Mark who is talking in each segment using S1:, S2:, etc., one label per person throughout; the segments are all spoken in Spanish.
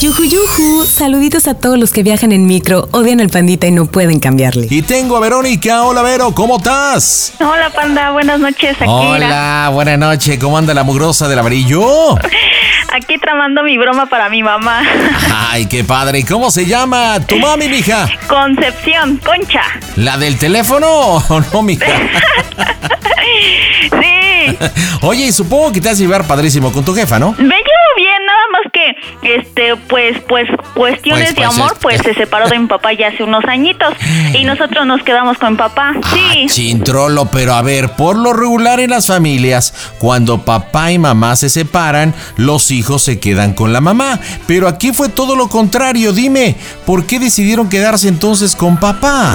S1: Yuju, yuju, saluditos a todos los que viajan en micro, odian al pandita y no pueden cambiarle.
S2: Y tengo a Verónica. Hola, Vero, ¿cómo estás?
S3: Hola, panda. Buenas noches. Aquí,
S2: Hola, buena noche. ¿Cómo anda la mugrosa del amarillo?
S3: aquí tramando mi broma para mi mamá.
S2: Ay, qué padre. ¿Y cómo se llama tu mami, mija?
S3: Concepción, concha.
S2: ¿La del teléfono o no, mija?
S3: Sí.
S2: Oye, y supongo que te has llevar padrísimo con tu jefa, ¿no?
S3: Me llevo bien, nada más que, este, pues, pues, cuestiones
S2: Pues,
S3: de
S2: pues,
S3: amor,
S2: es-
S3: pues se separó de mi papá ya hace unos añitos. Y nosotros nos quedamos con mi papá. Sí.
S2: Ah, chintrolo, pero a ver, por lo regular en las familias, cuando papá y mamá se separan, los hijos se quedan con la mamá. Pero aquí fue todo lo contrario. Dime, ¿por qué decidieron quedarse entonces con papá?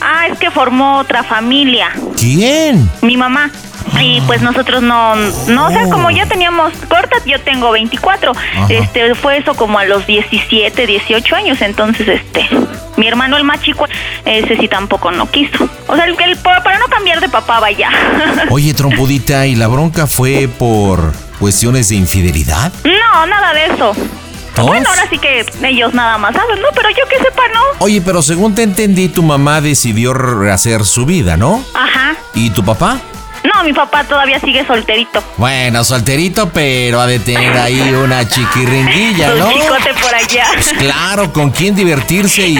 S3: Ah, es que formó otra familia.
S2: ¿Quién?
S3: Mi mamá. Y pues nosotros no, no, o sea,
S2: Ah. Oh.
S3: como ya teníamos corta, yo tengo 24.
S2: Ajá.
S3: Este, fue eso como a los 17, 18 años. Entonces, este, mi hermano, el más chico, ese sí tampoco no quiso. O sea, el, el- para no cambiar de papá, vaya.
S2: Oye, trompudita, ¿y la bronca fue por cuestiones de infidelidad?
S3: no, nada de eso.
S2: ¿No?
S3: Bueno, ahora sí que ellos nada más saben, ¿no? Pero yo que sepa, ¿no?
S2: Oye, pero según te entendí, tu mamá decidió rehacer su vida, ¿no?
S3: Ajá.
S2: ¿Y tu papá?
S3: No, mi papá todavía sigue solterito.
S2: Bueno, solterito, pero ha de tener ahí una chiquiringuilla,
S3: Su
S2: ¿no?
S3: chicote por allá.
S2: Pues claro, con quién divertirse y,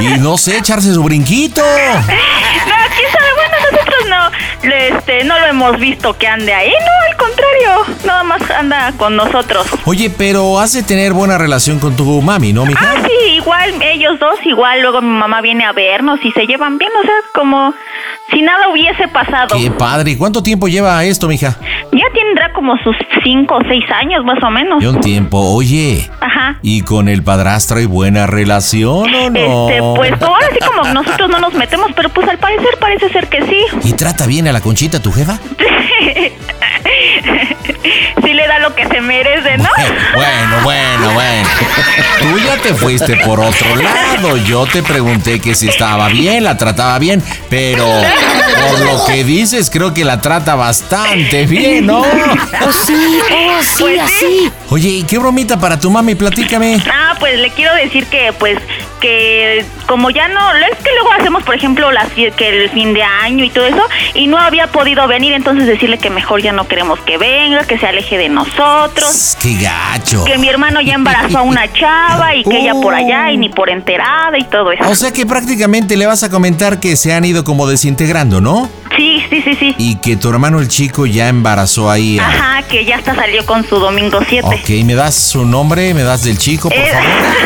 S2: y no sé, echarse su brinquito.
S3: No, quién sabe, bueno, nosotros no, le- este, no lo hemos visto que ande ahí, no, al contrario, nada más anda con nosotros.
S2: Oye, pero has de tener buena relación con tu mami, ¿no,
S3: Ah,
S2: mija?
S3: sí, igual, ellos dos, igual, luego mi mamá viene a vernos y se llevan bien, o sea, como si nada hubiese pasado.
S2: Qué padre. ¿Y cuánto tiempo lleva esto, mija?
S3: Ya tendrá como sus cinco o seis años, más o menos.
S2: Ya un tiempo. Oye,
S3: Ajá.
S2: ¿y con el padrastro hay buena relación o no?
S3: Este, pues como ahora sí como nosotros no nos metemos, pero pues al parecer parece ser que sí.
S2: ¿Y trata bien a la conchita tu jefa?
S3: Sí le da lo que se merece, ¿no?
S2: Bueno, bueno, bueno. Tú ya te fuiste por otro lado. Yo te pregunté que si estaba bien, la trataba bien, pero por lo que dices, creo que la trata bastante bien, ¿no?
S4: Oh, sí, oh, sí,
S3: Pues
S4: así.
S2: Oye, ¿y qué bromita para tu mami? Platícame.
S3: Ah, pues le quiero decir que, pues, que como ya no, es que luego hacemos, por ejemplo, las fie- que el fin de año y todo eso, y no había podido venir, entonces decirle que mejor ya no queremos que venga, que se aleje de nosotros,
S2: Tss, ¡Qué gacho!
S3: que mi hermano ya embarazó a una chava y que ella
S4: Oh.
S3: por allá y ni por enterada pues. y todo eso.
S2: O sea que prácticamente le vas a comentar que se han ido como desintegrando, ¿no?
S3: Sí, sí, sí, sí.
S2: Y que tu hermano el chico ya embarazó ahí a...
S3: Ajá, que ya hasta salió con su domingo 7.
S2: Ok, ¿me das su nombre? ¿Me das del chico, por
S3: Eh.
S2: favor?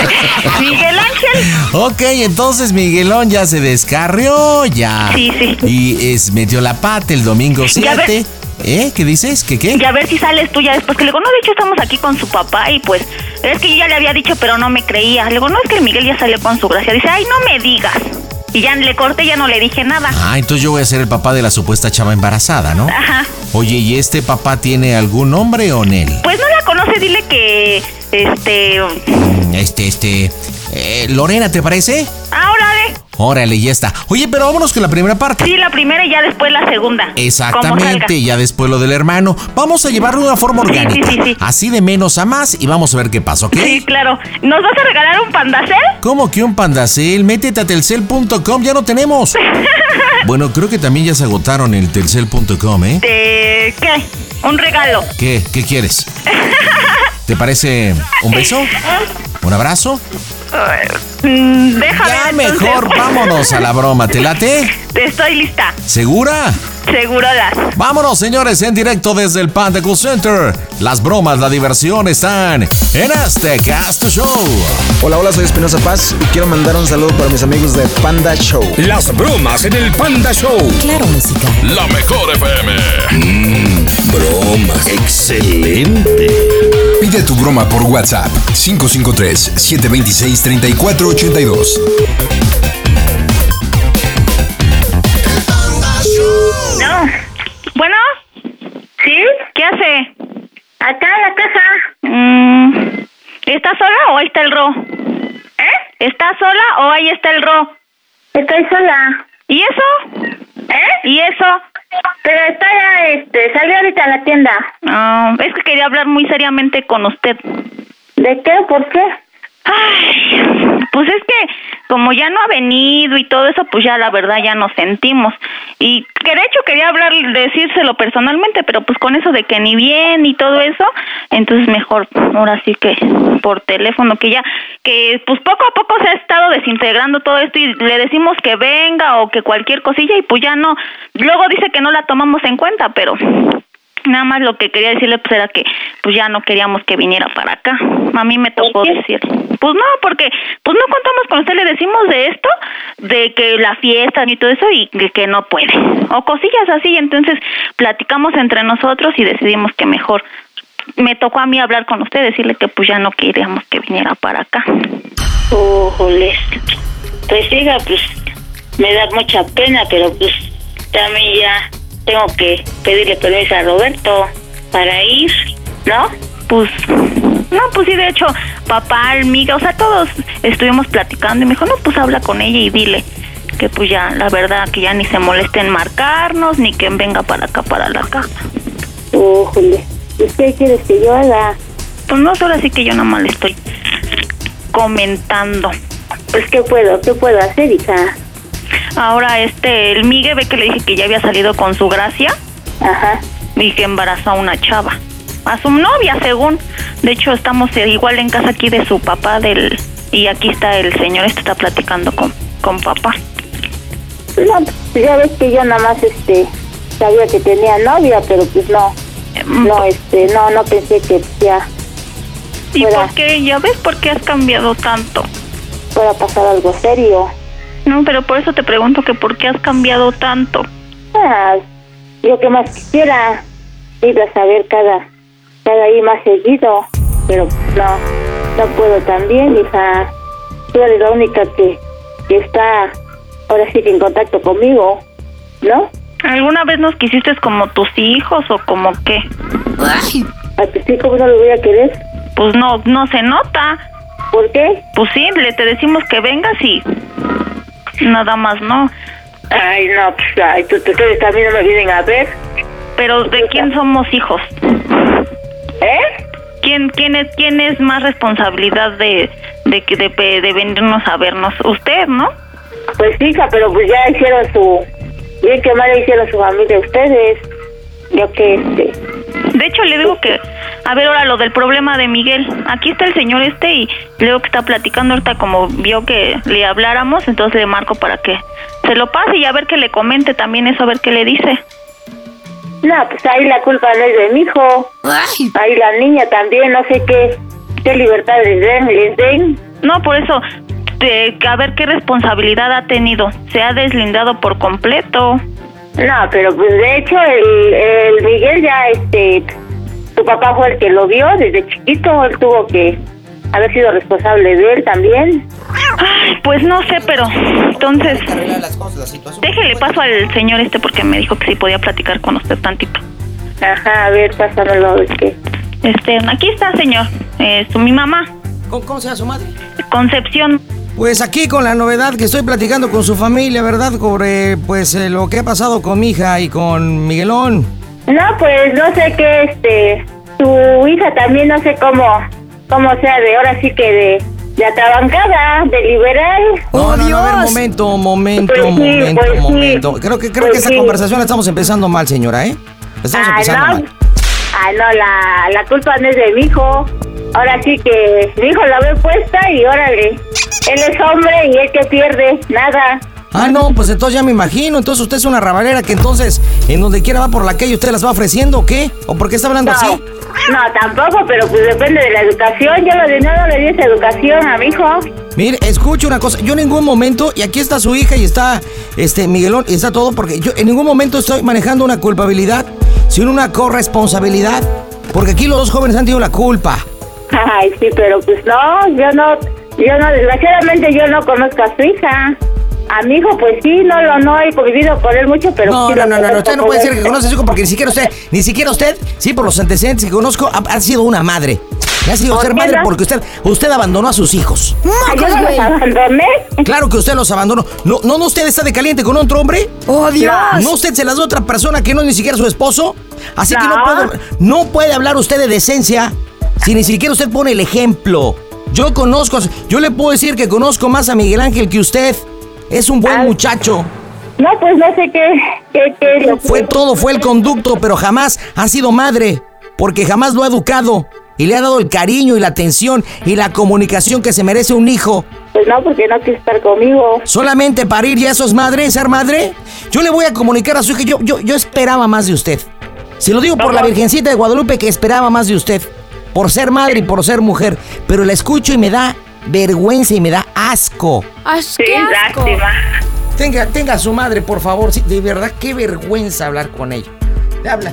S4: Oh.
S3: Miguel Ángel.
S2: Ok, entonces Miguelón ya se descarrió, ya.
S3: Sí, sí.
S2: Y es, metió la pata el domingo
S3: Ya ver-
S2: 7. ¿Eh? ¿Qué dices? ¿Qué qué?
S3: Y a ver si sales tú ya después. Que le digo, no, de hecho estamos aquí con su papá y pues es que yo ya le había dicho, pero no me creía. Le digo, no, es que el Miguel ya salió con su gracia. Dice, ay, no me digas. Y ya le corté, ya no le dije nada.
S2: Ah, entonces yo voy a ser el papá de la supuesta chava embarazada, ¿no?
S3: Ajá.
S2: Oye, ¿y este papá tiene algún nombre o Nel?
S3: Pues no la conoce, dile que, este,
S2: Mm, Este, este... eh, Lorena, ¿te parece?
S3: ahora de,
S2: Órale, ya está. Oye, pero vámonos con la primera parte.
S3: sí, la primera y ya después la segunda. Como salga.
S2: Exactamente, ya después lo del hermano. Vamos a llevarlo de una forma
S3: Sí, sí,
S2: orgánica.
S3: sí, sí.
S2: Así de menos a más y vamos a ver qué pasa, ¿ok?
S3: Sí, claro. ¿Nos vas a regalar un pandacel?
S2: ¿Cómo que un pandacel? Métete a telcel.com, ya no tenemos. Bueno, creo que también ya se agotaron el telcel.com, ¿eh?
S3: ¿De qué? Un regalo.
S2: ¿Qué? ¿Qué quieres? ¿Te parece un beso? ¿Un abrazo?
S3: Mm, Déjame.
S2: Ya
S3: entonces.
S2: mejor vámonos a la broma, ¿te late?
S3: Estoy lista.
S2: ¿Segura?
S3: Seguro las.
S2: Vámonos, señores, en directo desde el Panda Cool Center. Las bromas, la diversión están en este Gasto Show.
S5: Hola, hola, soy Espinosa Paz y quiero mandar un saludo para mis amigos de Panda Show.
S6: Las bromas en el Panda Show.
S1: Claro, música.
S7: La mejor FM.
S8: Mm,
S6: Bromas. Excelente.
S8: Pide tu broma por WhatsApp 553-726-3482.
S3: No. Bueno. ¿Sí? ¿Qué hace?
S4: Acá en la casa.
S3: Mm, ¿Estás sola o ahí está el ro? ¿Eh? ¿Estás sola o ahí está el ro?
S4: Estoy sola.
S3: ¿Y eso?
S4: ¿Eh?
S3: ¿Y eso?
S4: Pero estoy, a, este, salí ahorita a la tienda.
S3: Ah, es que quería hablar muy seriamente con usted.
S4: ¿De qué? ¿Por qué?
S3: Ay, pues es que como ya no ha venido y todo eso, pues ya la verdad ya nos sentimos. Y que de hecho quería hablar, decírselo personalmente, pero pues con eso de que ni bien y todo eso, entonces mejor ahora sí que por teléfono, que ya, que pues poco a poco se ha estado desintegrando todo esto y le decimos que venga o que cualquier cosilla y pues ya no. Luego dice que no la tomamos en cuenta, pero Nada más lo que quería decirle pues era que pues ya no queríamos que viniera para acá. A mí me tocó
S4: ¿Por qué?
S3: decir. Pues no, porque pues no contamos con usted, le decimos de esto, de que la fiesta ni todo eso y que, que no puede. O cosillas así, entonces platicamos entre nosotros y decidimos que mejor me tocó a mí hablar con usted, decirle que pues ya no queríamos que viniera para acá.
S4: Ojoles. Pues diga, pues me da mucha pena, pero pues también ya tengo que pedirle permiso a Roberto para ir, ¿no?
S3: pues no, pues sí, de hecho, papá, amiga, o sea, todos estuvimos platicando y me dijo, no, pues habla con ella y dile que pues ya, la verdad, que ya ni se moleste en marcarnos, ni que venga para acá, para la casa.
S4: Ojoles. ¿Y qué quieres que yo haga?
S3: Pues no, ahora sí que yo nada más le estoy comentando.
S4: Pues qué puedo, qué puedo hacer, hija.
S3: Ahora este, el Migue ve que le dije que ya había salido con su gracia
S4: Ajá.
S3: y que embarazó a una chava, a su novia según. De hecho estamos eh, igual en casa aquí de su papá del y aquí está el señor, este está platicando con, con papá.
S4: No, pues ya ves que yo nada más este sabía que tenía novia, pero pues no,
S3: Mm,
S4: no
S3: pues
S4: este, no, no pensé que ya
S3: ¿Y
S4: fuera.
S3: por qué? ¿Ya ves por qué has cambiado tanto?
S4: fuera a pasar algo serio.
S3: No, pero por eso te pregunto que por qué has cambiado tanto.
S4: Ah, yo que más quisiera ir a saber cada, cada ir más seguido, pero pues, no, no puedo también, hija. Tú eres la única que, que está ahora sí que en contacto conmigo, ¿no?
S3: ¿Alguna vez nos quisiste como tus hijos o como qué?
S4: Al principio ¿cómo no lo voy a querer.
S3: Pues no, no se nota.
S4: ¿Por qué?
S3: Pues sí, le te decimos que vengas y nada más no.
S4: Ay, no, pues, ay, tú- tú- ustedes también no me vienen a ver,
S3: Pero ¿de quién somos hijos?
S4: ¿eh?
S3: ¿Quién, quién, es, quién es más responsabilidad de, de, que- de, de, venirnos a vernos? Usted, ¿no?
S4: Pues hija, pero pues ya hicieron su... Bien que mal hicieron su familia ustedes. Yo que este...
S3: De hecho, le digo que, a ver, ahora lo del problema de Miguel. Aquí está el señor este y leo que está platicando ahorita como vio que le habláramos, entonces le marco para que se lo pase y a ver que le comente también eso, a ver qué le dice.
S4: No, pues ahí la culpa no es de mi hijo. Ahí la niña también, no sé qué... Qué libertad les den, les den.
S3: No, por eso, te- a ver qué responsabilidad ha tenido. Se ha deslindado por completo.
S4: No, pero pues de hecho el, el Miguel ya este... Su papá fue el que lo vio desde chiquito. Él tuvo que haber sido responsable de él también.
S3: Ay, pues no sé, pero entonces, déjele paso al señor este porque me dijo que sí podía platicar con usted tantito.
S4: Ajá, a ver, pásamelo, es que...
S3: Este, aquí está, señor. Eh, su, mi mamá,
S9: ¿Cómo, cómo se llama su madre?
S3: Concepción.
S9: Pues aquí con la novedad que estoy platicando con su familia, ¿verdad? Sobre pues eh, lo que ha pasado con mi hija y con Miguelón.
S4: No, pues no sé qué, este, su hija también no sé cómo, cómo sea de ahora sí que de, de atabancada, de liberal.
S9: No, no, no,
S3: ¡Oh,
S9: a ver, momento, momento,
S4: Pues sí,
S9: momento,
S4: pues sí.
S9: momento. Creo que creo
S4: Pues
S9: que esa
S4: sí.
S9: conversación la estamos empezando mal, señora, ¿eh? La Estamos
S4: Ah,
S9: empezando
S4: no,
S9: mal.
S4: ah, no, la, la culpa no es de mi hijo. Ahora sí que mi hijo la ve puesta y órale. Él es hombre y él que pierde, nada.
S9: Ah, no, pues entonces ya me imagino. Entonces usted es una rabalera que entonces en donde quiera va por la calle, ¿usted las va ofreciendo o qué? ¿O por qué está hablando
S4: No,
S9: así?
S4: no, tampoco, pero pues depende de la educación. Yo lo de nada le di esa educación a mi hijo.
S9: Mire, escuche una cosa. Yo en ningún momento, y aquí está su hija y está este Miguelón y está todo, porque yo en ningún momento estoy manejando una culpabilidad, sino una corresponsabilidad. Porque aquí los dos jóvenes han tenido la culpa.
S4: Ay, sí, pero pues no, yo no, yo no, desgraciadamente yo no conozco a su hija. A mi hijo, pues sí, no lo no he convivido con él mucho, pero
S9: No,
S4: sí lo
S9: no, no, no, no,
S4: conozco
S9: usted no
S4: como
S9: puede
S4: él.
S9: decir que conoce a su hijo porque ni siquiera usted, ni siquiera usted, sí, por los antecedentes que conozco, ha, ha sido una madre. Ha sido
S4: ¿Por
S9: ser
S4: qué
S9: madre
S4: no?
S9: porque usted, usted abandonó a sus hijos.
S4: Ay, yo no los abandoné.
S9: Claro que usted los abandonó. No, no, no, usted está de caliente con otro hombre.
S1: ¡Oh, Dios!
S9: No, usted se las da a otra persona que no es ni siquiera su esposo. Así que no
S4: No.
S9: puede, no puede hablar usted de decencia si ni siquiera usted pone el ejemplo. Yo conozco, yo le puedo decir que conozco más a Miguel Ángel que usted. Es un buen
S4: Ay.
S9: muchacho.
S4: Ah. No, pues no sé qué, qué, qué lo-
S9: Fue todo, fue el conducto, pero jamás ha sido madre, porque jamás lo ha educado y le ha dado el cariño y la atención y la comunicación que se merece un hijo.
S4: Pues no, porque no quiso estar conmigo.
S9: Solamente parir ya eso es madre, ser madre. Yo le voy a comunicar a su hija, yo, yo, yo esperaba más de usted. Se lo digo por la Virgencita de Guadalupe que esperaba más de usted, por ser madre y por ser mujer, pero la escucho y me da vergüenza y me da asco.
S10: Ay,
S4: Sí,
S10: qué asco.
S4: lástima.
S9: Tenga, tenga a su madre, por favor, sí, de verdad, qué vergüenza hablar con ella. Habla.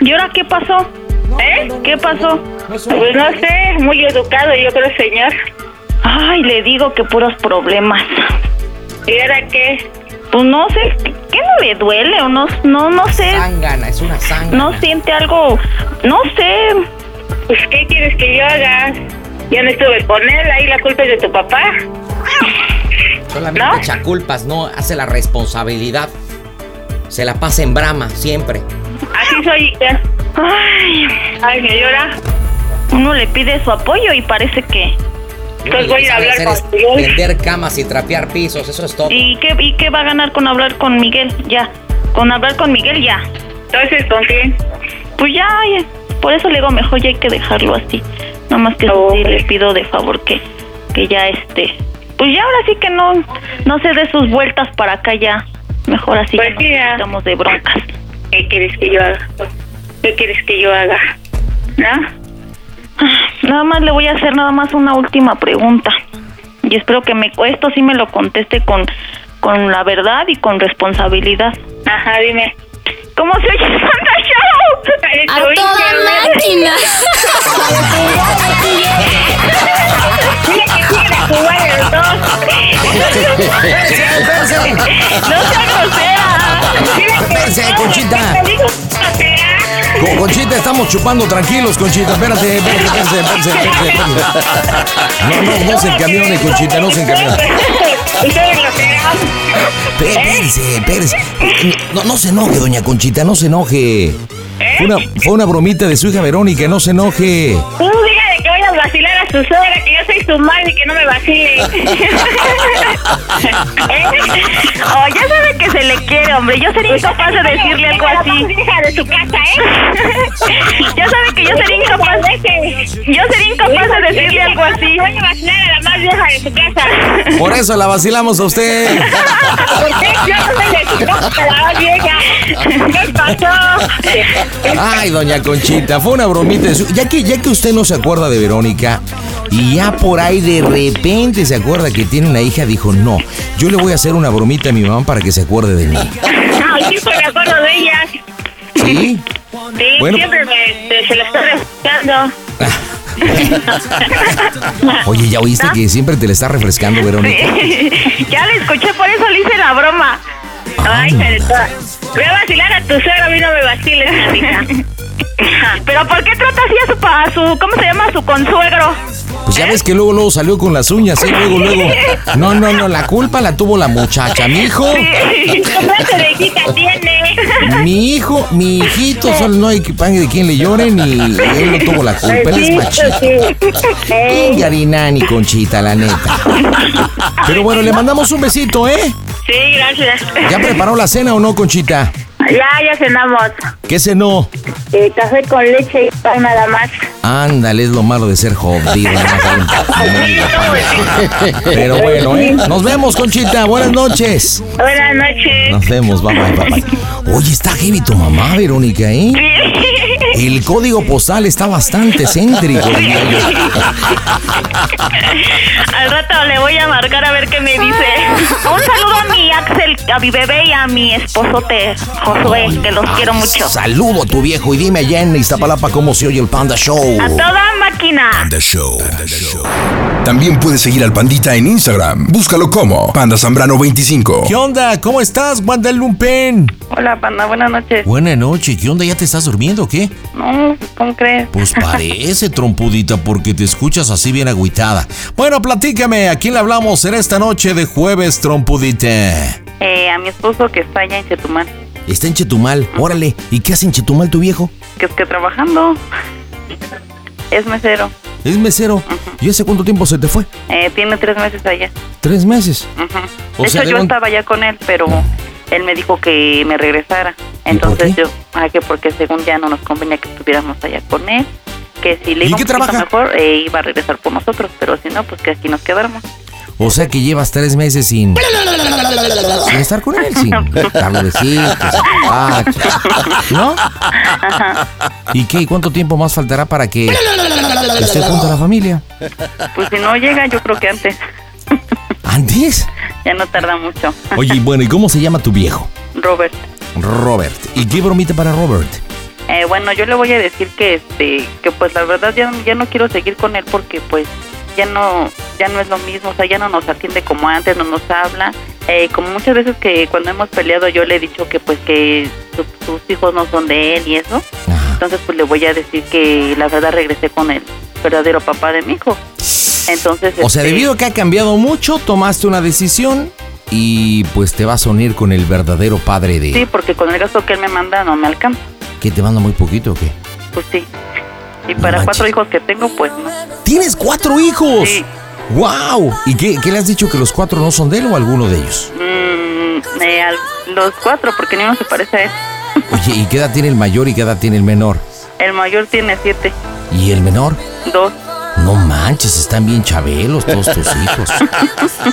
S3: ¿Y ahora qué pasó? ¿Eh? ¿Qué pasó?
S4: Pues no sé, muy educado, yo creo, señor.
S3: Ay, le digo que puros problemas.
S4: ¿Y ahora qué?
S3: Pues no sé, ¿qué no le duele? O no, no, no sé,
S9: Zángana, es una zángana.
S3: no siente algo, no sé.
S4: Pues ¿qué quieres que yo haga? Yo no estuve con él, ahí la culpa es de tu papá.
S9: Solamente
S4: ¿No?
S9: echa culpas, no hace la responsabilidad. Se la pasa en brama siempre.
S4: Así soy. ya.
S3: Ay,
S4: Ay, me llora.
S3: uno le pide su apoyo y parece que...
S4: Pues voy a ir a
S9: Sabe
S4: hablar
S9: hacer
S4: con
S9: es
S4: Miguel.
S9: Tender camas y trapear pisos, eso es todo.
S3: ¿Y qué, ¿Y qué va a ganar con hablar con Miguel? Ya, con hablar con Miguel ya.
S4: Entonces, ¿con quién?
S3: Pues ya, ya. por eso le digo, mejor ya hay que dejarlo así. Nada más que eso sí
S4: Ok.
S3: le pido de favor que, que ya esté. Pues ya ahora sí que no, no se dé sus vueltas para acá ya. Mejor así
S4: Pues sí,
S3: que
S4: ya.
S3: nos quitamos de broncas.
S4: ¿Qué quieres que yo haga? ¿Qué quieres que yo haga? ¿No?
S3: Nada más le voy a hacer nada más una última pregunta. Y espero que me esto sí me lo conteste con, con la verdad y con responsabilidad.
S4: Ajá, dime.
S3: ¿Cómo se oye Santa Show?
S10: A toda máquina.
S4: Mira que quiere jugar el
S3: No sea grosera.
S9: Espérense, Conchita.
S4: dos.
S9: Con Conchita estamos chupando tranquilos, Conchita. Espérate, espérate, espérate, espérate, espérate, espérate. No, no, no se encamionen, Conchita, no se encamionen.
S4: Ustedes lo serán.
S9: Pe- Espérense, espérense. No, no se enoje, doña Conchita, no se enoje. Fue una, fue una bromita de su hija Verónica, no se enoje.
S4: Tú dígale que voy a vacilar a su suegra, que yo soy su madre y que no me vacile. ¿Eh?
S3: Oh, ya sabe que se le quiere, hombre. Yo sería incapaz de decirle algo así.
S4: Hija de su casa, ¿eh?
S3: Ya sabe que yo sería incapaz. Yo sería incapaz de decirle algo así.
S4: Voy a vacilar a la más vieja de su casa.
S9: Por eso la vacilamos a usted.
S4: ¿Por qué? Yo no soy de su casa, la más vieja. ¿Qué pasó?
S9: Ay, doña Conchita, fue una bromita de su... Ya que, ya que usted no se acuerda de Verónica y ya por ahí de repente se acuerda que tiene una hija, dijo, no, yo le voy a hacer una bromita a mi mamá para que se acuerde de mí.
S4: No, siempre me acuerdo de ella.
S9: ¿Sí?
S3: pues,
S4: Sí,
S9: Bueno.
S4: siempre me, se la estoy refrescando.
S9: Oye, ¿ya oíste que siempre te le está refrescando, Verónica?
S3: Ya le escuché, por eso le hice la broma.
S4: Ay, hija de toda. Voy a vacilar a tu suegra, a mí no me vaciles, hija.
S3: Pero ¿por qué trata así a su, pa- a su ¿cómo se llama? A su consuegro.
S9: Pues ya ves que luego, luego salió con las uñas, ¿eh? Luego, luego... No, no, no, la culpa la tuvo la muchacha, mi hijo.
S4: ¿Qué clase de hijita tiene?
S9: Mi hijo, mi hijito, solo no hay que pague de quien le lloren y él no tuvo la culpa, él es machito.
S4: Ey,
S9: Yarinani, Conchita, la neta. Pero bueno, le mandamos un besito, ¿eh?
S4: Sí, gracias.
S9: ¿Ya preparó la cena o no, Conchita?
S11: Ya, ya cenamos.
S2: ¿Qué cenó?
S11: Eh, café con leche y pan nada más.
S2: Ándale, es lo malo de ser jodido. Pero bueno, ¿eh? Nos vemos, Conchita. Buenas noches.
S11: Buenas noches.
S2: Nos vemos, bye bye, bye, bye. Oye, está heavy tu mamá, Verónica, ¿eh? El código postal está bastante céntrico, diría yo.
S3: Al rato le voy a marcar a ver qué me dice. Un saludo a mi Axel, a mi bebé y a mi esposote Josué, que los quiero mucho.
S2: Saludo a tu viejo y dime allá en Iztapalapa cómo se oye el Panda Show.
S3: A toda máquina.
S8: Panda Show. Panda Show. También puedes seguir al Pandita en Instagram. Búscalo como Panda Zambrano 25.
S12: ¿Qué onda? ¿Cómo estás, Wanda Lumpen?
S13: Hola, Panda, buenas noches.
S12: Buenas noches. ¿Qué onda? ¿Ya te estás durmiendo o qué?
S13: No, ¿cómo crees?
S12: Pues parece, trompudita, porque te escuchas así bien agüitada. Bueno, platícame, ¿a quién le hablamos en esta noche de jueves, trompudita?
S13: Eh, a mi esposo que está allá en Chetumal.
S2: Está en Chetumal, órale. ¿Y qué hace en Chetumal tu viejo?
S13: Que es que trabajando. Es mesero.
S2: Es mesero. ¿Y hace cuánto tiempo se te fue?
S13: Eh, tiene tres meses allá.
S2: ¿Tres meses?
S13: Ujú.
S2: O
S13: de
S2: sea,
S13: hecho, yo
S2: deben-
S13: estaba allá con él, pero él me dijo que me regresara. Entonces yo, ah, que porque según ya no nos convenía que estuviéramos allá con él, que si le
S2: ¿Y en
S13: iba un
S2: qué
S13: poquito
S2: trabaja?
S13: mejor, eh, iba a regresar por nosotros, pero si no, pues que aquí nos quedáramos.
S2: O sea que llevas tres meses sin... sin estar con él, sin darle besitos, apapachos, ¿no? ¿Y qué? ¿Y ¿Cuánto tiempo más faltará para que esté junto a la familia?
S13: Pues si no llega, yo creo que antes.
S2: ¿Antes?
S13: Ya no tarda mucho.
S2: Oye, y bueno, ¿y cómo se llama tu viejo?
S13: Robert,
S2: Robert. ¿Y qué bromita para Robert?
S13: eh, bueno, yo le voy a decir que este que pues la verdad ya, ya no quiero seguir con él porque pues ya no ya no es lo mismo, o sea, ya no nos atiende como antes, no nos habla. Eh, como muchas veces que cuando hemos peleado yo le he dicho que pues que su- sus hijos no son de él y eso. Entonces pues le voy a decir que la verdad regresé con el verdadero papá de mi hijo. Entonces
S2: O sea,
S13: este,
S2: debido a que ha cambiado mucho, tomaste una decisión y pues te vas a unir con el verdadero padre de...
S13: Sí, porque con el gasto que él me manda no me alcanza,
S2: ¿Qué te manda muy poquito o qué?
S13: pues sí. Y para cuatro hijos que tengo, pues no.
S2: ¡Tienes cuatro hijos! ¡Wow! ¿Y qué, qué le has dicho que los cuatro no son de él o alguno de ellos?
S13: Mm, eh, al- los cuatro, porque ninguno se parece a él.
S2: Oye, ¿y qué edad tiene el mayor y qué edad tiene el menor?
S13: El mayor tiene siete,
S2: ¿Y el menor?
S13: dos.
S2: No manches, están bien chabelos todos tus hijos.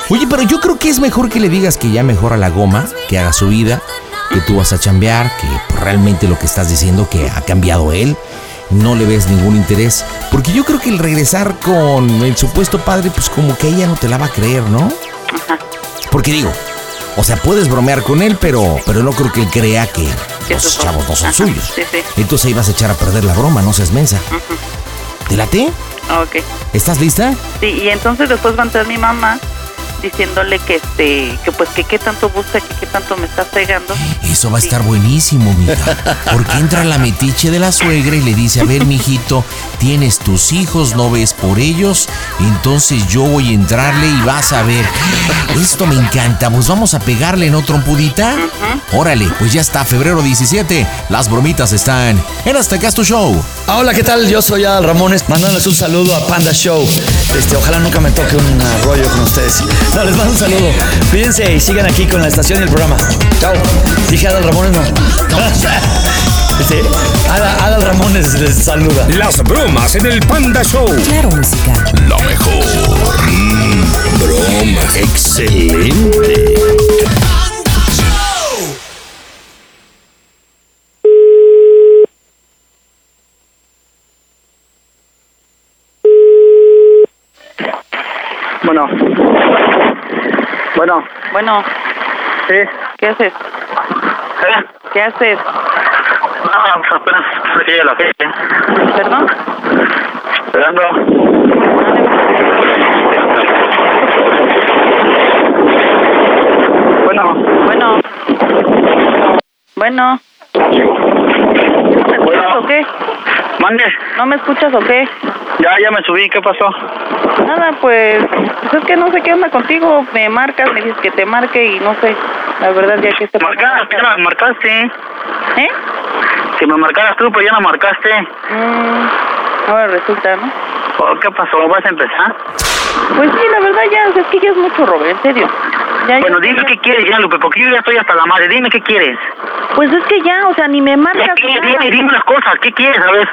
S2: Oye, pero yo creo que es mejor que le digas que ya mejora la goma, que haga su vida, que tú vas a chambear, que pues, realmente lo que estás diciendo que ha cambiado él, no le ves ningún interés. Porque yo creo que el regresar con el supuesto padre, pues como que ella no te la va a creer, ¿no? Porque digo, o sea, puedes bromear con él, pero, pero no creo que él crea que los chavos no son
S4: Ah,
S2: suyos.
S13: Sí, sí.
S2: Entonces ahí vas a echar a perder la broma, no seas mensa. ¿Te late?
S4: Ah,
S13: Ok.
S2: ¿Estás lista?
S13: Sí, y entonces después va a entrar mi mamá diciéndole que este que pues que qué tanto busca, que qué tanto me está pegando.
S12: Eso va a estar buenísimo, mija. Porque entra la metiche de la suegra y le dice, a ver, mijito, tienes tus hijos, no ves por ellos, entonces yo voy a entrarle y vas a ver. Esto me encanta, pues vamos a pegarle, ¿no, trompudita? Órale, pues ya está, febrero 17, las bromitas están en Hasta Acá es tu Show.
S14: Hola, ¿qué tal? Yo soy Adal Ramones, mandándoles un saludo a Panda Show. Este, ojalá nunca me toque un uh, rollo con ustedes. No, les mando un saludo. Cuídense y sigan aquí con la estación y el programa. Chao. Dije Adal Ramones, no. Este, Adal, Adal Ramones les saluda.
S6: Las bromas en el Panda Show.
S15: Claro, música.
S6: Lo mejor. Mm, bromas. Excelente.
S13: Bueno. Bueno. Bueno. Sí. ¿Qué haces? ¿Qué haces?
S16: Ah, pues apenas salí de la calle.
S13: ¿Perdón?
S16: Esperando.
S13: Bueno. Bueno. Bueno. ¿No me escuchas o qué? Mande. ¿No me escuchas o qué?
S16: Ya, ya me subí. ¿Qué pasó?
S13: Nada, pues, pues es que no sé qué onda contigo. Me marcas, me dices que te marque y no sé. La verdad, ya que se
S16: Marcaste, ya me marcaste.
S13: ¿Eh?
S16: Si me marcaras tú, pues ya no marcaste.
S13: Mm, ahora resulta, ¿no?
S16: Oh, ¿Qué pasó? ¿Vas a empezar?
S13: Pues sí, la verdad, ya, o sea, es que ya es mucho, Robert, en serio. Ya,
S16: bueno,
S13: ya-
S16: dime qué quieres ya, Lupe, porque yo ya estoy hasta la madre. Dime qué quieres.
S17: Pues es que ya, o sea, ni me marcas.
S16: Ya, dime,
S17: nada.
S16: dime, dime las cosas, ¿qué quieres? A ver,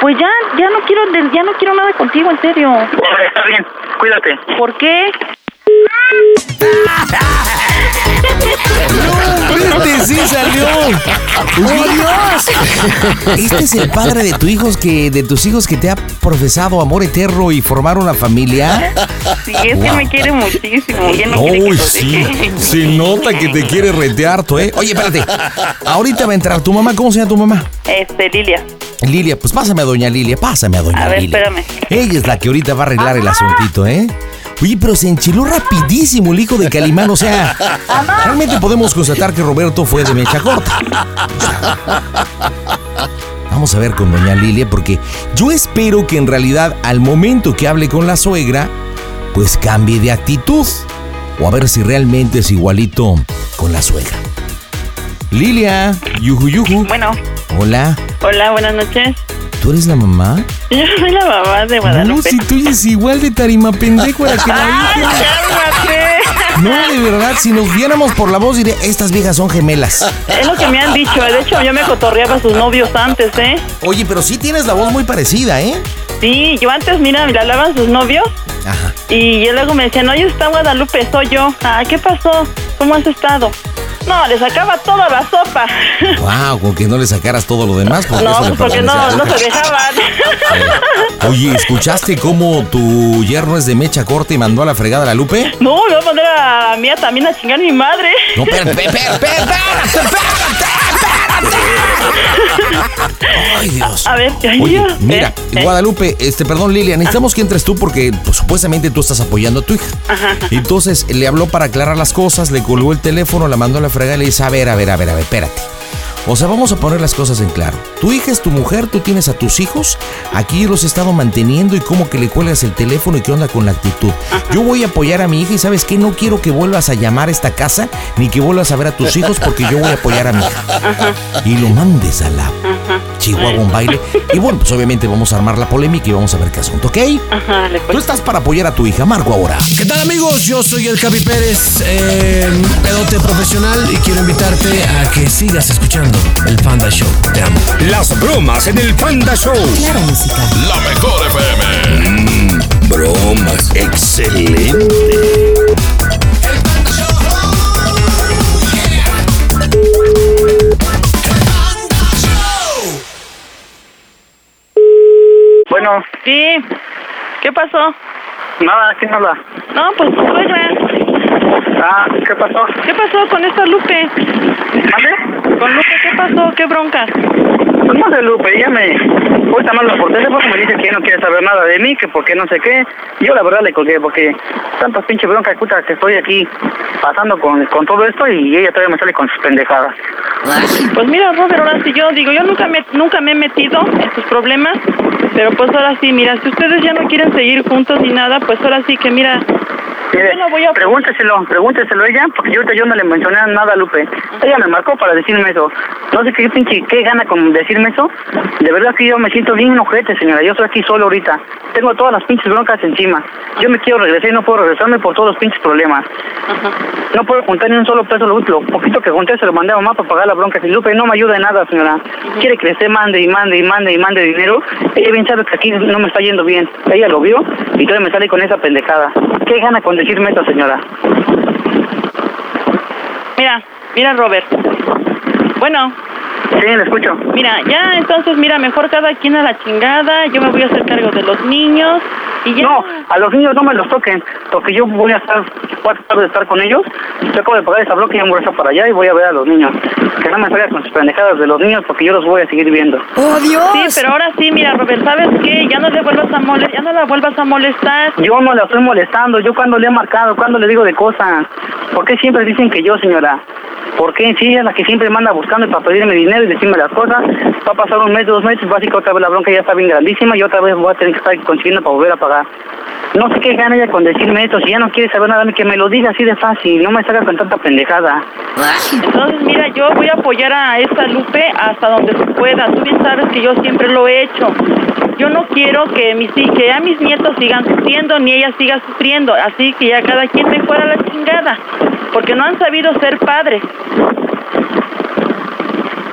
S17: Pues ya, ya no quiero, de- ya no quiero nada contigo, en serio.
S16: Órale, está bien, cuídate.
S17: ¿Por qué?
S6: ¡Viste, sí salió!
S2: Oh,
S6: ¡Oh, Dios! Este es el padre de tus hijos que de tus hijos que te ha profesado amor eterno y formar una familia.
S18: Sí, es que
S2: Guau.
S18: me quiere muchísimo. Ya no quiere que
S2: Uy,
S18: lo
S2: sí.
S18: deje.
S2: Se nota que te quiere retear, tú, ¿eh? Oye, espérate. Ahorita va a entrar tu mamá. ¿Cómo se llama tu mamá?
S18: Este, Lilia.
S2: Lilia, pues pásame a doña Lilia, pásame a doña
S18: A ver,
S2: Lilia.
S18: espérame.
S2: Ella es la que ahorita va a arreglar el asuntito, ¿eh? Oye, pero se enchiló rapidísimo el hijo de Calimán, o sea, realmente podemos constatar que Roberto fue de mecha corta. Vamos a ver con doña Lilia, porque yo espero que en realidad al momento que hable con la suegra, pues cambie de actitud. O a ver si realmente es igualito con la suegra. Lilia, yuju yuju.
S18: Bueno.
S2: Hola,
S18: Hola, buenas noches.
S2: ¿tú eres la mamá?
S18: Yo soy la mamá de
S2: No,
S18: Guadalupe.
S2: si tú eres igual de tarima pendejo a la que la
S18: ¡Ay,
S2: hija.
S18: cálmate!
S2: No, de verdad, si nos viéramos por la voz, diré, estas viejas son gemelas.
S18: Es lo que me han dicho. eh. De hecho, yo me cotorreaba a sus novios antes, ¿eh?
S2: Oye, pero sí tienes la voz muy parecida, ¿eh?
S18: Sí, yo antes, mira, me hablaban sus novios
S2: Ajá.
S18: y yo luego me decían, oye, está Guadalupe, soy yo. Ah, ¿qué pasó? ¿Cómo has estado? No, le sacaba toda la sopa.
S2: Ah, Wow, con que no le sacaras todo lo demás. Porque
S18: No,
S2: eso le
S18: pues porque no,
S2: pertenece a
S18: no
S2: otra.
S18: se dejaban.
S2: Oye, ¿escuchaste cómo tu yerno es de mecha corta y mandó a la fregada a la Lupe?
S18: No, me voy a poner a la mía también a chingar a mi madre.
S2: No, espérate, espérate, espérate, Ay, Dios.
S18: A ver, ay,
S2: Oye,
S18: Dios.
S2: mira,
S18: ¿Eh?
S2: Guadalupe, este, perdón, Lilia, necesitamos que entres tú porque pues, supuestamente tú estás apoyando a tu hija.
S18: Ajá.
S2: Entonces le habló para aclarar las cosas, le colgó el teléfono, la mandó a la fregada y le dice, a ver, a ver, a ver, a ver, espérate. O sea, vamos a poner las cosas en claro. Tu hija es tu mujer, tú tienes a tus hijos, aquí los he estado manteniendo y como que le cuelgas el teléfono y qué onda con la actitud. Yo voy a apoyar a mi hija y sabes qué, no quiero que vuelvas a llamar a esta casa ni que vuelvas a ver a tus hijos porque yo voy a apoyar a mi hija. Y lo mandes a la Chihuahua un baile. Y bueno, pues obviamente vamos a armar la polémica y vamos a ver qué asunto, ¿ok?
S18: Ajá, le
S2: Tú estás para apoyar a tu hija, Marco ahora.
S15: ¿Qué tal amigos? Yo soy el Javi Pérez, eh, pedote profesional y quiero invitarte a que sigas escuchando el Panda Show. Te amo.
S18: eh.
S19: Las bromas en el Panda Show.
S15: Claro, música.
S20: La mejor FM.
S19: bromas, excelente.
S16: Bueno.
S18: Sí. ¿Qué pasó?
S16: Nada, ¿quién habla?
S18: No, pues tu suegra.
S16: Ah, ¿qué pasó?
S18: ¿Qué pasó con esta Lupe? Con Lupe, ¿qué pasó? ¿Qué bronca?
S16: Pues no sé, Lupe, ella me... Ahorita me habla por teléfono, me dice que no quiere saber nada de mí, que por qué no sé qué. Yo la verdad le colgué porque tantas pinches broncas, puta, que estoy aquí pasando con, con todo esto y ella todavía me sale con sus pendejadas.
S18: Pues mira, Robert, ahora sí yo digo, yo nunca me, nunca me he metido en sus problemas, pero pues ahora sí, mira, si ustedes ya no quieren seguir juntos ni nada, pues ahora sí que mira,
S16: Mire, pregúnteselo, pregúnteselo a ella, porque yo ahorita yo no le mencioné nada a Lupe. Ella me marcó para decirme eso. No sé qué pinche, qué gana con decirme eso. De verdad que yo me siento bien ojete, señora. Yo estoy aquí solo ahorita. Tengo todas las pinches broncas encima. Yo me quiero regresar y no puedo regresarme por todos los pinches problemas. No puedo juntar ni un solo peso. Lo, lo poquito que junté se lo mandé a mamá para pagar la bronca. Si Lupe no me ayuda en nada, señora. Quiere que le esté mande y mande y mande y mande dinero. Ella bien sabe que aquí no me está yendo bien. Ella lo vio y todavía me sale con esa pendejada. ¿Qué gana con decirme eso, señora?
S18: mira, mira, Robert. Bueno,
S16: Sí, le escucho.
S18: mira, ya entonces, mira, mejor cada quien a la chingada, yo me voy a hacer cargo de los niños y ya.
S16: No, a los niños no me los toquen, porque yo voy a estar, voy a tratar de estar con ellos. Yo acabo de pagar esa bloque y ya me voy a estar para allá y voy a ver a los niños. Que no me salgan con sus pendejadas de los niños, porque yo los voy a seguir viendo.
S18: ¡Oh, Dios! Sí, pero ahora sí, mira, Robert, ¿sabes qué? Ya no le vuelvas a molestar, ya no la vuelvas a molestar.
S16: Yo no la estoy molestando, yo cuando le he marcado, cuando le digo de cosas. ¿Por qué siempre dicen que yo, señora? ¿Por qué sí ella es la que siempre manda buscando para pedirme dinero y decirme las cosas? Va a pasar un mes, dos meses, básico otra vez la bronca ya está bien grandísima y otra vez voy a tener que estar consiguiendo para volver a pagar. No sé qué gana ella con decirme esto, si ya no quiere saber nada, que me lo diga así de fácil, no me salga con tanta pendejada.
S18: Entonces, mira, yo voy a apoyar a esta Lupe hasta donde se pueda. Tú bien sabes que yo siempre lo he hecho. Yo no quiero que mis que ya mis nietos sigan sufriendo ni ella siga sufriendo, así que ya cada quien me fuera a la chingada, porque no han sabido ser padres.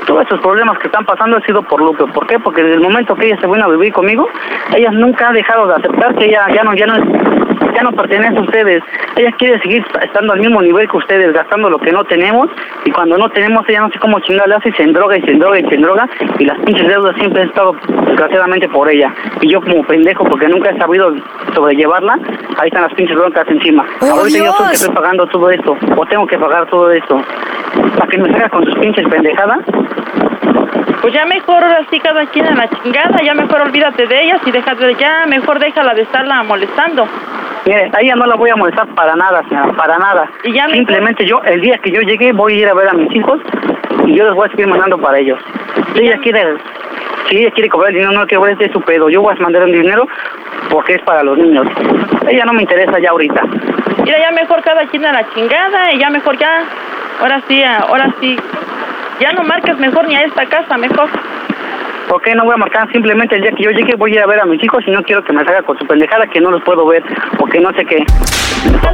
S16: todos esos problemas que están pasando ha sido por Lupe. ¿Por qué? Porque desde el momento que ella se vino a vivir conmigo, ella nunca ha dejado de aceptar que ella ya no, ya no es- ya no pertenece a ustedes. Ella quiere seguir estando al mismo nivel que ustedes, gastando lo que no tenemos y cuando no tenemos ella no sé cómo chingar le hace y se endroga y se endroga y se endroga y las pinches deudas siempre han estado desgraciadamente por ella. Y yo como pendejo porque nunca he sabido sobrellevarla, ahí están las pinches broncas encima.
S18: ¡Oh,
S16: Ahorita yo soy el que
S18: Dios!
S16: estoy pagando todo esto o tengo que pagar todo esto para que me salga con sus pinches pendejadas.
S18: Pues ya mejor así cada quien a la chingada, ya mejor olvídate de ellas y déjate, ya mejor déjala de estarla molestando.
S16: Mire, a ella no la voy a molestar para nada, señora, para nada.
S18: Y ya me-
S16: Simplemente yo, el día que yo llegue, voy a ir a ver a mis hijos y yo les voy a seguir mandando para ellos. Si ella quiere, si ella quiere cobrar el dinero, no que cobrar es su pedo. Yo voy a mandar el dinero porque es para los niños. Ella no me interesa ya ahorita.
S18: Mira, ya mejor cada quien a la chingada y ya mejor ya, ahora sí, ah, ahora sí. Ya no marcas mejor ni a esta casa, mejor.
S16: Ok, no voy a marcar, simplemente el día que yo llegue voy a ir a ver a mis hijos y no quiero que me salga con su pendejada que no los puedo ver porque no sé qué.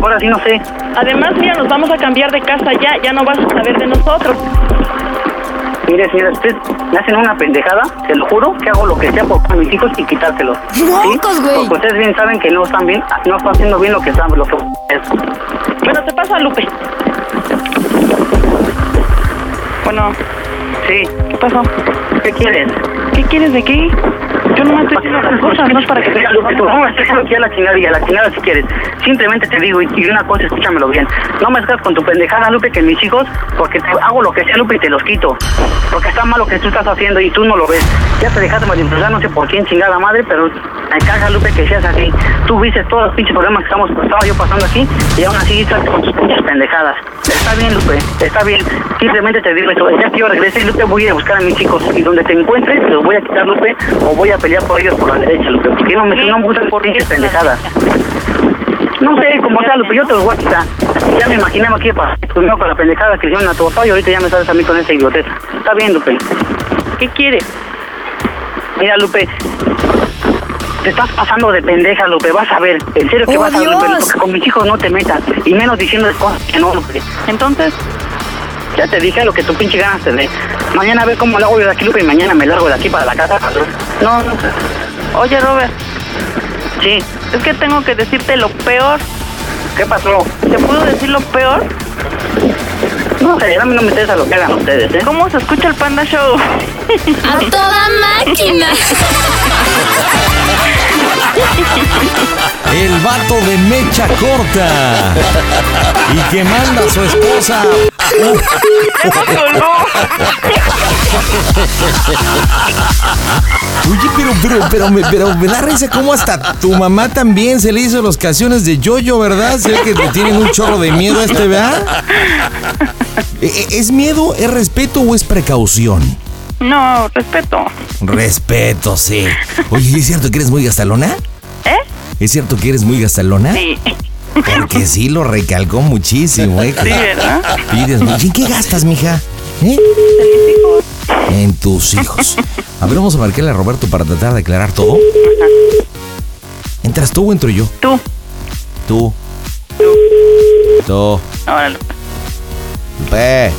S16: Ahora sí no sé.
S18: Además, mira, nos vamos a cambiar de casa ya, ya no vas a saber de nosotros.
S16: Mire, señora, usted me hacen una pendejada, se lo juro, que hago lo que sea por mis hijos y quitárselos. ¿Sí? Porque ustedes bien saben que no están bien, no están haciendo bien lo que están, lo que es.
S18: Bueno, te pasa, Lupe. Bueno.
S16: Sí.
S18: ¿Qué pasó?
S16: ¿Qué quieres?
S18: ¿Qué quieres de qué? Yo no me estoy diciendo las cosas, no es para que te...
S16: Mira, Lupe, tú, no me estés aquí a la chingada y a la chingada si quieres. Simplemente te digo, y, y una cosa, escúchamelo bien. No me salgas con tu pendejada, Lupe, que mis hijos, porque te hago lo que sea, Lupe, y te los quito. Porque está mal lo que tú estás haciendo y tú no lo ves. Ya te dejaste manipular, no sé por quién chingada madre, pero me caga, Lupe, que seas así. Tú viste todos los pinches problemas que estamos, estaba yo pasando aquí y aún así estás con tus pinches pendejadas. Está bien, Lupe, está bien. Simplemente te digo eso. Ya que yo regrese, Lupe, voy a ir a buscar a mis chicos. Y donde te encuentres, los voy a quitar, Lupe, o voy a pelear por ellos por la derecha, Lupe. Porque no me, no me gustan por pinches pendejadas. No sé, como sea, Lupe, yo te los voy a quitar. Ya me imaginaba que iba a pasar primero con la pendejada que hicieron a tu papá y ahorita ya me sales a mí con esa idioteza. Está bien, Lupe.
S18: ¿Qué quieres?
S16: Mira, Lupe, te estás pasando de pendeja, Lupe. Vas a ver. En serio que
S18: ¡Oh,
S16: vas a ver, Lupe.
S18: Dios!
S16: Porque con mis hijos no te metas. Y menos diciendo cosas que no, Lupe.
S18: Entonces.
S16: Ya te dije lo que tu pinche ganas te dé. Mañana a ver cómo lo hago yo de aquí, Lupe. Y mañana me largo de aquí para la casa. No, no.
S18: Oye, Robert.
S16: Sí.
S18: Es que tengo que decirte lo peor.
S16: ¿Qué pasó?
S18: ¿Te puedo decir lo peor?
S16: No, en general a mí no me interesa lo que hagan ustedes, ¿eh?
S18: ¿Cómo se escucha el Panda Show?
S10: A toda máquina.
S2: El vato de mecha corta. Y que manda a su esposa.
S9: Oye, pero, pero, pero, me, pero me da risa cómo hasta
S2: Tu mamá también se le hizo los canciones de Yoyo, ¿verdad? Se ve que te tienen un chorro de miedo a este, ¿verdad? E- e- ¿Es miedo, es respeto o es precaución?
S18: No, respeto.
S2: Respeto, sí. Oye, ¿es cierto que eres muy gastalona?
S18: ¿Eh?
S2: ¿Es cierto que eres muy gastalona?
S18: Sí.
S2: Porque sí lo recalcó muchísimo, ¿eh?
S18: Sí, ¿verdad?
S2: Pides mucho. ¿En qué gastas, mija? ¿Eh? En tus hijos. A ver, vamos a marcarle a Roberto para tratar de aclarar todo. ¿Entras tú o entro yo?
S18: Tú.
S2: Tú. Tú.
S18: Órale.
S2: Lupe.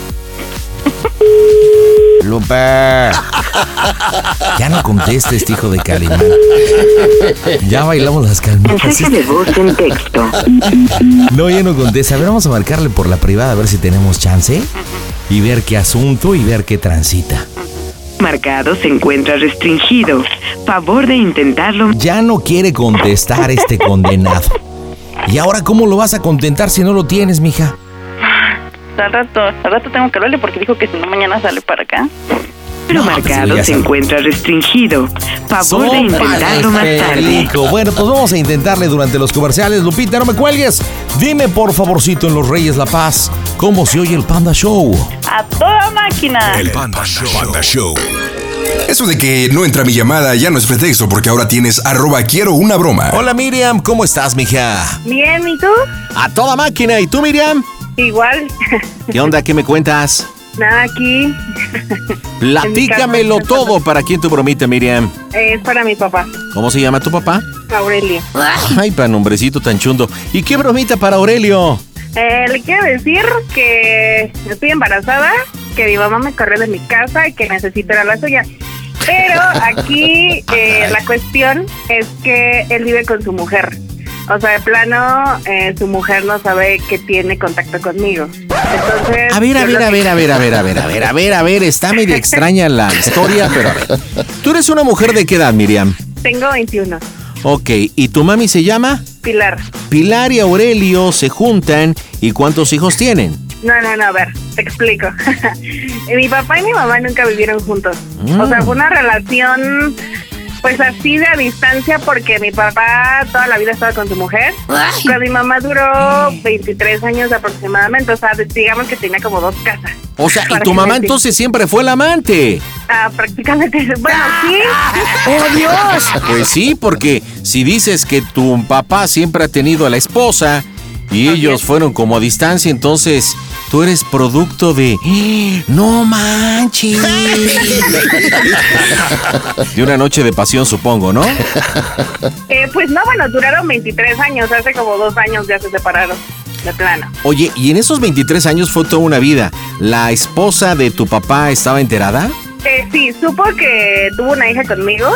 S2: Lupe. Ya no contesta este hijo de Calimán. Ya bailamos las calmadas.
S21: Mensaje de voz en texto.
S2: No, ya no contesta. A ver, vamos a marcarle por la privada a ver si tenemos chance y ver qué asunto y ver qué transita.
S21: Marcado se encuentra restringido. Favor de intentarlo.
S2: Ya no quiere contestar este condenado. ¿Y ahora cómo lo vas a contentar si no lo tienes, mija?
S18: Al rato, al rato tengo que hablarle porque dijo que si no mañana sale para acá.
S21: Pero
S2: pues,
S21: marcado
S2: ya
S21: se
S2: sabe.
S21: encuentra restringido. Favor de
S2: Sópale,
S21: intentarlo más tarde.
S2: perico. Bueno, pues vamos a intentarle durante los comerciales. Lupita, no me cuelgues. Dime, por favorcito, en Los Reyes La Paz, ¿cómo se oye el Panda Show?
S18: A toda máquina.
S8: Panda Show. Eso de que no entra mi llamada ya no es pretexto porque ahora tienes arroba quiero una broma.
S2: Hola Miriam, ¿cómo estás, mija?
S17: Bien, ¿y tú?
S2: A toda máquina. ¿Y tú, Miriam?
S17: Igual.
S2: ¿Qué onda? ¿Qué me cuentas?
S17: Nada aquí.
S2: Platícamelo todo. ¿Para quién tu bromita, Miriam?
S17: Es para mi papá,
S2: ¿Cómo se llama tu papá?
S17: Aurelio.
S2: Ay, pan, hombrecito tan chundo. ¿Y qué bromita para Aurelio?
S17: Eh, le quiero decir que estoy embarazada, que mi mamá me corrió de mi casa y que necesito era la suya. Pero aquí eh, la cuestión es que él vive con su mujer. O sea, de plano, eh, su mujer no sabe que tiene contacto conmigo. Entonces.
S2: A ver, a
S17: yo
S2: ver,
S17: lo
S2: a
S17: Pues, que-
S2: ver, a ver, a ver, a ver, a ver, a ver, a ver, está medio extraña la historia, pero a ver. Tú eres una mujer de qué edad, Miriam?
S17: Tengo 21.
S2: Ok, ¿y tu mami se llama?
S17: Pilar.
S2: Pilar y Aurelio se juntan y ¿cuántos hijos tienen?
S17: No, no, no, a ver, te explico. mi papá y mi mamá nunca vivieron juntos.
S2: Mm.
S17: O sea, fue una relación, pues así de a distancia, porque mi papá toda la vida estaba con su mujer. Pero mi mamá duró 23 años aproximadamente. O sea, digamos que tenía como dos casas.
S2: O sea, ¿y
S17: Para
S2: tu
S17: que
S2: mamá
S17: me-
S2: entonces siempre fue la amante?
S17: Ah, prácticamente. Bueno, sí. ¡Oh,
S2: Pues sí, porque si dices que tu papá siempre ha tenido a la esposa y ellos fueron como a distancia, entonces tú eres producto de... ¡No manches! De una noche de pasión, supongo, ¿no?
S17: Eh, pues no, bueno, duraron 23 años. Hace como dos años ya se separaron, de plano.
S2: Oye, ¿y en esos 23 años fue toda una vida? ¿La esposa de tu papá estaba enterada?
S17: Eh, sí, supo que tuvo una hija conmigo.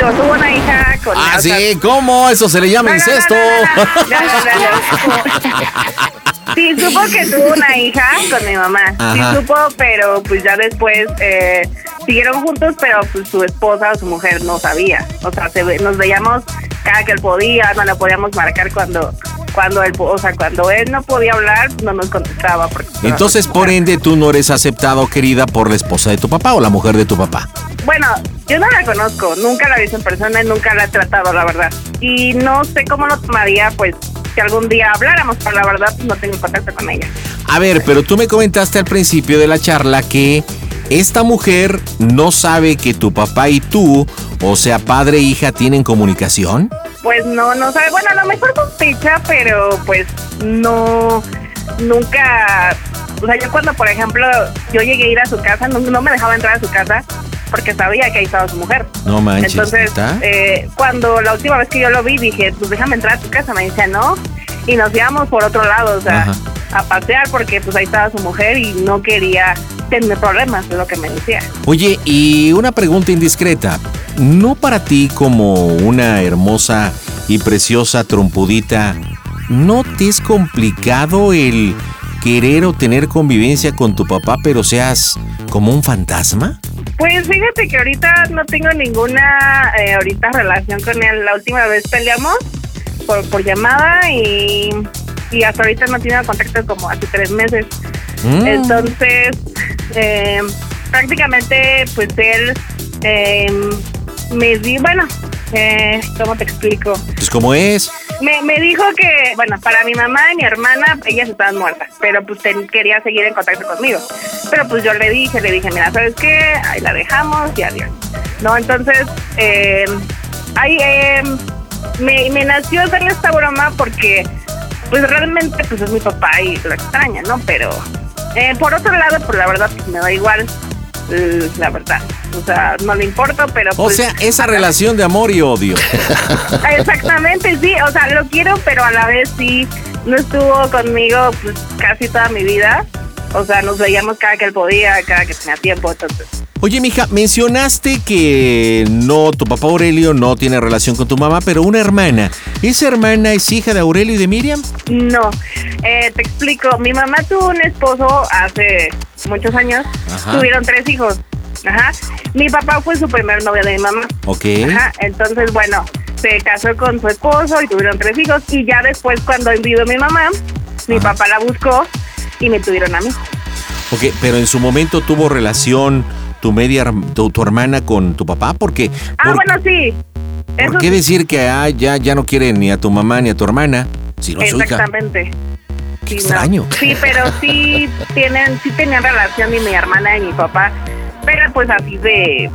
S17: No, tuvo una hija con...
S2: Ah, sí, ¿cómo? Eso se le llama incesto.
S17: No, no, no, no. Sí, supo que tuvo una hija con mi mamá.
S2: Ajá.
S17: Sí, supo, pero pues ya después eh, siguieron juntos, pero pues su esposa o su mujer no sabía. O sea, se ve- nos veíamos cada que él podía, no le podíamos marcar cuando cuando él, po- o sea, cuando él no podía hablar, no nos contestaba. porque-
S2: Entonces, por ende, tú no eres aceptado, querida, por la esposa de tu papá o la mujer de tu papá.
S17: Bueno, yo no la conozco, nunca la he visto en persona y nunca la he tratado, la verdad. Y no sé cómo lo tomaría, pues, si algún día habláramos, pero la verdad pues, no tengo contacto con ella.
S2: A ver, pero tú me comentaste al principio de la charla que esta mujer no sabe que tu papá y tú, o sea, padre e hija, tienen comunicación.
S17: Pues no, no sabe. Bueno, a lo mejor sospecha, pero pues no, nunca. O sea, yo cuando, por ejemplo, yo llegué a ir a su casa, no, no me dejaba entrar a su casa porque sabía que ahí estaba su mujer.
S2: No manches,
S17: Entonces,
S2: ¿neta?
S17: eh, cuando la última vez que yo lo vi, dije, pues déjame entrar a tu casa. Me decía, no. Y nos íbamos por otro lado, o sea,
S2: Ajá.
S17: a pasear porque pues ahí estaba su mujer y no quería tener problemas, es lo que me decía.
S2: Oye, y una pregunta indiscreta. ¿No para ti como una hermosa y preciosa trompudita, no te es complicado el querer o tener convivencia con tu papá, pero seas como un fantasma?
S17: Pues fíjate que ahorita no tengo ninguna eh, ahorita relación con él. La última vez peleamos por, por llamada y, y hasta ahorita no tiene contacto como hace tres meses.
S22: Mm.
S17: Entonces, eh, prácticamente pues él eh, me di, bueno, eh, ¿cómo te explico?
S2: Pues como es.
S17: Me, me dijo que, bueno, para mi mamá y mi hermana, ellas estaban muertas, pero pues ten- quería seguir en contacto conmigo. Pero pues yo le dije, le dije, mira, ¿sabes qué? Ahí la dejamos y adiós. No, entonces, eh, ahí, eh, me, me nació hacerle esta broma porque, pues realmente, pues es mi papá y lo extraña, ¿no? Pero, eh, por otro lado, pues la verdad, pues me da igual, eh, la verdad. O sea, no le importa, pero
S2: O
S17: pues,
S2: sea, esa relación de amor y odio.
S17: Exactamente, sí, o sea, lo quiero, pero a la vez sí, no estuvo conmigo pues, casi toda mi vida. O sea, nos veíamos cada que él podía, cada que tenía tiempo, entonces.
S2: Oye, mija, mencionaste que no, tu papá Aurelio no tiene relación con tu mamá, pero una hermana. ¿Esa hermana es hija de Aurelio y de Miriam?
S17: No, Eh, te explico, mi mamá tuvo un esposo hace muchos años,
S2: Ajá.
S17: tuvieron tres hijos. Ajá. Mi papá fue su primer novio de mi mamá.
S2: Ok.
S17: Ajá, entonces, bueno, se casó con su esposo y tuvieron tres hijos. Y ya después, cuando envió mi mamá, mi papá la buscó y me tuvieron a mí.
S2: Ok, pero en su momento tuvo relación tu media herm- tu, tu hermana con tu papá, porque
S17: Ah, bueno, sí.
S2: ¿por qué decir que ah, ya, ya no quiere ni a tu mamá ni a tu hermana? Si no es su hija.
S17: Exactamente. Sí, no.
S2: extraño.
S17: Sí, pero sí tienen, sí tenían relación y mi hermana y mi papá, pero pues así de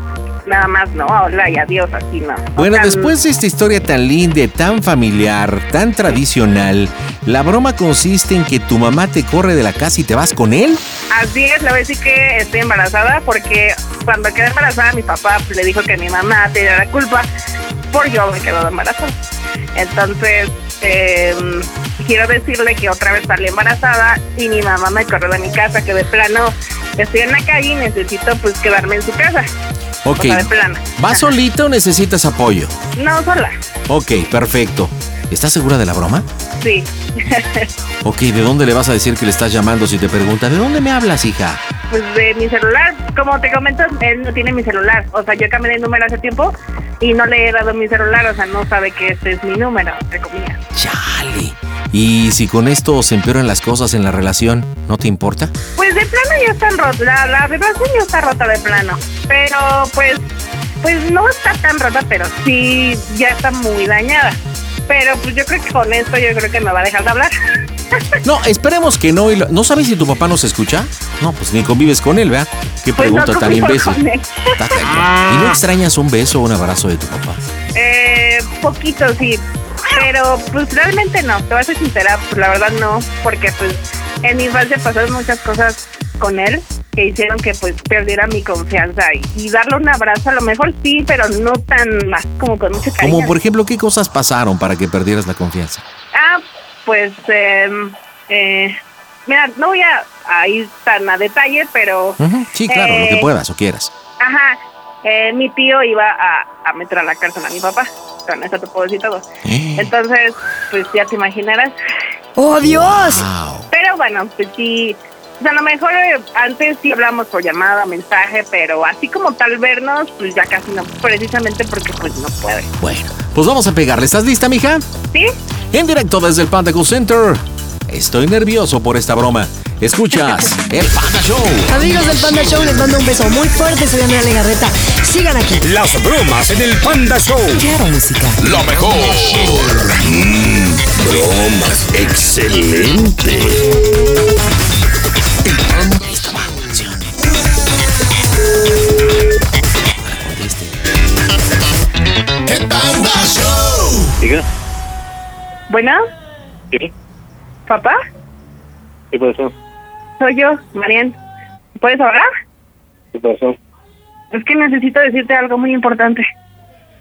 S17: nada más, ¿no? Hola y adiós, así no. O
S2: Bueno,
S17: sea, mm.
S2: después de esta historia tan linda, tan familiar, tan tradicional, la broma consiste en que tu mamá te corre de la casa y te vas con él.
S17: Así es, le voy a decir que estoy embarazada porque cuando quedé embarazada mi papá pues, le dijo que mi mamá tenía la culpa por yo me quedado embarazada. Entonces, eh, quiero decirle que otra vez salí embarazada y mi mamá me corrió de mi casa, que de plano Estoy en la calle y necesito pues quedarme en su casa.
S2: Ok.
S17: O sea, de plana.
S2: ¿Vas solita o necesitas apoyo?
S17: No, sola.
S2: Ok, perfecto. ¿Estás segura de la broma?
S17: Sí.
S2: Ok, ¿de dónde le vas a decir que le estás llamando si te pregunta, ¿de dónde me hablas, hija?
S17: pues de mi celular, como te comento, él no tiene mi celular. O sea, yo cambié el número hace tiempo y no le he dado mi celular, o sea, no sabe que este es mi número, entre comillas.
S2: Chale. ¿Y si con esto se empeoran las cosas en la relación, no te importa?
S17: Pues de plano ya están rotas, la, la relación ya está rota de plano. Pero pues, pues no está tan rota, pero sí ya está muy dañada. Pero pues yo creo que con esto yo creo que me va a dejar de hablar.
S2: No, esperemos que no. y lo- ¿No sabes si tu papá nos escucha? No, pues ni convives con él, ¿verdad? Qué
S17: Pues no
S2: pregunta tan
S17: convivo
S2: imbécil.
S17: con él.
S2: Está cañón. ¿Y no extrañas un beso o un abrazo de tu papá?
S17: Eh, poquito, sí. Pero pues realmente no, te voy a ser sincera, pues la verdad no, porque pues en mi infancia pasaron muchas cosas con él que hicieron que pues perdiera mi confianza y, y darle un abrazo a lo mejor sí, pero no tan más como con mucho cariño.
S2: Como por ejemplo, ¿qué cosas pasaron para que perdieras la confianza?
S17: Ah, pues, eh, eh, mira, no voy a, a ir tan a detalle, pero...
S2: Ujú, Sí, claro, lo que
S17: eh,
S2: puedas o quieras.
S17: Ajá. Eh, mi tío iba a, a meter a la cárcel a mi papá. Con eso te puedo decir todo. Entonces, pues ya te imaginarás.
S22: ¡Oh, Dios!
S17: Pero bueno, pues sí. pues, a lo mejor eh, antes sí hablamos por llamada, mensaje, pero así como tal vernos, pues ya casi no. Precisamente porque pues no puede.
S2: Bueno, pues vamos a pegarle. ¿Estás lista, mija?
S17: ¿Sí?
S2: En directo desde el Panda Call Center. Estoy nervioso por esta broma. Escuchas el Panda Show.
S22: Amigos del Panda Show, les mando un beso muy fuerte. Soy Andrea Legarreta. Sigan aquí.
S6: Las bromas en el Panda Show.
S22: Claro, música.
S6: Lo mejor. bromas. Excelente.
S7: ¡El Panda Show!
S15: Diga,
S17: Bueno,
S15: ¿sí? pues,
S17: papá,
S15: ¿Qué pasó?
S17: soy yo, Marian. ¿Puedes hablar?
S15: ¿Qué pasó?
S17: Es que necesito decirte algo muy importante.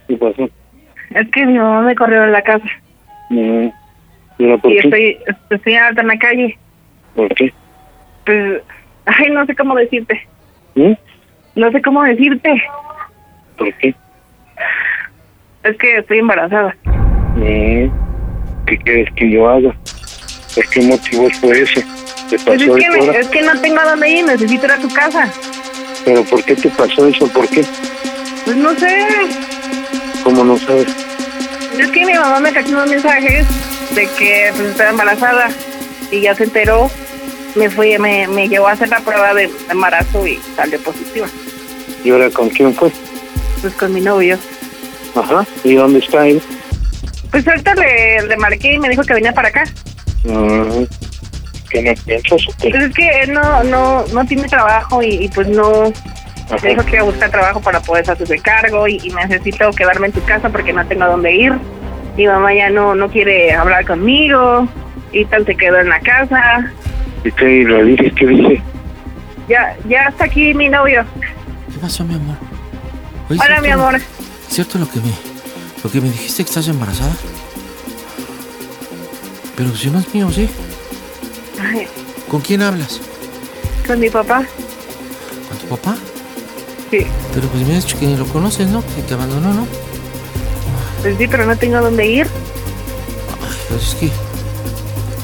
S15: ¿Qué pasó?
S17: Es que mi mamá me corrió de la casa
S15: No. Mira, Ah, ¿por
S17: y
S15: qué?
S17: estoy, estoy alta en la calle.
S15: ¿Por qué?
S17: Pues, ay, no sé cómo decirte.
S15: ¿Mm?
S17: No sé cómo decirte.
S15: ¿Por qué?
S17: Es que estoy embarazada.
S15: Mm. ¿Qué quieres que yo haga? ¿Por qué motivos fue ese? ¿Te
S17: Pues es
S15: pasó
S17: que,
S15: eso?
S17: me-
S15: ahora?
S17: es que no tengo a dónde ir, necesito ir a tu casa.
S15: ¿Pero por qué te pasó eso? ¿Por qué?
S17: Pues no sé,
S15: ¿Cómo no sabes?
S17: es que mi mamá me cachó unos mensajes de que pues, estaba embarazada y ya se enteró. Me fui, me, me llevó a hacer la prueba de embarazo y salió positiva.
S15: ¿Y ahora con quién fue?
S17: Pues con mi novio.
S15: Ajá. ¿Y dónde está él?
S17: Pues ahorita le, le marqué y me dijo que venía para acá.
S15: Mm. ¿Qué no piensas o qué?
S17: Pues es que él no, no, no tiene trabajo y, y, pues no. Me dijo que iba a buscar trabajo para poder hacerse cargo y, y necesito quedarme en tu casa porque no tengo a dónde ir. Mi mamá ya no, no quiere hablar conmigo y tal se quedó en la casa.
S15: ¿Y qué le dices? ¿Qué dice?
S17: Ya, ya está aquí mi novio.
S2: ¿Qué pasó, mi amor? Oye,
S17: Hola,
S2: ¿cierto-
S17: mi amor.
S2: ¿Cierto lo que me, lo que me dijiste que estás embarazada? Pero si no es mío, ¿sí?
S17: Ay,
S2: ¿Con quién hablas?
S17: con mi papá.
S2: ¿Con tu papá?
S17: Sí,
S2: Pero pues me has dicho que ni lo conoces, ¿no? Que te abandonó, ¿no?
S17: pues sí, pero no tengo a dónde ir.
S2: Pues es que...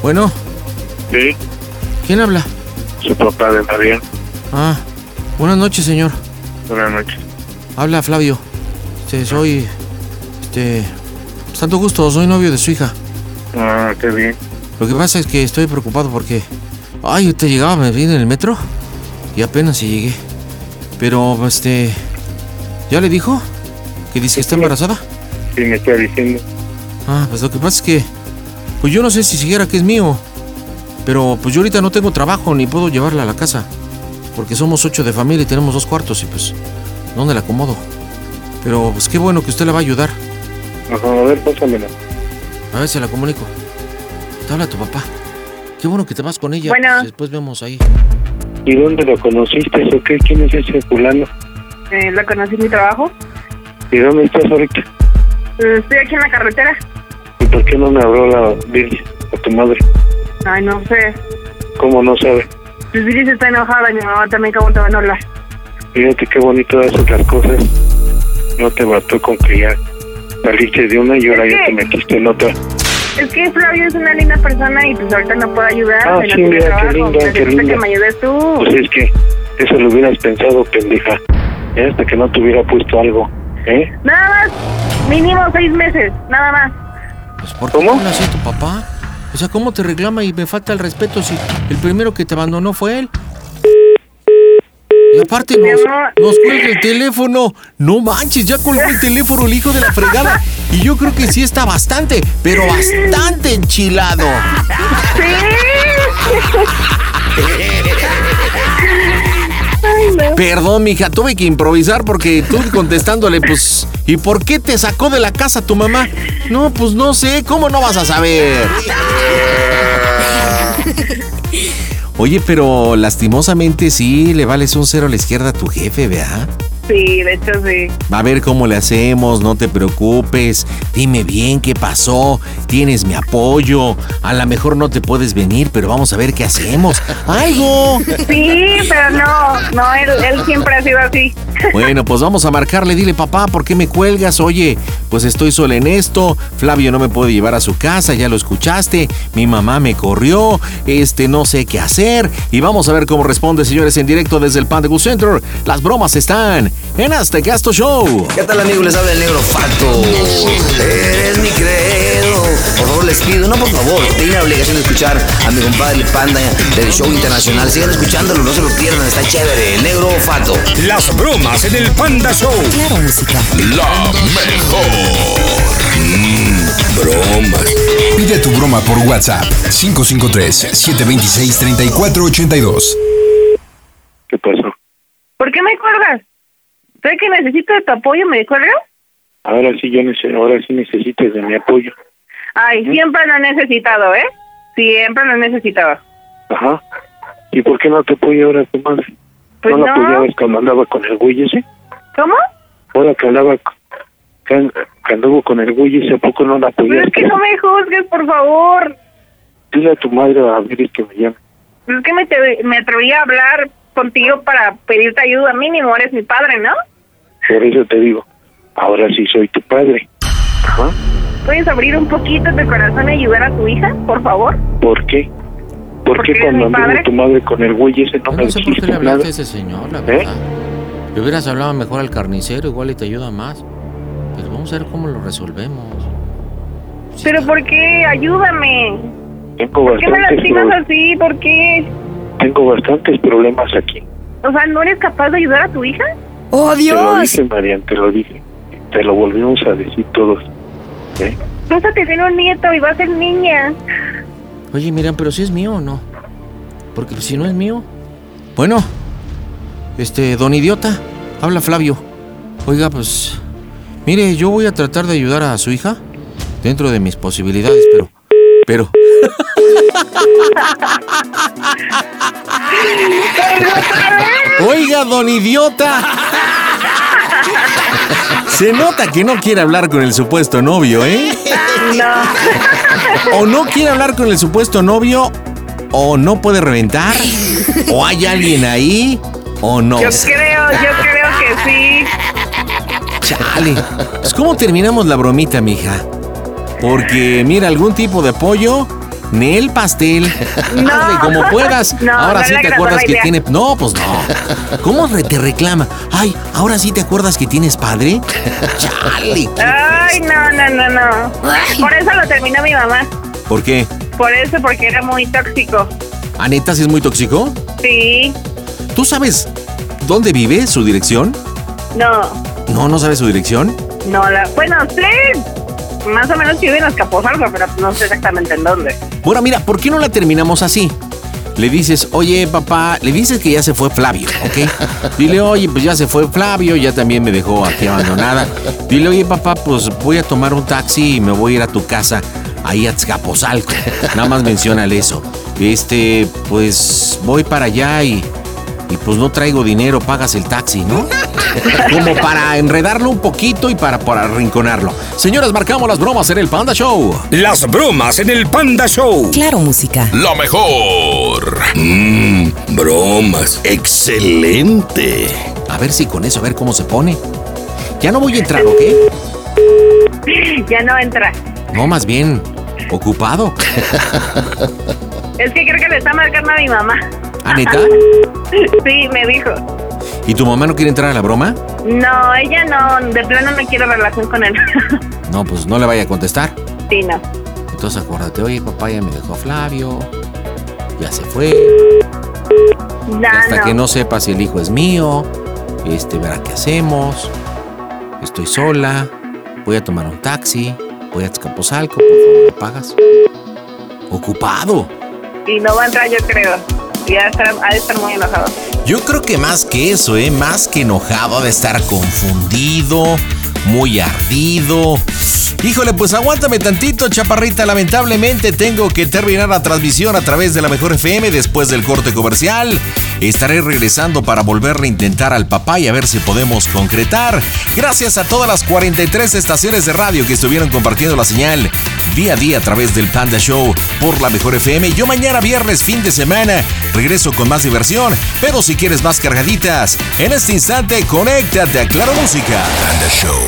S2: Bueno,
S15: Sí,
S2: ¿quién habla?
S15: su papá de Mariana.
S2: Ah, buenas noches, señor.
S15: Buenas noches.
S2: Habla Flavio. Este, soy... Este... pues, Tanto gusto, soy novio de su hija.
S15: Ah, qué bien.
S2: Lo que pasa es que estoy preocupado porque... Ay, usted llegaba, me vine en el metro y apenas si llegué. Pero, este... ¿Ya le dijo? ¿Que dice que está embarazada?
S15: Sí, me está diciendo.
S2: Ah, pues lo que pasa es que... Pues yo no sé si siquiera que es mío. Pero pues yo ahorita no tengo trabajo ni puedo llevarla a la casa. Porque somos ocho de familia y tenemos dos cuartos y pues... ¿Dónde la acomodo? Pero pues qué bueno que usted la va a ayudar.
S15: Ajá, a ver, pásamela.
S2: A ver, se la comunico. Te habla tu papá. Qué bueno que te vas con ella.
S17: Bueno.
S2: pues, después vemos ahí.
S15: ¿Y dónde lo conociste o qué? ¿Quién es ese fulano?
S17: Eh, lo conocí en mi trabajo.
S15: ¿Y dónde estás ahorita?
S17: Eh, Estoy aquí en la carretera.
S15: ¿Y por qué no me habló la Virgen o tu madre?
S17: Ay, no sé.
S15: ¿Cómo no sabe?
S17: Pues Viri se está enojada y mi mamá también, ¿cómo te van a hablar?
S23: Fíjate qué bonito das otras cosas. No te bastó con que ya saliste de una y ahora ya te metiste en otra.
S17: Es que Flavio es una linda persona y pues ahorita no puedo ayudar.
S23: Ah,
S17: pero
S23: sí,
S17: tiene
S23: mira,
S17: trabajo,
S23: qué linda,
S17: pero
S23: qué
S17: necesito
S23: linda.
S17: que me ayudes tú.
S23: Pues es que eso lo hubieras pensado, pendeja. ¿eh? Hasta que no te hubiera puesto algo. ¿Eh?
S17: Nada más, mínimo seis meses, nada más.
S2: ¿Cómo? así tu papá? O sea, ¿cómo te reclama y me falta el respeto si el primero que te abandonó fue él? Y aparte nos, nos cuelga el teléfono. No manches, ya colgó el teléfono el hijo de la fregada. Y yo creo que sí está bastante, pero bastante enchilado. Perdón, mija, tuve que improvisar porque tú contestándole, pues, ¿y por qué te sacó de la casa tu mamá? No, pues no sé, ¿cómo no vas a saber? Oye, pero lastimosamente sí, le vales un cero a la izquierda a tu jefe, ¿verdad?
S17: Sí, de hecho sí.
S9: Va a ver cómo le hacemos, no te preocupes. Dime bien qué pasó. Tienes mi apoyo. A lo mejor no te puedes venir, pero vamos a ver qué hacemos. ¡Algo!
S17: Sí, pero no, no, él, él siempre ha sido así.
S9: Bueno, pues vamos a marcarle. Dile, papá, ¿por qué me cuelgas? Oye, pues estoy sola en esto. Flavio no me puede llevar a su casa, ya lo escuchaste. Mi mamá me corrió. Este, no sé qué hacer. Y vamos a ver cómo responde, señores, en directo desde el Panda Good Center. Las bromas están en Aztecasto Show.
S15: ¿Qué tal amigos? Les habla el negro Fato. Eres mi credo. Por favor, les pido, no por favor, tienen la obligación de escuchar a mi compadre el Panda del show internacional. Sigan escuchándolo, no se lo pierdan, está chévere. El negro Fato.
S6: Las bromas en el Panda Show. Claro, música. La mejor.
S8: Bromas. Pide tu broma por WhatsApp 553-726-3482.
S23: ¿Qué pasó?
S17: ¿Por qué me cuelgas? ¿Sabes que necesito de tu apoyo? ¿Me cuelgas?
S23: Ahora sí, yo nece- ahora sí necesitas de mi apoyo.
S17: Ay, siempre lo he necesitado, ¿eh? Siempre lo he necesitado.
S23: Ajá. ¿Y por qué no te apoya ahora tu madre?
S17: Pues
S23: ¿No la
S17: no.
S23: apoyabas cuando andaba con el güey ese?
S17: ¿Cómo?
S23: Ahora que andaba, c- que, an- que anduvo con el güey ese, ¿a poco no la
S17: Pero
S23: apoyaste?
S17: Pues es que no me juzgues, por favor.
S23: Dile a tu madre a ver que me llame.
S17: Es que me, te- me atreví a hablar contigo para pedirte ayuda mínimo. Eres mi padre, ¿no?
S23: Por eso te digo, ahora sí soy tu padre. Ajá.
S17: ¿Puedes abrir un poquito tu corazón y ayudar a tu hija, por favor?
S23: ¿Por qué? ¿Por
S17: Porque
S23: qué
S17: eres
S23: cuando
S17: mi
S23: anduvo
S17: padre.
S23: tu madre con el güey ese no me
S2: No sé por qué
S23: dijiste
S2: le hablaste
S23: nada? ¿Eh?
S2: a ese señor, la verdad. Le hubieras hablado mejor al carnicero, igual y te ayuda más. Pero vamos a ver cómo lo resolvemos.
S17: ¿Pero por qué? Ayúdame.
S23: Tengo
S17: ¿Por qué me
S23: bastantes,
S17: lastimas
S23: pro-
S17: así? ¿Por qué?
S23: tengo bastantes problemas aquí.
S17: O sea, ¿no eres capaz de ayudar a tu hija?
S15: ¡Oh,
S23: Te lo dije, Marian, te lo dije. Te lo volvimos a decir todos. ¿eh?
S17: Vas a tener un nieto y va a ser niña.
S2: Oye, miran, pero si es mío o no. Porque si no es mío. Bueno, este, don idiota, habla Flavio. Oiga, pues. Mire, yo voy a tratar de ayudar a su hija dentro de mis posibilidades, pero. Pero. Oiga, don idiota. Se nota que no quiere hablar con el supuesto novio, ¿eh? o no quiere hablar con el supuesto novio, o no puede reventar, o hay alguien ahí, o no.
S17: Yo creo, yo creo que sí.
S2: Chale. Pues, ¿Cómo terminamos la bromita, mija? Porque, mira, algún tipo de apoyo, ni el pastel.
S9: No.
S2: Hazle como puedas.
S9: No,
S2: ahora
S9: no
S2: sí
S9: le
S2: te
S9: agradó
S2: acuerdas
S9: la
S2: que
S9: idea.
S2: tiene. No, pues no. ¿Cómo re- te reclama? Ay, ahora sí te acuerdas que tienes padre. Chale.
S17: Ay, no, no, no, no. Por eso lo terminó mi mamá.
S2: ¿Por qué?
S17: Por eso, porque era muy tóxico.
S2: ¿Aneta si es muy tóxico?
S17: Sí.
S2: ¿Tú sabes dónde vive su dirección?
S17: No,
S2: No, no sabes su dirección.
S17: no. La, bueno, sí. Más o menos vive en Escapozalco, pero no sé exactamente en dónde.
S2: Bueno, mira, ¿por qué no la terminamos así? Le dices, oye, papá, le dices que ya se fue Flavio, ¿ok? Dile, oye, pues ya se fue Flavio, ya también me dejó aquí abandonada. Dile, oye, papá, pues voy a tomar un taxi y me voy a ir a tu casa, ahí a Tzcapozalco. Nada más mencionale eso. Este, pues voy para allá y Y pues no traigo dinero, pagas el taxi, ¿no? Como para enredarlo un poquito y para, para arrinconarlo. Señores, marcamos las bromas en el Panda Show.
S6: Las bromas en el Panda Show.
S1: Claro, música.
S6: Lo mejor. Mmm, bromas. Excelente.
S2: A ver si con eso, a ver cómo se pone. Ya no voy a entrar, ¿ok?
S17: Ya no entra.
S2: No, más bien, ocupado.
S17: Es que creo que le está marcando a mi mamá.
S2: ¿Ah, neta?
S17: Sí, me dijo.
S2: ¿Y tu mamá no quiere entrar a la broma?
S17: No, ella no, de plano no quiere relación con él.
S2: No, pues no le vaya a contestar.
S17: Sí, no.
S2: Entonces acuérdate, oye, papá ya me dejó a Flavio, ya se fue.
S17: Ya
S2: Hasta
S17: no.
S2: que no sepa si el hijo es mío, este verá qué hacemos. Estoy sola, voy a tomar un taxi, voy a Escaposalco, por favor, ¿me pagas? Ocupado.
S17: Y no va a entrar, yo creo. Ya está, ha de estar muy enojado.
S2: Yo creo que más que eso, ¿eh? Más que enojado de estar confundido, muy ardido. Híjole, pues aguántame tantito, chaparrita. Lamentablemente tengo que terminar la transmisión a través de la Mejor FM después del corte comercial. Estaré regresando para volverle a intentar al papá y a ver si podemos concretar. Gracias a todas las 43 estaciones de radio que estuvieron compartiendo la señal día a día a través del Panda Show por la Mejor FM. Yo mañana viernes, fin de semana, regreso con más diversión, pero si quieres más cargaditas, en este instante conéctate a Claro Música. Panda Show.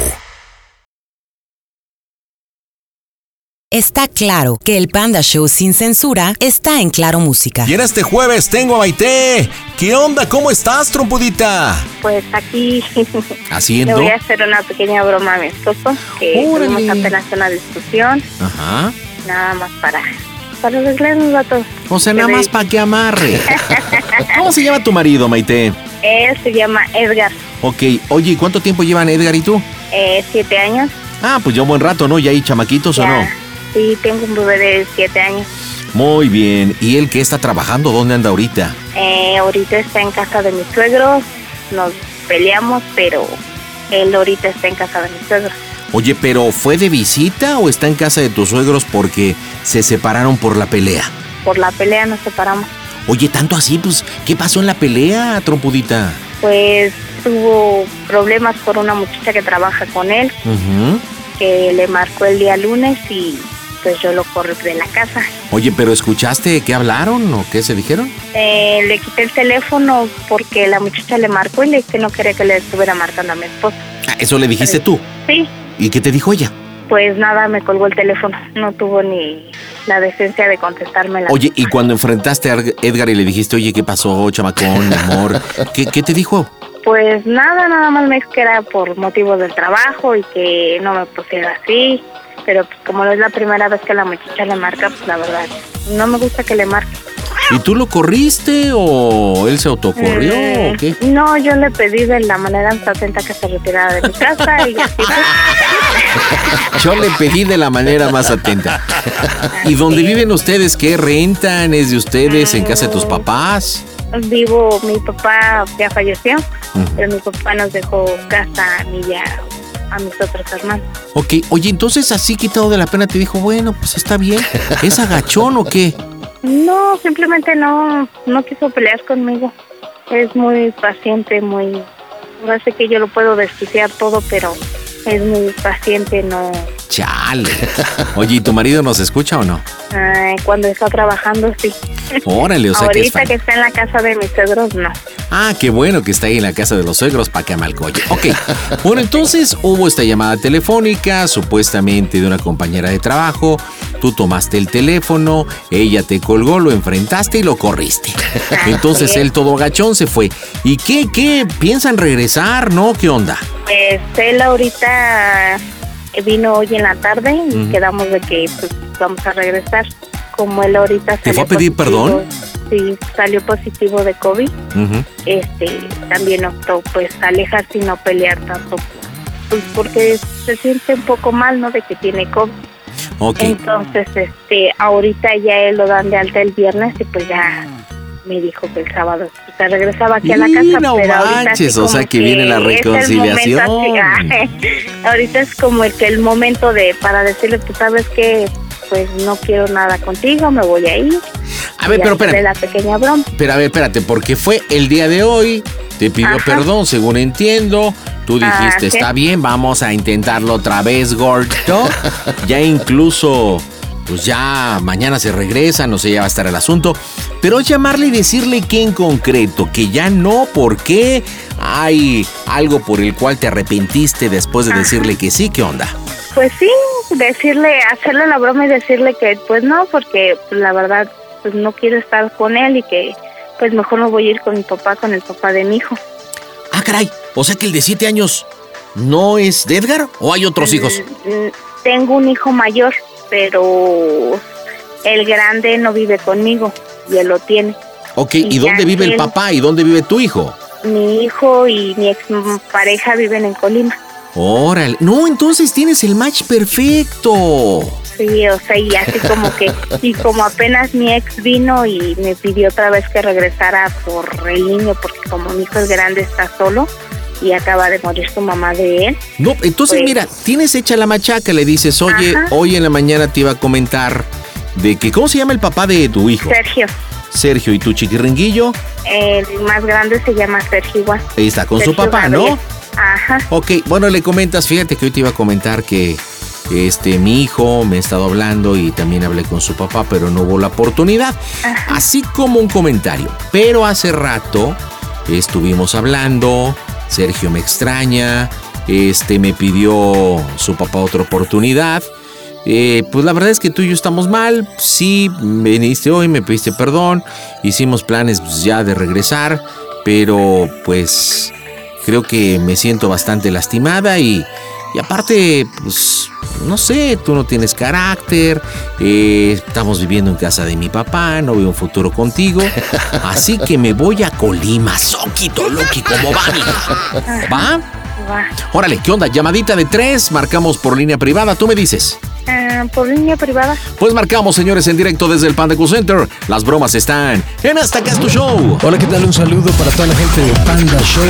S1: Está claro que el Panda Show sin censura está en Claro Música.
S2: Y en este jueves tengo a Maite. ¿Qué onda? ¿Cómo estás, trompudita?
S24: Pues aquí le
S2: Haciendo.
S24: voy a hacer una pequeña broma a mi esposo, que
S2: Órale.
S24: tuvimos apenas una discusión,
S2: Ajá.
S24: nada más para, para arreglarnos vato.
S2: O sea, nada más para que amarre. ¿Cómo se llama tu marido, Maite?
S24: Él se llama Edgar,
S2: Ok, oye, ¿y cuánto tiempo llevan Edgar y tú?
S24: eh, siete años.
S2: Ah, pues ya un buen rato, ¿no? ¿Ya ahí chamaquitos o
S24: Ya.
S2: no?
S24: Sí, tengo un bebé de siete años.
S2: Muy bien. ¿Y él que está trabajando? ¿Dónde anda ahorita?
S24: Eh, ahorita está en casa de mis suegros, nos peleamos, pero él ahorita está en casa de mis suegros.
S2: Oye, pero ¿fue de visita o está en casa de tus suegros porque se separaron por la pelea?
S24: Por la pelea nos separamos.
S2: Oye, tanto así, pues, ¿qué pasó en la pelea, trompudita?
S24: Pues tuvo problemas por una muchacha que trabaja con él,
S2: Ujú.
S24: que le marcó el día lunes y pues yo lo corrí de la casa.
S2: Oye, pero ¿escuchaste qué hablaron o qué se dijeron?
S24: Eh, le quité el teléfono porque la muchacha le marcó y le dije que no quería que le estuviera marcando a mi esposo.
S2: Ah, eso le dijiste tú.
S24: Sí,
S2: ¿Y qué te dijo ella?
S24: pues nada, me colgó el teléfono. No tuvo ni la decencia de contestarme la...
S2: Oye, ¿y cuando enfrentaste a Edgar y le dijiste, oye, ¿qué pasó, chamacón, mi amor? ¿Qué, qué te dijo?
S24: Pues nada, nada más me dijo que era por motivos del trabajo y que no me pusiera así. Pero pues como no es la primera vez que la muchacha le marca, pues la verdad, no me gusta que le marque.
S2: ¿Y tú lo corriste o él se autocorrió
S24: Eh,
S2: o qué?
S24: No, yo le pedí de la manera más atenta que se retirara de mi casa y así.
S2: Yo le pedí de la manera más atenta. ¿Y dónde viven ustedes? ¿Qué rentan? ¿Es de ustedes? ¿En casa de tus papás?
S24: Vivo, mi papá ya falleció, pero mi papá nos dejó casa a mí y a, a mis otros hermanos.
S2: Ok, oye, entonces así quitado de la pena te dijo, bueno, pues está bien. ¿Es agachón o qué?
S24: No, simplemente no, no quiso pelear conmigo. Es muy paciente, muy... No sé que yo lo puedo desquiciar todo, pero es muy paciente, no...
S2: Chale. Oye, ¿y tu marido nos escucha o no?
S24: Ay, cuando está trabajando, sí.
S2: Órale, o sea que es
S24: Ahorita
S2: fan.
S24: que, está en la casa de mis suegros, no.
S2: Ah, qué bueno que está ahí en la casa de los suegros para que ama el coche. Ok. Bueno, entonces hubo esta llamada telefónica, supuestamente de una compañera de trabajo. Tú tomaste el teléfono, ella te colgó, lo enfrentaste y lo corriste. Entonces él todo agachón se fue. ¿Y qué, qué? ¿Piensan regresar? ¿No? ¿Qué onda?
S24: Pues él ahorita vino hoy en la tarde y
S2: Ujú.
S24: quedamos de que pues, vamos a regresar. Como él ahorita
S2: ¿Te fue a
S24: salió
S2: pedir
S24: positivo-
S2: perdón?
S24: Sí, salió positivo de COVID. Este, también optó pues alejarse y no pelear tanto. Pues porque se siente un poco mal, ¿no? De que tiene COVID.
S2: Ok.
S24: Entonces, este, ahorita ya él lo dan de alta el viernes y pues ya me dijo que el sábado o sea, regresaba aquí a la
S2: Y
S24: casa.
S2: no
S24: pero ahorita
S2: manches,
S24: así
S2: o
S24: como
S2: sea que viene la
S24: es el
S2: reconciliación.
S24: momento así, ah, ahorita es como el que el momento Pues, de para decirle, tú sabes que pues no quiero nada contigo, me voy a ir.
S2: A ver,
S24: y
S2: pero
S24: así fue
S2: espérame.
S24: la pequeña broma.
S2: Pero a ver, espérate, porque fue el día de hoy, te pidió
S24: Ajá.
S2: perdón, según entiendo. Tú
S24: Ah,
S2: dijiste,
S24: sí.
S2: está bien, vamos a intentarlo otra vez, gordo. ya incluso, pues ya mañana se regresa, no sé, ya va a estar el asunto. Pero es llamarle y decirle que en concreto, que ya no, ¿por qué? Hay algo por el cual te arrepentiste después de decirle que sí, ¿qué onda?
S24: Pues sí, decirle, hacerle la broma y decirle que pues no, porque pues, la verdad pues no quiero estar con él y que pues mejor no voy a ir con mi papá, con el papá de mi hijo.
S2: Ah, caray, o sea que el de siete años no es de Edgar o hay otros hijos.
S24: Mm, Tengo un hijo mayor, pero el grande no vive conmigo y él lo tiene.
S2: Ok, ¿y
S24: Y
S2: dónde
S24: ya
S2: vive el
S24: él-
S2: papá y dónde vive tu hijo?
S24: Mi hijo y mi ex pareja viven en Colima.
S2: Órale. No, entonces tienes el match perfecto.
S24: Sí, o sea, y así como que, y como apenas mi ex vino y me pidió otra vez que regresara por el niño, porque como mi hijo es grande, está solo y acaba de morir su mamá de él.
S2: No, entonces
S24: Pues-
S2: mira, tienes hecha la machaca, le dices, oye,
S24: Ajá.
S2: hoy en la mañana te iba a comentar de que, ¿cómo se llama el papá de tu hijo?
S24: Sergio,
S2: Sergio y tu chiquiringuillo
S24: el más grande se llama Sergio igual.
S2: está con su
S24: Sergio
S2: papá,
S24: Gabriel.
S2: ¿no?
S24: Ajá.
S2: Ok, bueno, le comentas, fíjate que hoy te iba a comentar que este mi hijo me ha estado hablando y también hablé con su papá, pero no hubo la oportunidad. Así como un comentario. Pero hace rato estuvimos hablando, Sergio me extraña, este me pidió su papá otra oportunidad. Eh, pues la verdad es que tú y yo estamos mal. Sí, viniste hoy, me pediste perdón. Hicimos planes pues, ya de regresar. Pero pues creo que me siento bastante lastimada y, y aparte, pues, no sé, tú no tienes carácter, eh, estamos viviendo en casa de mi papá, no veo un futuro contigo, así que me voy a Colima, Soquito Loki, como va, mija? ¿Va?
S24: Va.
S2: Órale, ¿qué onda? Llamadita de tres, marcamos por línea privada, tú me dices.
S24: Ah, por línea privada.
S2: Pues marcamos, señores, en directo desde el Panda Cool Center. Las bromas están en Hasta Acá es tu show.
S8: Hola, ¿qué tal? Un saludo para toda la gente de Panda Show.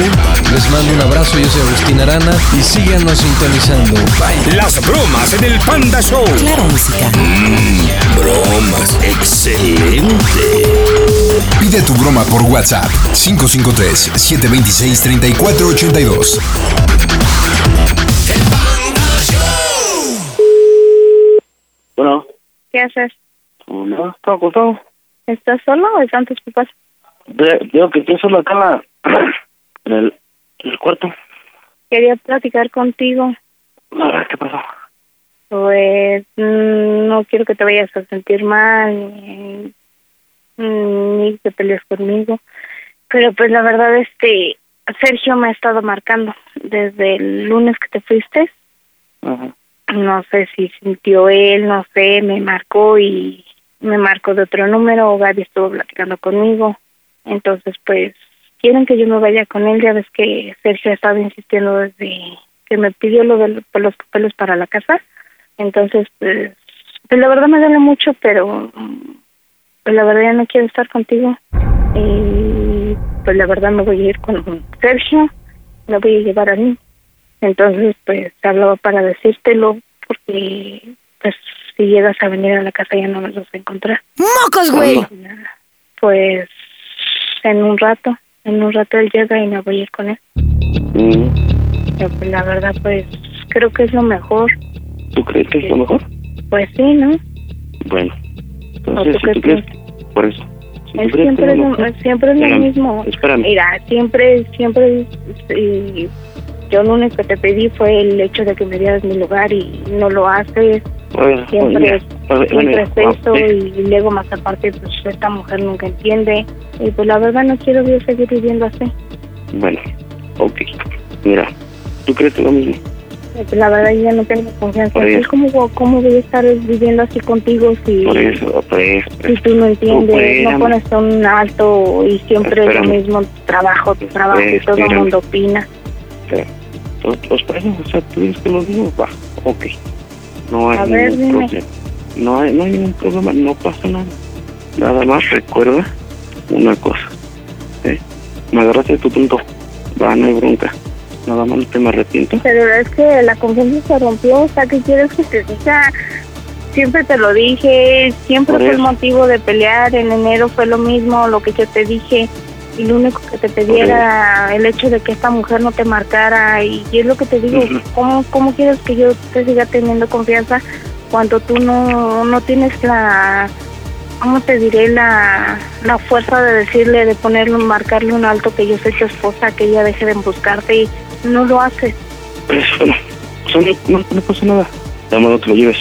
S8: Les mando un abrazo, yo soy Agustín Arana y síganos sintonizando. Bye.
S25: Las bromas en el Panda Show. Claro, música.
S8: Mm,
S6: Bromas, excelente. Pide tu broma por WhatsApp 553-726-3482.
S15: Bueno,
S24: ¿Qué haces?
S15: no, está acostado.
S24: ¿Estás solo o están tus papás?
S15: Ve- Veo que estoy solo acá en, la- en el, en el cuarto.
S24: Quería platicar contigo.
S15: Ah, ¿Qué pasó?
S24: Pues mm, no quiero que te vayas a sentir mal ni, mm, ni que pelees conmigo. Pero pues la verdad este Sergio me ha estado marcando desde el lunes que te fuiste. No sé si sintió él, no sé, me marcó y me marcó de otro número. Gaby estuvo platicando conmigo. Entonces pues quieren que yo me vaya con él. Ya ves que Sergio ha estado insistiendo desde que me pidió lo de los papeles para la casa. Entonces, pues, pues, la verdad me duele mucho, pero mm, pues, la verdad ya no quiero estar contigo. Y pues la verdad me voy a ir con Sergio, lo voy a llevar a mí. Entonces, pues hablaba para decírtelo, porque pues si llegas a venir a la casa ya no me los voy a encontrar.
S26: ¡Mocos, güey!
S24: Pues en un rato, en un rato él llega y me voy a ir con él.
S15: Mm.
S24: Pero, pues, la verdad, pues creo que es lo mejor.
S15: ¿Tú crees que es lo mejor?
S24: Pues sí, ¿no?
S15: Bueno,
S24: ¿O tú
S15: entonces
S24: qué
S15: si tú crees, por eso. Si
S24: Es
S15: tú crees que
S24: siempre,
S15: es
S24: es
S15: lo
S24: lo,
S15: mejor,
S24: es siempre es lo
S15: Espérame,
S24: mismo.
S15: espérame.
S24: Mira, siempre, siempre. y yo lo único que te pedí fue el hecho de que me dieras mi lugar y no lo haces.
S15: Oye, oye, pues,
S24: Siempre,
S15: mira, oye,
S24: siempre
S15: oye,
S24: es
S15: no,
S24: eso
S15: deja-
S24: y luego más aparte, pues esta mujer nunca entiende. Y pues la verdad no quiero yo seguir viviendo así.
S15: Bueno, ok. Mira, ¿tú crees que es lo mismo?
S24: Y, pues, la verdad yo ya no tengo confianza.
S15: Oye.
S24: en ti. ¿Cómo, ¿Cómo voy a estar viviendo así contigo si,
S15: Por eso, por eso. por
S24: si
S15: eso.
S24: tú no entiendes, no
S15: espérame.
S24: pones un alto y siempre es lo
S15: Espérame.
S24: mismo trabajo, tu trabajo y todo el
S15: Espérame.
S24: mundo opina?
S15: Espera. Los, los precios, o sea, tú dices que los mismos, va, ok. No hay
S24: A ver,
S15: ningún
S24: dime.
S15: problema. No hay, no hay ningún problema, no pasa nada. Nada más recuerda una cosa. ¿eh? Me agarraste tu punto. Va, no hay bronca. Nada más no te me arrepiento.
S24: Pero es que la confianza se rompió, o sea, ¿qué quieres que te diga? siempre te lo dije, siempre
S15: Por
S24: fue el
S15: eso.
S24: motivo de pelear, en enero fue lo mismo, lo que yo te dije, y lo único que te pedí
S15: Ok.
S24: era el hecho de que esta mujer no te marcara, y, y es lo que te digo,
S15: Ujú.
S24: ¿cómo, ¿cómo quieres que yo te siga teniendo confianza cuando tú no, no tienes la, ¿cómo te diré? La, la fuerza de decirle, de ponerle, marcarle un alto que yo soy tu esposa, que ella deje de buscarte, y no lo haces.
S15: Por eso, bueno, pues, no, no pasa nada. Nada más no te lo lleves.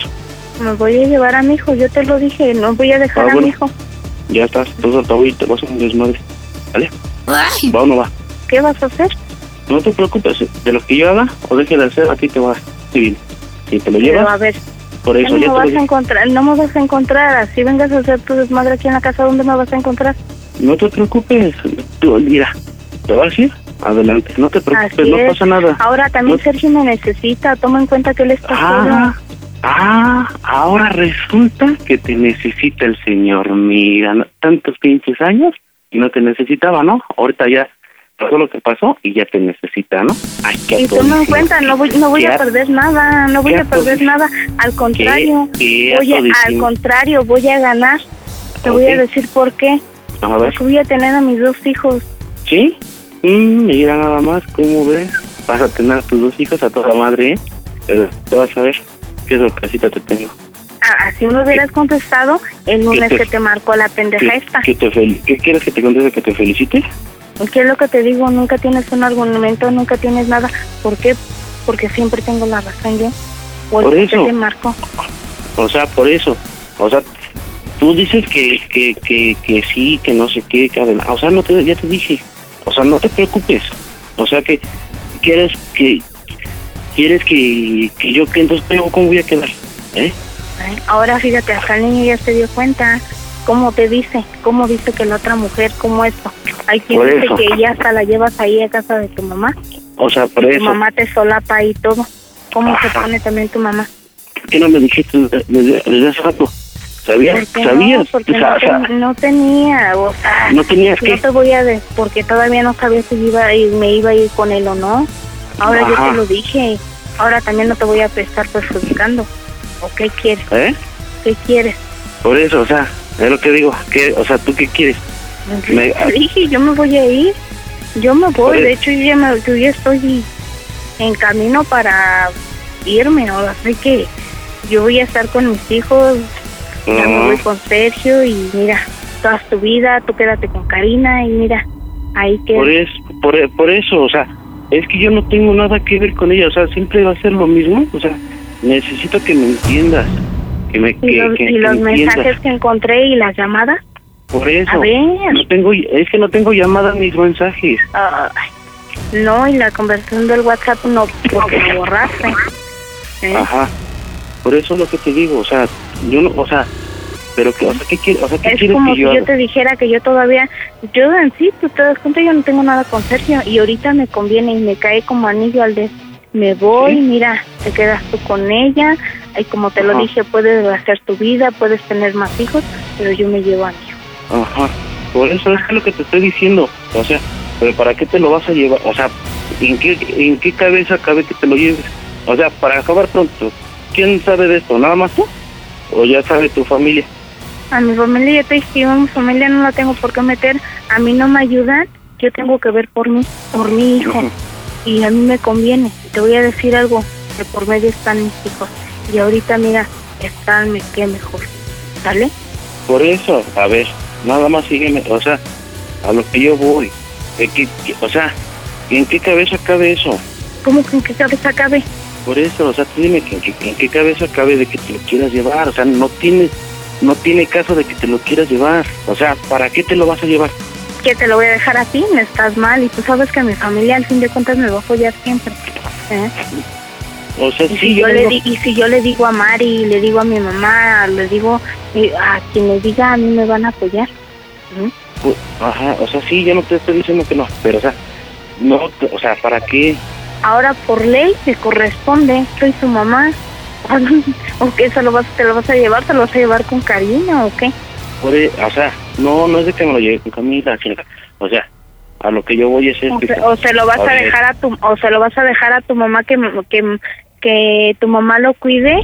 S24: Me voy a llevar a mi hijo, yo te lo dije, no voy a dejar
S15: Ah,
S24: a
S15: bueno.
S24: mi hijo.
S15: Ya estás, todo al cabo y te vas a un desmadre. ¿Vale? ¿Va o no va?
S24: ¿Qué vas a hacer?
S15: No te preocupes, de lo que yo haga o deje de hacer, a ti te va civil. Si te lo
S24: Pero a
S15: llevas,
S24: ver,
S15: por eso
S24: no me
S15: ya te
S24: vas
S15: lo
S24: a encontrar, no me vas a encontrar. Así vengas a hacer tu desmadre aquí en la casa, ¿dónde me vas a encontrar?
S15: No te preocupes, tú, mira, te vas a ir, adelante, no te preocupes,
S24: Así
S15: pues, no
S24: es.
S15: pasa nada.
S24: Ahora también Sergio me necesita, toma en cuenta que él está
S15: Ah, ah, ahora resulta que te necesita el señor, mira, no- tantos pinches años y no te necesitaba, ¿no? Ahorita ya pasó lo que pasó y ya te necesita, ¿no? Ay, qué
S24: solo. Y toma en
S15: tonto.
S24: cuenta, no voy, no voy
S15: Qué
S24: a
S15: ar-
S24: perder nada, no voy
S15: qué
S24: a perder
S15: ato-
S24: nada. Al contrario,
S15: qué
S24: voy a- al
S15: atodicín.
S24: contrario, voy a ganar. Te voy a
S15: Ok.
S24: decir por qué.
S15: A ver,
S24: Porque voy a tener a mis dos hijos.
S15: ¿sí? Mm, mira nada más, ¿cómo ves? Vas a tener a tus dos hijos a toda madre, ¿eh? Pero te vas a ver qué sorpresita te tengo.
S24: Ah, Así me hubieras contestado el lunes
S15: te-
S24: que te marcó la pendeja
S15: ¿Qué,
S24: esta.
S15: que te fel- ¿Qué quieres que te conteste que te felicite?
S24: ¿Qué es lo que te digo? Nunca tienes un argumento, nunca tienes nada. ¿Por qué? Porque siempre tengo la razón yo. ¿O
S15: Por
S24: el por qué
S15: eso.
S24: te marcó?
S15: O sea, por eso. O sea, tú dices que, que, que, que sí, que no sé qué, que adela- O sea, no te, ya te dije. O sea, no te preocupes. O sea, que quieres que quieres que, que yo que entonces tengo cómo voy a quedar, ¿eh?
S24: Ay, Ahora fíjate, hasta el niño ya se dio cuenta. ¿Cómo te dice? ¿Cómo dice que la otra mujer? ¿Cómo esto? Hay quien
S15: Por
S24: dice
S15: eso.
S24: que ya hasta la llevas ahí a casa de tu mamá.
S15: O sea, por
S24: y tu
S15: eso.
S24: mamá te solapa y todo. ¿Cómo se pone también tu mamá?
S15: ¿Por qué no me dijiste desde, desde- desde hace rato? ¿Sabías?
S24: Porque No,
S15: ¿Sabías?
S24: porque
S15: O sea,
S24: no,
S15: o sea,
S24: ten- no tenía, o sea,
S15: ¿No tenías qué?
S24: No te voy a decir, porque todavía no sabía si iba a ir- me iba a ir con él o no. Ahora yo
S15: Ajá.
S24: te lo dije. Ahora también no te voy a estar perjudicando. ¿O qué quieres?
S15: ¿eh?
S24: ¿Qué quieres?
S15: Por eso, o sea, es lo que digo. que o sea, ¿tú qué quieres? Me-
S24: Te dije, yo me voy a ir. Yo me voy.
S15: Oye.
S24: De hecho, yo ya, me- yo ya estoy en camino para irme. ¿no? Así que yo voy a estar con mis hijos. Ya me voy
S15: Mm.
S24: con Sergio y mira, toda tu vida, tú quédate con Karina y mira, ahí que
S15: Por, es, por, por eso, o sea, es que yo no tengo nada que ver con ella, o sea, siempre va a ser lo mismo, o sea, necesito que me entiendas, que me que,
S24: Y los,
S15: que- que
S24: y los
S15: me
S24: mensajes
S15: entiendas.
S24: que encontré y las llamadas.
S15: Por eso,
S24: A ver.
S15: no tengo, es que no tengo llamadas mis mensajes.
S24: ay, no, y la conversación del WhatsApp no, porque me borraste. ¿eh?
S15: Ajá. Por eso es lo que te digo, o sea, yo no, o sea, pero que, o sea, ¿qué quieres, o sea, ¿qué
S24: Es
S15: quieres
S24: como
S15: que
S24: si
S15: yo
S24: yo
S15: haga?
S24: te dijera que yo todavía, yo en sí, tú te das cuenta, yo no tengo nada con Sergio y ahorita me conviene y me cae como anillo al de, me voy, mira, te quedas tú con ella, y como te lo
S15: Ajá.
S24: dije, puedes hacer tu vida, puedes tener más hijos, pero yo me llevo a mi hijo.
S15: Ajá. Por eso es que lo que te estoy diciendo, o sea, pero ¿para qué te lo vas a llevar? O sea, ¿en qué, en qué cabeza cabe que te lo lleves? O sea, para acabar pronto, ¿quién sabe de esto? ¿Nada más tú? ¿O ya sabe tu familia?
S24: A mi familia yo te dije, yo a mi familia no la tengo por qué meter, a mí no me ayudan, yo tengo que ver por mí, por mi hijo. y a mí me conviene. Te voy a decir algo, de por medio están mis hijos. Y ahorita, mira, están me qué mejor. ¿Sale?
S15: Por eso, a ver, nada más sígueme, o sea, a lo que yo voy. ¿De qué- qué- o sea, ¿en qué cabeza cabe eso?
S24: ¿Cómo que en qué cabeza cabe?
S15: Por eso, o sea, tú dime que, que- en qué cabeza cabe de que te lo quieras llevar, o sea, no tiene, no tiene caso de que te lo quieras llevar, o sea, ¿para qué te lo vas a llevar?
S24: Que te lo voy a dejar a ti, me estás mal. Y tú sabes que mi familia, al fin de cuentas, me va a apoyar siempre. ¿eh?
S15: O sea,
S24: Y
S15: Pues sí,
S24: si yo le
S15: vengo-
S24: di- y si yo le digo a Mari, le digo a mi mamá, le digo eh, a quien le diga, a mí me van a apoyar. ¿Mm?
S15: Pues, Ajá, o sea, sí, yo no te estoy diciendo que no, pero, o sea, no, te- o sea, ¿para qué?
S24: Ahora por ley te corresponde, soy su mamá. ¿O qué? ¿Se lo vas, ¿Te lo vas a llevar? ¿Te lo vas a llevar con cariño o qué?
S15: Por e- o sea, no, no es de que me lo lleve con Camila, sino- o sea, a lo que yo voy es
S24: o
S15: esto.
S24: se, o se lo vas a
S15: ver,
S24: dejar a tu o se lo vas a dejar a tu mamá que que, que tu mamá lo cuide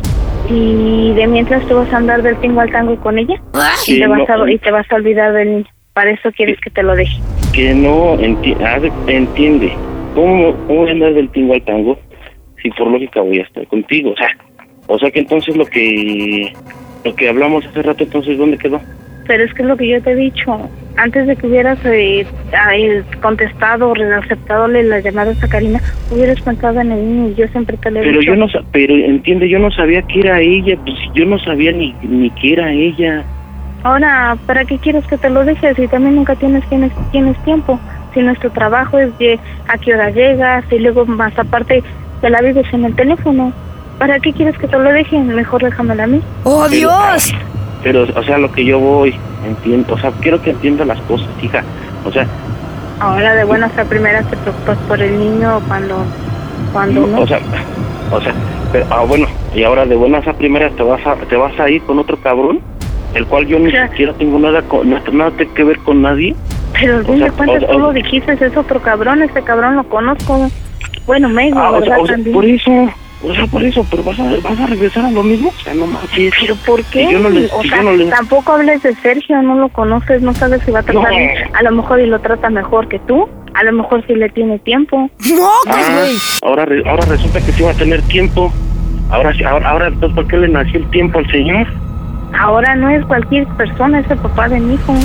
S24: y de mientras tú vas a andar del tingo al tango con ella y,
S15: Sí,
S24: te vas
S15: no.
S24: a, y te vas a olvidar del niño. Para eso quieres que te lo deje.
S15: que no enti- hace- entiende. ¿Cómo, ¿Cómo voy a andar del tingo al tango si por lógica voy a estar contigo? O sea, o sea que entonces lo que lo que hablamos hace rato, entonces, ¿dónde quedó?
S24: Pero es que es lo que yo te he dicho. Antes de que hubieras eh, ay, contestado o aceptado las llamadas a Karina, hubieras pensado en el niño. Yo siempre te lo he
S15: Pero
S24: dicho.
S15: yo no sa- pero entiende, yo no sabía que era ella, pues yo no sabía ni, ni que era ella.
S24: Ahora, ¿para qué quieres que te lo dejes? Y también nunca tienes, tienes, tienes tiempo. Si nuestro trabajo es de a qué hora llegas y luego más aparte te la vives en el teléfono. ¿Para qué quieres que te lo dejen? Mejor déjamelo a mí.
S22: ¡Oh,
S15: Pero- Dios! Pero, o sea, lo que yo voy, entiendo, o sea, quiero que entienda las cosas, hija. O sea,
S24: Ahora de buenas a primeras te preocupas por el niño cuando, cuando no.
S15: o sea, o sea, pero, ah, bueno, y ahora de buenas a primeras te vas a, te vas a ir con otro cabrón, el cual yo ni siquiera tengo nada, con, nada, nada que ver con nadie.
S24: Pero al fin
S15: sea,
S24: de cuentas
S15: o-
S24: tú
S15: o-
S24: lo dijiste, es otro cabrón, ese cabrón lo conozco. Bueno, me digo,
S15: Ah, o sea,
S24: ¿verdad?
S15: o sea,
S24: También.
S15: por eso, o sea, por eso, pero vas a, vas a regresar a lo mismo, o sea, no manches.
S24: ¿Pero por qué?
S15: Si yo no le,
S24: o
S15: si
S24: sea,
S15: yo no le-
S24: tampoco hables de Sergio, no lo conoces, no sabes si va a tratar
S15: No.
S24: bien. A lo mejor y lo trata mejor que tú, a lo mejor si le tiene tiempo. ¡No,
S15: Ah, ahora, re- ahora resulta que sí va a tener tiempo. Ahora, sí- ahora, ahora, entonces, ¿por qué le nació el tiempo al señor?
S24: Ahora no es cualquier persona, es el papá de mi hijo.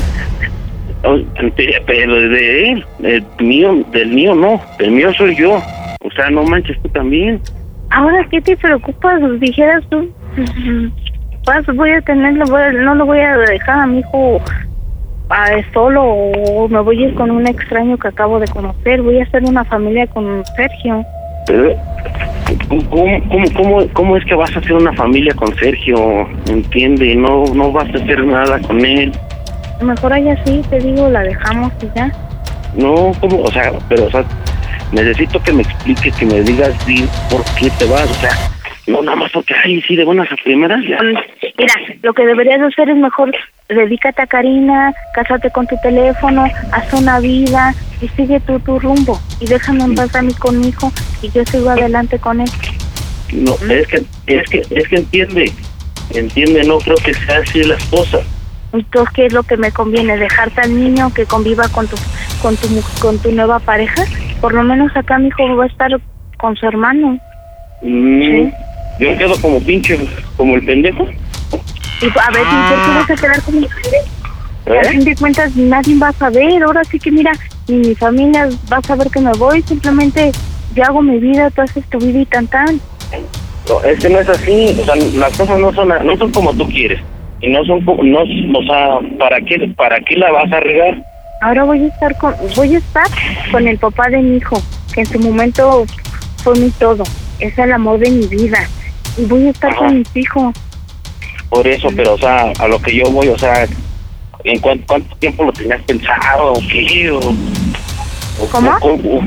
S15: Oh, pe- Pero de él, el mío, del mío no, del mío soy yo. O sea, no manches tú también.
S24: Ahora, ¿qué te preocupas? Dijeras tú, vas, voy a tenerlo, voy a- no lo voy a dejar a mi hijo ah, solo o me voy a ir con un extraño que acabo de conocer, voy a hacer una familia con Sergio.
S15: Pero, ¿cómo, cómo, cómo, cómo es que vas a hacer una familia con Sergio? ¿Entiende? No, no vas a hacer nada con él.
S24: Mejor allá sí, te digo, la dejamos y ya.
S15: No, ¿cómo? O sea, pero, o sea, necesito que me expliques, que me digas bien por qué te vas. O sea, no nada más porque, ay, sí, de buenas a primeras ya.
S24: Mira, lo que deberías hacer es mejor dedícate a Karina, cásate con tu teléfono, haz una vida y sigue tú tu rumbo. Y déjame en paz a mí con mi hijo y yo sigo adelante con él.
S15: No, es que, es que, es que entiende. Entiende, no creo que sea así las cosas.
S24: Entonces, ¿qué es lo que me conviene? ¿Dejarte al niño que conviva con tu, con tu, mu- con tu nueva pareja? Por lo menos acá mi hijo va a estar con su hermano.
S15: Mm, Yo quedo como pinche, como el pendejo.
S24: Y a ver, ¿y por qué vas a quedar con mi Y al
S15: ¿Eh?
S24: fin de cuentas nadie va a saber, ahora sí que mira, ni mi familia va a saber que me voy, simplemente yo hago mi vida, tú haces tu vida y tan tan.
S15: No, es que no es así, o sea, las cosas no son, no son como tú quieres. Y no son como, no, o sea, ¿para qué, para qué la vas a regar?
S24: Ahora voy a estar con, voy a estar con el papá de mi hijo, que en su momento fue mi todo, es el amor de mi vida, y voy a estar
S15: Ajá.
S24: con mis hijos.
S15: Por eso, pero, o sea, a lo que yo voy, o sea, ¿en cuán- cuánto tiempo lo tenías pensado? ¿O qué? O, o-
S24: ¿Cómo?
S15: O, o-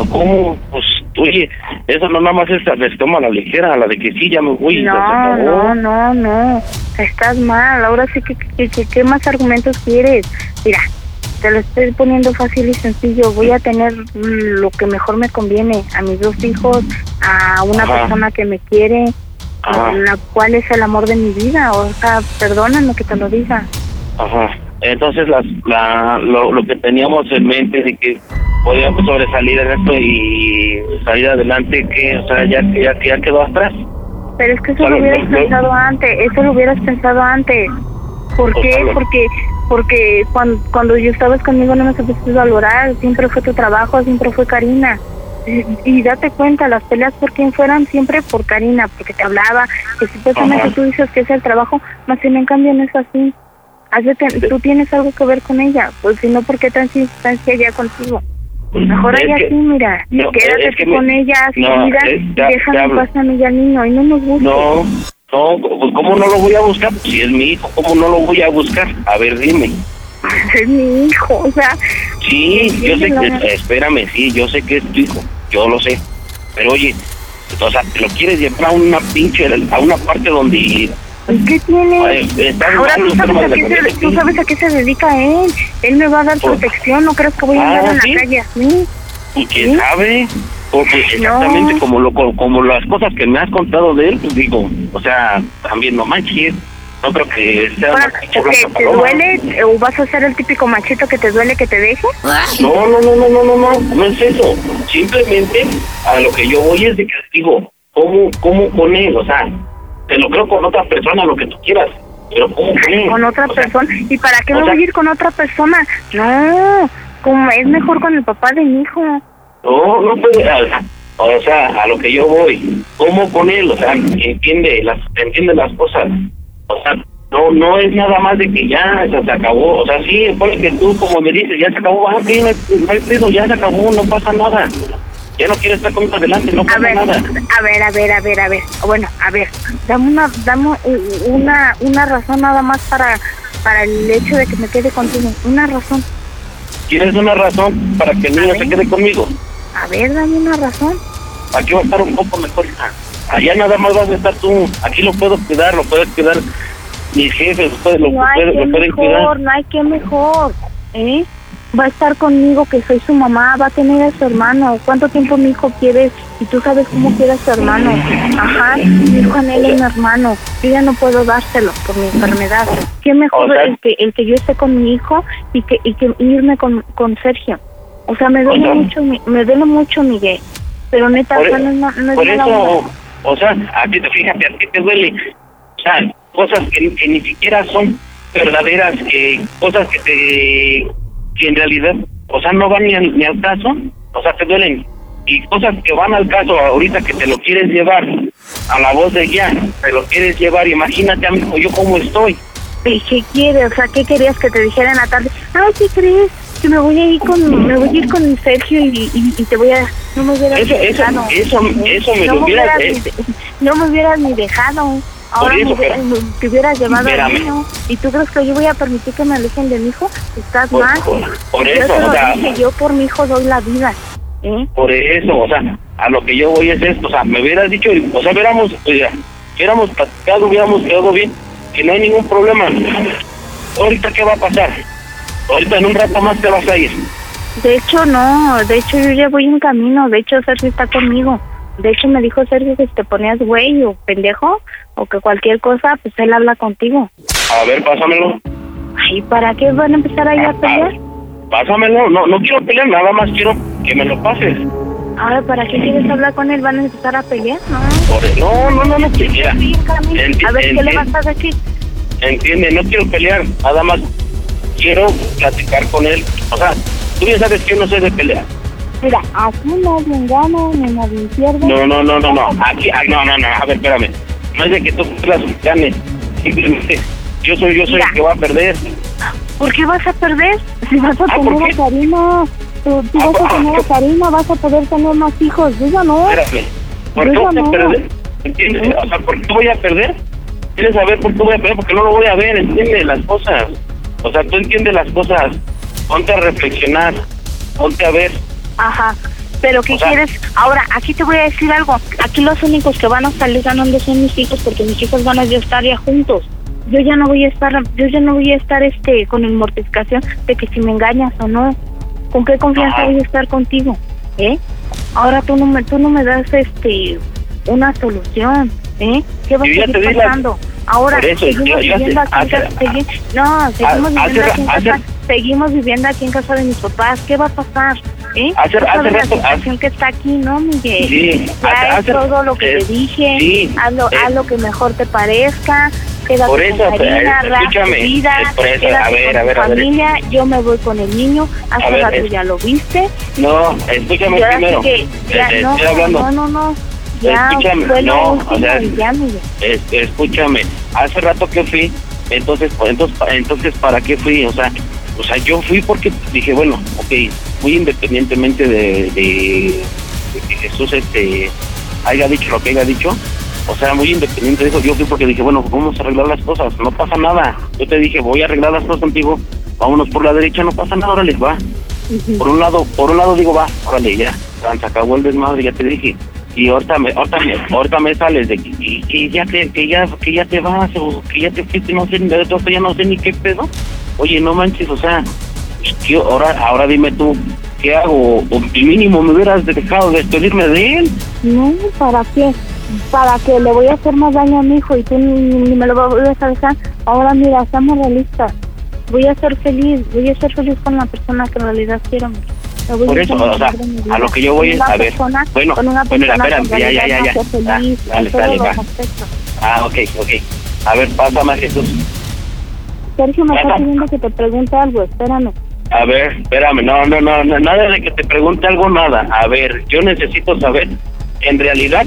S15: o cómo, pues, oye, eso no nada más es la les toma a la ligera, a la de que sí, ya me voy. ya se
S24: No,
S15: acabó.
S24: no, no, no. Estás mal. Ahora sí que, que- que- ¿qué más argumentos quieres? Mira, te lo estoy poniendo fácil y sencillo. Voy a tener mm, lo que mejor me conviene. A mis dos hijos, a una
S15: Ajá.
S24: persona que me quiere,
S15: Ajá.
S24: la cual es el amor de mi vida. O sea, perdóname que te lo diga.
S15: Ajá. Entonces, las, la, lo, lo que teníamos en mente de que podíamos sobresalir en esto y salir adelante, que, o sea, ya, ya, ya quedó atrás.
S24: Pero es que eso
S15: Claro,
S24: lo hubieras
S15: no, no.
S24: pensado antes, eso lo hubieras pensado antes. ¿Por
S15: Pues,
S24: qué?
S15: claro.
S24: Porque porque cuando, cuando yo estabas conmigo no me supiste valorar, siempre fue tu trabajo, siempre fue Karina. Y, y date cuenta, las peleas por quien fueran siempre por Karina, porque te hablaba, que supuestamente
S15: Ajá.
S24: tú dices que es el trabajo, más sin en cambio no es así. Has de ten- tú tienes algo que ver con ella, pues si no, ¿por qué tan distancia ya contigo? Pues Mejor
S15: Es
S24: allá
S15: que-
S24: sí, mira,
S15: no,
S24: quédate
S15: es que
S24: tú
S15: me-
S24: con ella, haz tu
S15: no,
S24: vida,
S15: es-
S24: y
S15: ya-
S24: déjame
S15: ya
S24: en
S15: hablo.
S24: paz a mí y al niño, y no nos gusta.
S15: No, no, pues, ¿cómo no lo voy a buscar? Pues, Si es mi hijo, ¿cómo no lo voy a buscar? A ver, dime.
S24: es mi hijo, o sea,
S15: Sí,
S24: Sí,
S15: yo sé
S24: entiéndelo.
S15: que, espérame, sí, yo sé que es tu hijo, yo lo sé. Pero oye, o sea, lo quieres llevar a una pinche, a una parte donde...
S24: ¿qué tiene?
S15: Ay, estás
S24: Ahora
S15: mal,
S24: tú sabes,
S15: enferma
S24: a
S15: de
S24: qué
S15: la
S24: se,
S15: cabeza,
S24: tú
S15: sí.
S24: sabes a qué se dedica él. Él me va a dar
S15: Por-
S24: protección, no crees que voy a
S15: Ah,
S24: andar en
S15: ¿sí?
S24: la calle así.
S15: ¿Y quién sabe? Porque exactamente como lo como las cosas que me has contado de él, pues digo, o sea, también no manches, no creo que sea
S24: Bueno,
S15: más
S24: ¿te,
S15: chichurra que
S24: te
S15: paloma.
S24: duele eh, o vas a ser el típico machito que te duele que te deje?
S15: No, no, no, no, no, no, no, no es eso. Simplemente a lo que yo voy es de que digo, ¿cómo, cómo con él? O sea, te lo creo con otra persona, lo que tú quieras, pero ¿cómo con él?
S24: Con otra persona. ¿Y para qué
S15: o
S24: me
S15: sea- Mm.
S24: voy a ir con otra persona? No, como es mejor con el papá de mi hijo.
S15: No, no puede. a- O sea, a lo que yo voy, ¿cómo con él? O sea, entiende las, entiende las cosas. O sea, no, no es nada más de que ya o sea, se acabó. O sea, sí, pone que tú, como me dices, ya se acabó, ah, ok, no hay, no hay pedo, ya se acabó, no pasa nada. Ya no quiero estar conmigo adelante, no
S24: A
S15: pasa
S24: ver,
S15: nada.
S24: a ver, a ver, a ver, a ver. Bueno, a ver, dame una, dame u- una, una razón nada más para, para el hecho de que me quede contigo. Una razón.
S15: ¿Quieres una razón para que el niño se quede conmigo?
S24: A ver, dame una razón.
S15: Aquí va a estar un poco mejor. hija. Allá nada más vas a estar tú. Aquí lo puedo cuidar, lo puedes cuidar mis jefes, lo pueden, lo
S24: no hay
S15: pueden-
S24: que
S15: lo pueden cuidar.
S24: mejor, no hay que mejor. ¿eh? Va a estar conmigo, que soy su mamá, va a tener a su hermano. ¿Cuánto tiempo mi hijo quieres? Y tú sabes cómo quiere a su hermano. Ajá, mi hijo anhela un hermano. Yo ya no puedo dárselo por mi enfermedad. ¿Qué mejor
S6: O sea-
S24: el, que, el que yo esté con mi hijo y que, y que irme con, con Sergio? O sea, me duele
S15: sea-
S24: mucho, mi- me duele mucho Miguel. Pero neta,
S15: Por, e-
S24: o sea, no es, ma- no es
S15: por
S24: mala
S15: eso,
S24: onda.
S15: o sea, a ti te fíjate, a ti te duele. O sea, cosas que, que ni siquiera son verdaderas, que cosas que te que en realidad, o sea, no van ni al, ni al caso, o sea, te duelen. Y cosas que van al caso ahorita que te lo quieres llevar a la voz de ya, te lo quieres llevar, imagínate, amigo, yo cómo estoy.
S24: ¿Y ¿Qué quieres? O sea, ¿qué querías que te dijera en la tarde? Ay, ¿qué crees? Que me voy a ir con, me voy a ir con Sergio y, y- y te voy a, no me hubieras
S15: Eso, eso,
S24: dejado.
S15: eso, eso me
S24: no,
S15: lo
S24: me
S15: hubieras...
S24: hubieras ni,
S15: eh,
S24: de- no me hubieras ni dejado. Ahora
S15: eso,
S24: me hubieras-
S15: pero-
S24: me- te hubieras llevado al
S15: espérame.
S24: niño. ¿Y tú crees que yo voy a permitir que me alejen de mi hijo? Estás
S15: Por-
S24: mal.
S15: por- por
S24: yo
S15: eso,
S24: te
S15: o
S24: lo
S15: sea-
S24: dije, yo por mi hijo doy la vida. ¿eh?
S15: por eso, o sea, a lo que yo voy es esto, o sea, me hubieras dicho, o sea, hubiéramos, oiga, hubiéramos platicado, hubiéramos quedado bien, que no hay ningún problema. Ahorita, ¿qué va a pasar? Ahorita, en un rato más te vas a ir.
S24: De hecho, no, de hecho yo ya voy en camino, de hecho Sergio está conmigo. De hecho me dijo Sergio que si te ponías güey o pendejo o que cualquier cosa, pues él habla contigo.
S15: A ver, pásamelo.
S24: Ay, ¿para qué van a empezar ahí a pelear?
S15: Pásamelo, no, no quiero pelear, nada más quiero que me lo pases.
S24: Ahora, ¿para qué quieres hablar con él? ¿Van a empezar a pelear? No.
S15: Por- No, no, no, no, que- mira,
S24: Voy en camino.
S15: Enti-
S24: A ver, ¿qué le
S15: enti-
S24: vas a decir?
S15: entiende, no quiero pelear, nada más quiero platicar con él. O sea, tú ya sabes que yo no sé de pelear.
S24: Mira, así no es bien gano, ni nadie pierde.
S15: No, no, no, no, no. Aquí, ay, no, no, no. A ver, espérame. No es de que tú las ganes. eh. Simplemente, yo soy, yo soy el que va a perder. Ah,
S24: ¿Por qué vas a perder? Si vas a tener a Karina, tú, tú vas a tener a Karina, vas a poder tener más hijos. Yo ya no.
S15: Espérame. ¿Por qué
S24: Yo
S15: voy
S24: Pues, no.
S15: a perder? ¿Entiendes? O sea, ¿por qué voy a perder? ¿Quieres saber por qué voy a perder? Porque no lo voy a ver. Entiende las cosas. O sea, tú entiendes las cosas. Ponte a reflexionar. Ponte a ver.
S24: Ajá. Pero ¿qué quieres? Ahora, aquí te voy a decir algo. Aquí los únicos que van a salir ganando son mis hijos porque mis hijos van a ya estar ya juntos. Yo ya no voy a estar, yo ya no voy a estar este con la mortificación de que si me engañas o no. ¿Con qué confianza voy a estar contigo? ¿Eh? Ahora tú no me tú no me das este una solución, ¿eh? ¿Qué va a
S15: Yo ya te di
S24: seguir
S15: la-
S24: pasando? Ahora
S15: Por eso, yo-
S24: seguimos
S15: yo
S24: viviendo
S15: hace-
S24: aquí en
S15: hace-
S24: casa- segui- no, seguimos
S15: hace
S24: viviendo
S15: ra-
S24: aquí en
S15: hace-
S24: casa seguimos viviendo aquí en casa de mis papás, ¿qué va a pasar? ¿Eh?
S15: Hace-
S24: ¿Tú
S15: hace
S24: sabes
S15: rato-
S24: la situación que está aquí, ¿no, Miguel?
S15: Sí,
S24: ya
S15: hace-
S24: es
S15: hace-
S24: todo lo que
S15: eh,
S24: te dije,
S15: sí,
S24: haz, lo,
S15: eh.
S24: haz lo que mejor te parezca, quédate
S15: Por eso,
S24: con Karina,
S15: eh,
S24: haz tu
S15: escúchame,
S24: vida,
S15: eh, por eso,
S24: quédate
S15: a ver,
S24: con
S15: a ver,
S24: tu
S15: a ver.
S24: familia, yo me voy con el niño, hasta
S15: ver,
S24: rato
S15: es-
S24: ya lo viste,
S15: No, escúchame
S24: y ahora sí
S15: primero.
S24: que, ya,
S15: Eh, eh,
S24: no,
S15: estoy hablando.
S24: no, no, no, ya,
S15: Escúchame,
S24: fue lo
S15: no, o
S24: último
S15: sea,
S24: y ya, Miguel.
S15: Es- escúchame, hace rato que fui, entonces, pues, entonces, entonces, ¿para qué fui? O sea, o sea, yo fui porque dije, bueno, ok, fui independientemente de, de- de que Jesús este, haya dicho lo que haya dicho. O sea, muy independiente de eso, yo fui porque dije, bueno, vamos a arreglar las cosas, no pasa nada. Yo te dije, voy a arreglar las cosas contigo, vámonos por la derecha, no pasa nada, órale, va. Por un lado, por un lado digo, va, órale, ya, tan, se acabó el desmadre, ya te dije. Y ahorita me, ahorita me, ahorita me sales de que, y que ya te, que ya, que ya te vas, o que ya te fuiste, no sé, ni de todo, ya no sé ni qué pedo. Oye, no manches, o sea, ¿qué- ahora, ahora dime tú, qué hago? O mínimo me hubieras dejado despedirme de él.
S24: No, ¿para qué? Para que le voy a hacer más daño a mi hijo y tú ni, ni me lo vas a dejar. Ahora mira, estamos realistas. Voy a ser feliz, voy a ser feliz con la persona que en realidad quiero. mi- lo voy a
S15: Por eso,
S24: hacer
S15: o sea,
S24: feliz en mi
S15: a lo
S24: vida.
S15: que yo voy es,
S24: Con una
S15: a ver,
S24: persona-
S15: bueno,
S24: con una
S15: bueno,
S24: persona
S15: espérame,
S24: que en
S15: ya, ya, ya,
S24: realidad
S15: ya.
S24: me hace feliz
S15: Ah, dale,
S24: en todos
S15: dale,
S24: los
S15: va.
S24: aspectos.
S15: Ah, ok, ok. A ver, pasa más Jesús.
S24: Sergio me está pidiendo que te pregunte algo, espérame.
S15: A ver, espérame, no, no, no, no, nada de que te pregunte algo, nada. A ver, yo necesito saber, en realidad,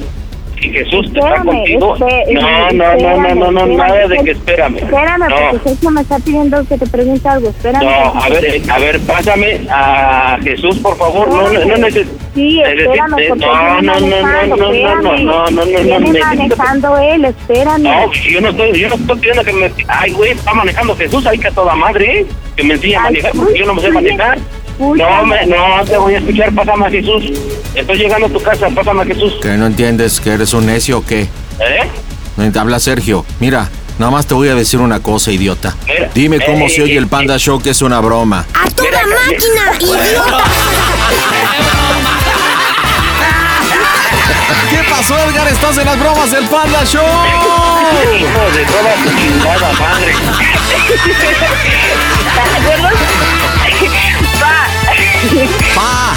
S15: si Jesús te está
S24: Espérame,
S15: contigo.
S24: espe-
S15: No, no, no, no,
S24: espérame,
S15: no, no,
S24: espérame,
S15: nada de
S24: Sergio.
S15: que espérame.
S24: Espérame,
S15: No,
S24: porque Sergio me está pidiendo que te pregunte algo, espérame.
S15: no, a ver, eh, a ver, pásame a Jesús, por favor. No, no, no neces-
S24: Sí, espérame,
S15: necesito-
S24: porque
S15: No, no,
S24: viene
S15: no, no, no,
S24: manejando,
S15: no, no,
S24: espérame.
S15: no, no, no, no,
S24: Viene
S15: necesito-
S24: manejando él, espérame.
S15: No, yo no estoy, yo no estoy pidiendo que me... Ay, güey, está manejando Jesús, ahí que a toda madre, ¿eh? que me enseñe a manejar, porque yo no me sé manejar. No, me, no te voy a escuchar, pásame a Jesús. Estoy llegando a tu casa, pásame a Jesús.
S2: ¿Que no entiendes que eres un necio o qué?
S15: ¿Eh?
S2: Eh, Habla Sergio. Mira, nada más te voy a decir una cosa, idiota.
S15: Mira,
S2: Dime
S15: eh,
S2: cómo
S15: eh,
S2: se oye
S15: eh,
S2: el Panda Show, que es una broma.
S27: ¡A toda máquina, idiota!
S6: ¿Qué pasó, Edgar? Estás en las bromas del Panda Show.
S15: Hijo de toda tu chingada madre.
S6: Pa.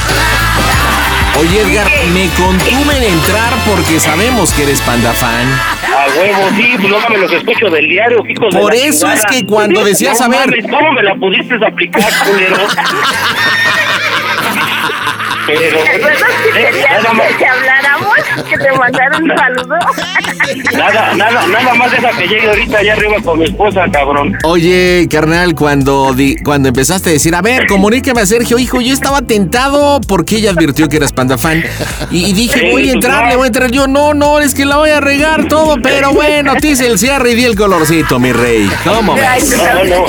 S6: Oye, Edgar, me contumen entrar porque sabemos que eres panda fan.
S15: A huevo, sí, pues luego me los escucho del diario, hijos de
S6: Por
S15: la
S6: eso
S15: chingada.
S6: es que cuando decías,
S15: No
S6: a ver-
S15: mames, ¿Cómo me la pudiste aplicar, culero? Pero... nada más-
S17: que habláramos? ¿Que te mandara un saludo?
S15: Nada, nada, nada más deja que llegue ahorita allá arriba con mi esposa, cabrón.
S2: Oye, carnal, cuando, di- cuando empezaste a decir, a ver, comuníqueme a Sergio, hijo, yo estaba tentado porque ella advirtió que eras panda fan. Y, y dije,
S6: Sí,
S2: voy a
S6: pues,
S2: entrar, le voy a entrar. Yo, no, no, es que la voy a regar todo, pero bueno, te hice el cierre y di el colorcito, mi rey. ¿Cómo
S17: Ay,
S2: ves?
S17: no,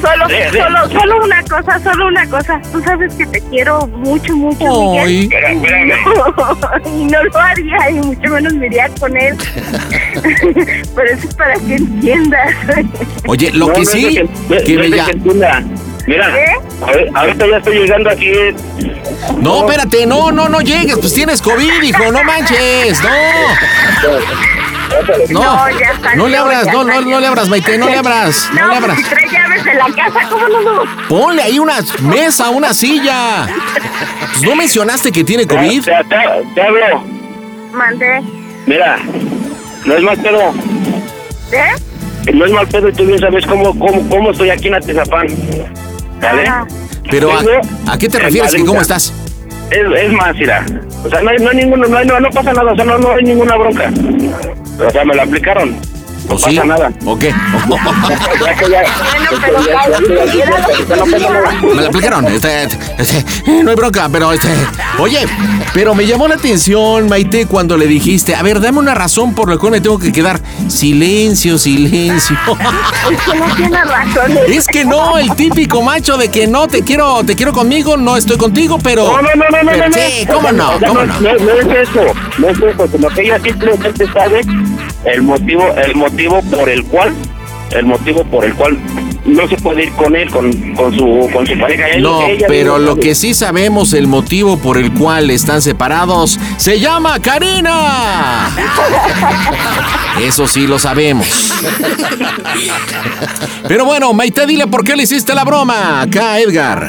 S17: Solo,
S15: de- de-
S17: solo, solo una cosa, solo una cosa. Tú sabes que te quiero mucho, mucho,
S2: Ay.
S17: Miguel.
S15: Espera, espérame.
S17: No, y no lo haría, y mucho menos me iría con él. Pero eso es para que entiendas.
S2: Oye, lo
S15: No,
S2: que
S15: no es
S2: sí,
S15: de no es
S2: que
S15: de
S2: bella-
S15: que entienda. Mira, a ver, ahorita ya estoy llegando aquí. eh.
S2: No, espérate, no, no, no llegues, pues tienes COVID, hijo, no manches, no. No,
S17: Pues No, ya salió,
S2: no le abras,
S17: ya
S2: no, no, no le abras, Maite, no le abras, no le
S17: pues,
S2: abras.
S17: Si traes llaves de la casa, ¿cómo no?
S2: Ponle ahí una mesa, una silla. Pues, ¿No mencionaste que tiene COVID?
S15: Te, te- te hablo.
S17: Mandé.
S15: Mira, no es mal pedo.
S17: ¿Eh?
S15: No es mal pedo y tú bien sabes cómo, cómo, cómo estoy aquí en Atizapán. ¿Vale?
S6: Ah.
S17: Ajá.
S2: Pero ¿a,
S15: Tengo-
S2: a qué te
S15: Eh,
S2: refieres? ¿Que
S15: madruga.
S2: ¿Cómo estás?
S15: Es, es más, mira. O sea, no hay, no hay ninguno, no, hay- no, no pasa nada, o sea, no, no hay ninguna bronca. O sea, me la aplicaron. No
S2: ¿O sí?
S15: pasa nada.
S2: ¿O qué?
S15: Ya que ya-
S17: pero
S15: ya que ya estoy aquí,
S17: era lo que
S15: ya no pasa nada.
S2: Me la aplicaron. Este, este, eh, no hay bronca, pero este. Oye, pero me llamó la atención, Maite, cuando le dijiste, a ver, dame una razón por la cual me tengo que quedar. Silencio, silencio.
S17: Es que no tiene razón.
S2: Es que no, el típico macho de que no te quiero, te quiero conmigo, no estoy contigo, pero.
S15: No, no, no, no, no, no,
S2: pero
S15: no.
S2: Sí, cómo
S15: O
S2: no,
S15: sea,
S2: cómo
S15: No,
S2: no.
S15: no es eso, no es eso, sino que ella simplemente sabe el motivo, el motivo por el cual, el motivo por el cual no se puede ir con él, con, con su, con su pareja. Ella-
S2: No,
S15: ella
S2: pero
S15: misma
S2: lo
S15: sabe.
S2: que sí sabemos, el motivo por el cual están separados, se llama Karina. Eso sí lo sabemos. Pero bueno, Maite, dile por qué le hiciste la broma acá, a Edgar.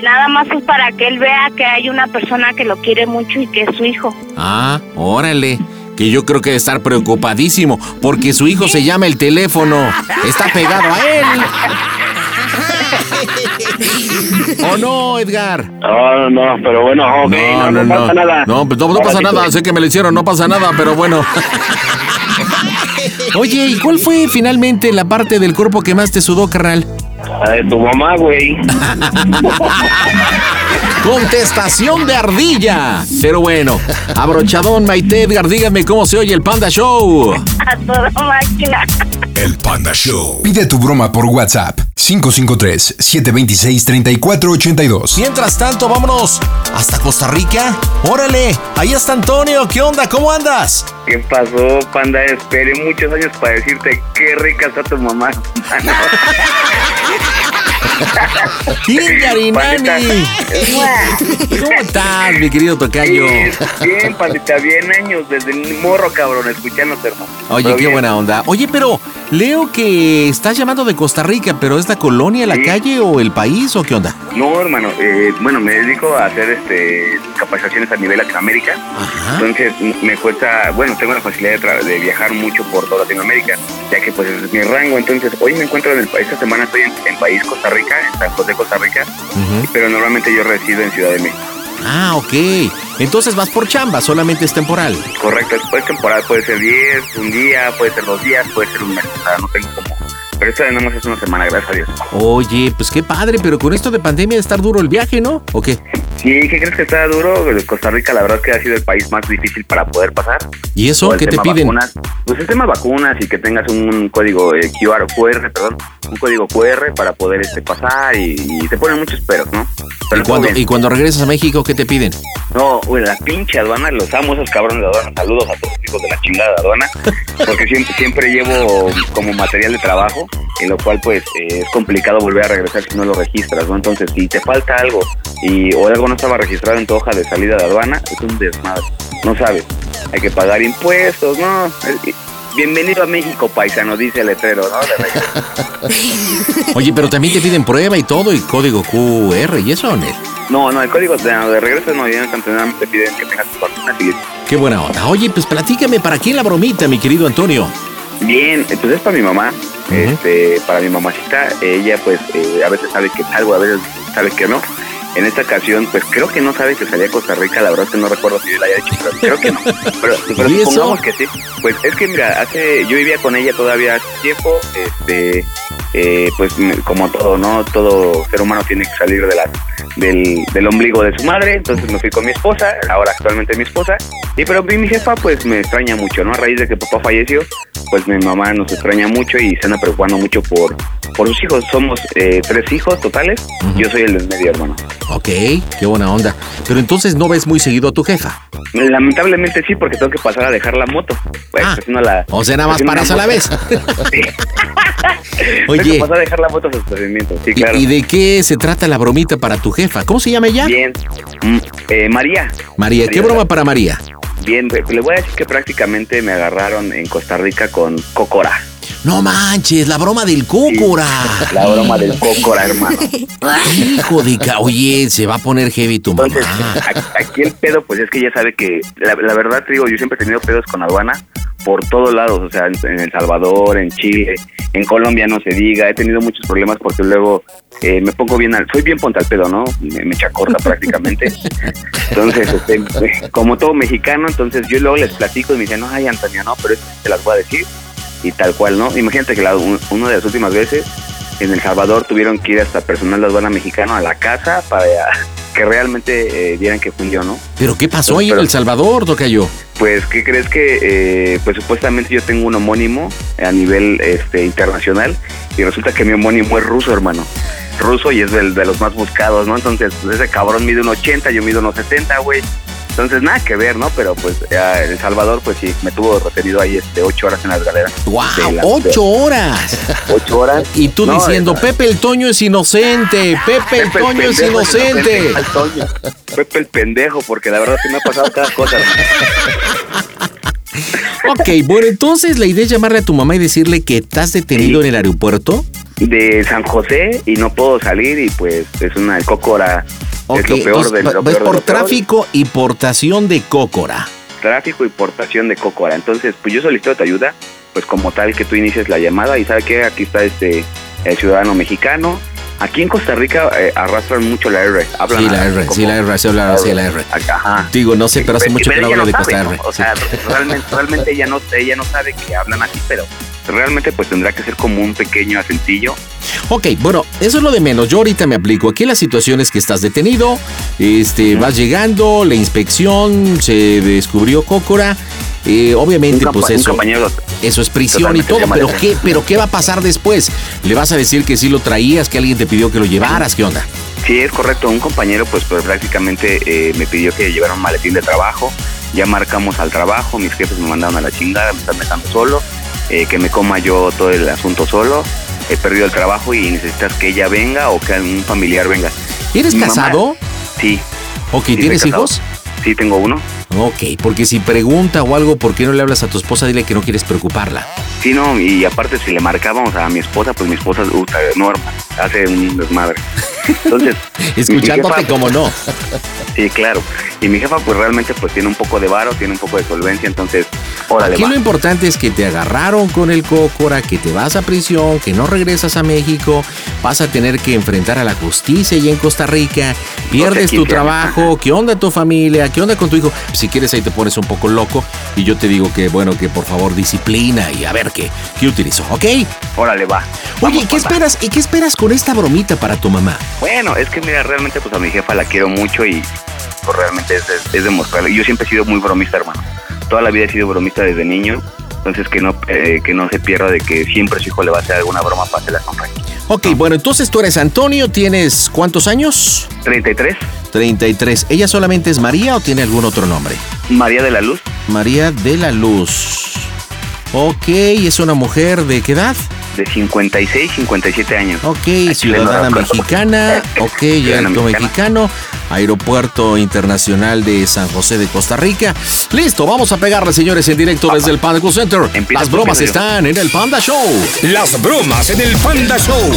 S24: Nada más es para que él vea que hay una persona que lo quiere mucho y que es su hijo.
S2: Ah, órale. Que yo creo que debe estar preocupadísimo porque su hijo se llama el teléfono. Está pegado a él. ¿O no, Edgar?
S15: No, no, no, pero bueno, ok, no, no, pasa nada.
S2: No, pues no, no
S15: Ahora
S2: pasa
S15: sí
S2: nada,
S15: que-
S2: sé que me lo hicieron, no pasa nada, pero bueno. Oye, ¿y cuál fue finalmente la parte del cuerpo que más te sudó, carnal?
S15: La de tu mamá, güey.
S2: Contestación de ardilla. Pero bueno, abrochadón, Maite Edgar, dígame cómo se oye el Panda Show.
S17: A toda máquina.
S8: El Panda Show. Pide tu broma por WhatsApp 553-726-3482.
S6: Mientras tanto, vámonos hasta Costa Rica. Órale, Ah, ahí está Antonio, ¿qué onda? ¿Cómo andas?
S14: ¿Qué pasó, panda? Esperé muchos años para decirte qué rica está tu mamá.
S2: ¡Tingarinani! ¿Cómo estás, mi querido tocayo?
S14: Bien, bien, pandita, bien años desde el morro, cabrón, escuchándote, hermano.
S2: Oye,
S14: Pero
S2: qué
S14: bien.
S2: buena onda. Oye, pero leo que estás llamando de Costa Rica, pero ¿es la colonia, la calle o el país o qué onda?
S14: No, hermano, eh, bueno, me dedico a hacer este capacitaciones a nivel Latinoamérica. Entonces, m- me cuesta, bueno, tengo la facilidad de, tra- de viajar mucho por toda Latinoamérica, ya que pues ese es mi rango. Entonces, hoy me encuentro en el país, esta semana estoy en, en país Costa Rica, en San José, Costa Rica, pero normalmente yo resido en Ciudad de México.
S2: Ah, ok. Entonces vas por chamba, solamente es temporal.
S14: Correcto, después temporal puede ser 10, un día, puede ser dos días, puede ser un mes, o sea, no tengo como... Pero esta nada más es una semana, gracias a Dios.
S2: Oye, pues qué padre, pero con esto de pandemia debe estar duro el viaje, ¿no? ¿O qué?
S14: Sí, ¿qué crees que está duro? Pues, Costa Rica, la verdad es que ha sido el país más difícil para poder pasar.
S2: ¿Y eso?
S14: Todo el
S2: ¿Qué te
S14: tema
S2: piden?
S14: vacunas. Pues el tema vacunas y que tengas un código eh, QR, QR, perdón, un código QR para poder este, pasar y, y te ponen muchos peros, ¿no? Pero
S2: ¿Y cuando,
S14: todo
S2: y
S14: bien.
S2: cuando regresas a México, ¿qué te piden?
S14: No, güey, la pinche aduana, los amo esos cabrones de aduana. Saludos a todos los hijos de la chingada aduana, porque siempre, siempre llevo como material de trabajo, en lo cual pues eh, es complicado volver a regresar si no lo registras, ¿no? Entonces, si te falta algo y o algo no estaba registrado en tu hoja de salida de aduana, es un desmadre, no sabes. Hay que pagar impuestos, ¿no? Eh, Bienvenido a México, paisano, dice el letrero, ¿no? De regreso.
S2: Oye, pero también te piden prueba y todo, y código QR y eso, Nel.
S14: No, no, el código de, de regreso no, ya no están teniendo, te piden que tengas tu vacuna y
S2: Qué buena onda. Oye, pues platícame, ¿para quién la bromita, mi querido Antonio?
S14: Bien, entonces es para mi mamá, este, para mi mamacita, ella pues eh, a veces sabe que salgo, a veces sabe que no. En esta ocasión, pues creo que no sabe que salí a Costa Rica, la verdad es que no recuerdo si yo la haya dicho, pero creo que no. Pero, pero
S2: ¿Y eso?
S14: supongamos que sí. Pues es que mira, hace, yo vivía con ella todavía hace tiempo, este, eh, pues m- como todo, ¿no? Todo ser humano tiene que salir de la, del, del ombligo de su madre, entonces me fui con mi esposa, ahora actualmente mi esposa, y pero mi mi jefa pues me extraña mucho, ¿no? A raíz de que papá falleció, pues mi mamá nos extraña mucho y se anda preocupando mucho por, por sus hijos. Somos eh, tres hijos totales, yo soy el del medio hermano.
S2: Ok, qué buena onda. Pero entonces no ves muy seguido a tu jefa.
S14: Lamentablemente sí, porque tengo que pasar a dejar la moto. Pues, haciendo la,
S2: Ah, O sea, nada más
S14: haciendo
S2: paras
S14: una
S2: a la
S14: moto.
S2: vez.
S14: Sí.
S2: Oye.
S14: Tengo que pasar a dejar la moto a sus procedimientos, sí,
S2: ¿Y-
S14: claro.
S2: ¿Y de qué se trata la bromita para tu jefa? ¿Cómo se llama ella?
S14: Bien. Mm, eh, María.
S2: María, ¿qué
S14: María,
S2: broma
S14: la-
S2: para María?
S14: Bien, pues, le voy a decir que prácticamente me agarraron en Costa Rica con Cocora.
S2: No manches, la broma del cócora.
S14: La broma del Cocora, hermano.
S2: Hijo de ca... Oye, se va a poner heavy tu mamá.
S14: A- Aquí el pedo, pues es que ya sabe que, la, la verdad, te digo, yo siempre he tenido pedos con aduana por todos lados, o sea, en, en El Salvador, en Chile, en Colombia, no se diga, he tenido muchos problemas porque luego eh, me pongo bien al, soy bien ponta al pedo, ¿no? Me, me chacorta prácticamente. Entonces, este, como todo mexicano, entonces yo luego les platico y me dicen, no, ay, Antonio, no, pero esto te las voy a decir y tal cual, ¿no? Imagínate que la, un- una de las últimas veces en El Salvador tuvieron que ir hasta personal de aduana mexicano a la casa para que realmente eh, vieran que fui yo, ¿no?
S2: ¿Pero qué pasó ahí en
S14: Pero-
S2: El Salvador, tocayo?
S14: Pues, ¿qué crees que? eh, pues supuestamente yo tengo un homónimo a nivel este, internacional y resulta que mi homónimo es ruso, hermano. Ruso y es del- de los más buscados, ¿no? Entonces, pues, ese cabrón mide un 80, yo mido unos 70, güey. Entonces, nada que ver, ¿no? Pero pues ya, en El Salvador, pues sí, me tuvo retenido ahí este, ocho horas en las galeras. De la-
S2: ¡Ocho horas!
S14: Ocho horas.
S2: Y tú
S14: No,
S2: diciendo,
S14: es-
S2: Pepe el Toño es inocente, Pepe el Toño es
S14: pendejo,
S2: inocente.
S14: inocente, al Toño. Pepe el pendejo, porque la verdad sí me ha pasado cada cosa.
S2: Ok, bueno, entonces la idea es llamarle a tu mamá y decirle que estás detenido en el aeropuerto.
S14: De San José y no puedo salir y pues es una cócora. es
S2: Ok,
S14: lo peor
S2: entonces,
S14: de lo
S2: ves
S14: peor de
S2: por
S14: lo peor.
S2: tráfico y portación de cócora.
S14: Tráfico y portación de cócora. Entonces, pues yo solicito tu ayuda, pues como tal que tú inicies la llamada y sabe que aquí está este el ciudadano mexicano. Aquí en Costa Rica eh, arrastran mucho la R. Hablan
S2: Sí, la
S14: a-
S2: R,
S14: como-
S2: sí, la R, sí, la R, sí, la R.
S14: Ajá.
S2: Digo, no sé, pero hace
S14: Pero-
S2: mucho que
S14: pero
S2: no
S14: ella
S2: hablo de
S14: sabe,
S2: Costa
S14: ¿no?
S2: R.
S14: O sea, realmente, realmente ella, no, ella no sabe que hablan así, pero realmente pues tendrá que ser como un pequeño acentillo.
S2: Ok, bueno, eso es lo de menos. Yo ahorita me aplico. Aquí la situación es que estás detenido, este, vas llegando, la inspección, se descubrió Cócora. eh, obviamente,
S14: Un
S2: pues
S14: campa- un
S2: eso,
S14: compañero
S2: eso es prisión y
S14: totalmente
S2: todo,
S14: llamado
S2: pero
S14: de
S2: ¿qué,
S14: atención.
S2: pero ¿qué va a pasar después? ¿Le vas a decir que sí lo traías, que alguien te pidió que lo llevaras? ¿Qué onda?
S14: Sí, es correcto. Un compañero, pues, pues, prácticamente eh, me pidió que llevara un maletín de trabajo. Ya marcamos al trabajo. Mis jefes me mandaron a la chingada, me están dejando solo. eh, que me coma yo todo el asunto solo. he perdido el trabajo y necesitas que ella venga o que algún familiar venga.
S2: ¿Eres
S14: Mi mamá-
S2: casado?
S14: Sí.
S2: Ok,
S14: Sí, soy
S2: ¿tienes
S14: casado.
S2: hijos?
S14: Sí, tengo uno.
S2: Ok, porque si pregunta o algo, ¿por qué no le hablas a tu esposa? Dile que no quieres preocuparla.
S14: Sí, no, y aparte si le marcábamos a mi esposa, pues mi esposa usa norma, hace un desmadre. Entonces,
S2: Escuchándote
S14: como
S2: como no.
S14: Sí, claro. Y mi jefa pues realmente pues tiene un poco de varo, tiene un poco de solvencia, entonces, órale,
S2: Aquí
S14: va.
S2: lo importante es que te agarraron con el cócora, que te vas a prisión, que no regresas a México, vas a tener que enfrentar a la justicia y en Costa Rica, pierdes tu
S14: 15 años,
S2: trabajo, ¿qué onda tu familia? ¿Qué onda con tu hijo? Si quieres ahí te pones un poco loco y yo te digo que bueno, que por favor disciplina y a ver qué, qué utilizo, ¿ok?
S14: Órale, va.
S2: Oye, ¿qué esperas? ¿Y qué esperas con esta bromita para tu mamá?
S14: Bueno, es que mira, realmente pues a mi jefa la quiero mucho y pues, realmente es, es, es demostrarle. Yo siempre he sido muy bromista, hermano. Toda la vida he sido bromista desde niño. Entonces que no eh, que no se pierda de que siempre su hijo le va a hacer alguna broma para hacer la compañía.
S2: Ok,
S14: Ah.
S2: bueno, entonces tú eres Antonio, ¿tienes cuántos años?
S14: 33.
S2: 33. ¿Ella solamente es María o tiene algún otro nombre?
S14: María de la Luz,
S2: María de la Luz. Ok, es una mujer de qué edad?
S14: de 56, 57 años.
S2: Ok, ciudadana mexicana. Ok,
S14: Ciudadana
S2: alto mexicano. Aeropuerto Internacional de San José de Costa Rica. Listo, vamos a pegarle, señores, en directo desde el Panda Cool Center. Las
S28: tú,
S2: bromas
S28: empiezo yo.
S2: están en el Panda Show.
S28: Las bromas en el Panda Show.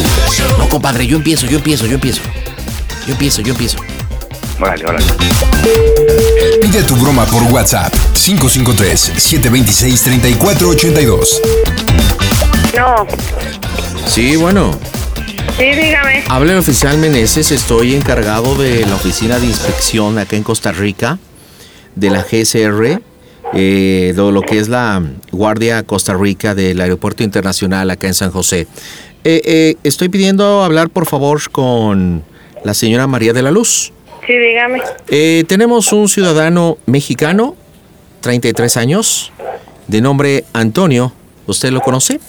S9: No, compadre, yo empiezo, yo empiezo, yo empiezo. Yo empiezo, yo empiezo.
S14: Órale, órale.
S8: Pide tu broma por WhatsApp 553-726-3482.
S17: No,
S2: Sí, bueno.
S17: sí, dígame.
S2: Hable oficial Meneses, estoy encargado de la oficina de inspección acá en Costa Rica, de la GSR, eh, de lo que es la Guardia Costa Rica del Aeropuerto Internacional acá en San José. Eh, eh, estoy pidiendo hablar por favor con la señora María de la Luz.
S17: Sí, dígame.
S2: Eh, tenemos un ciudadano mexicano, 33 años, de nombre Antonio. ¿Usted lo conoce?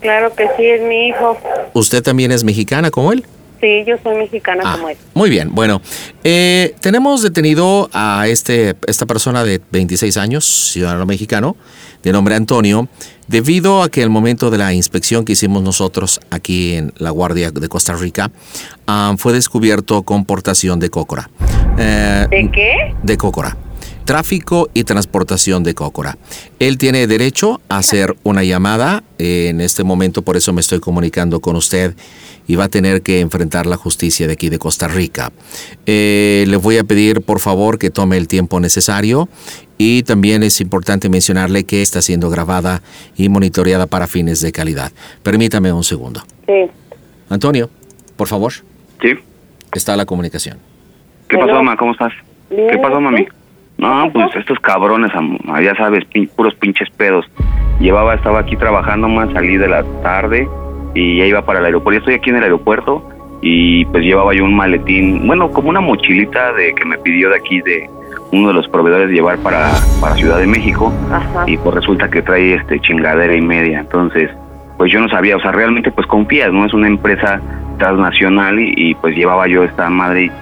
S17: Claro que sí, es mi hijo.
S2: ¿Usted también es mexicana como él?
S17: Sí, yo soy mexicana
S2: Ah,
S17: como él.
S2: Muy bien, bueno, eh, tenemos detenido a este, esta persona de 26 años, ciudadano mexicano, de nombre Antonio, debido a que el momento de la inspección que hicimos nosotros aquí en la Guardia de Costa Rica, ah, fue descubierto con portación de cócora. Eh,
S17: ¿De qué?
S2: de Cócora. Tráfico y transportación de Cócora. Él tiene derecho a hacer una llamada eh, en este momento, por eso me estoy comunicando con usted y va a tener que enfrentar la justicia de aquí de Costa Rica. Eh, le voy a pedir por favor que tome el tiempo necesario y también es importante mencionarle que está siendo grabada y monitoreada para fines de calidad. Permítame un segundo.
S17: Sí.
S2: Antonio, por favor.
S14: Sí.
S2: Está la comunicación.
S14: ¿Qué pasó, mamá? ¿Cómo estás? ¿Qué pasó, mami? No, pues estos cabrones, am- ah, ya sabes, pin- puros pinches pedos. Llevaba, estaba aquí trabajando, más salí de la tarde y ya iba para el aeropuerto. Yo estoy aquí en el aeropuerto y pues llevaba yo un maletín, bueno, como una mochilita de que me pidió de aquí de uno de los proveedores llevar para, para Ciudad de México
S17: Ajá.
S14: y pues resulta que trae este chingadera y media. Entonces, pues yo no sabía, o sea, realmente pues confías, ¿no? Es una empresa transnacional y, y, pues llevaba yo esta madre y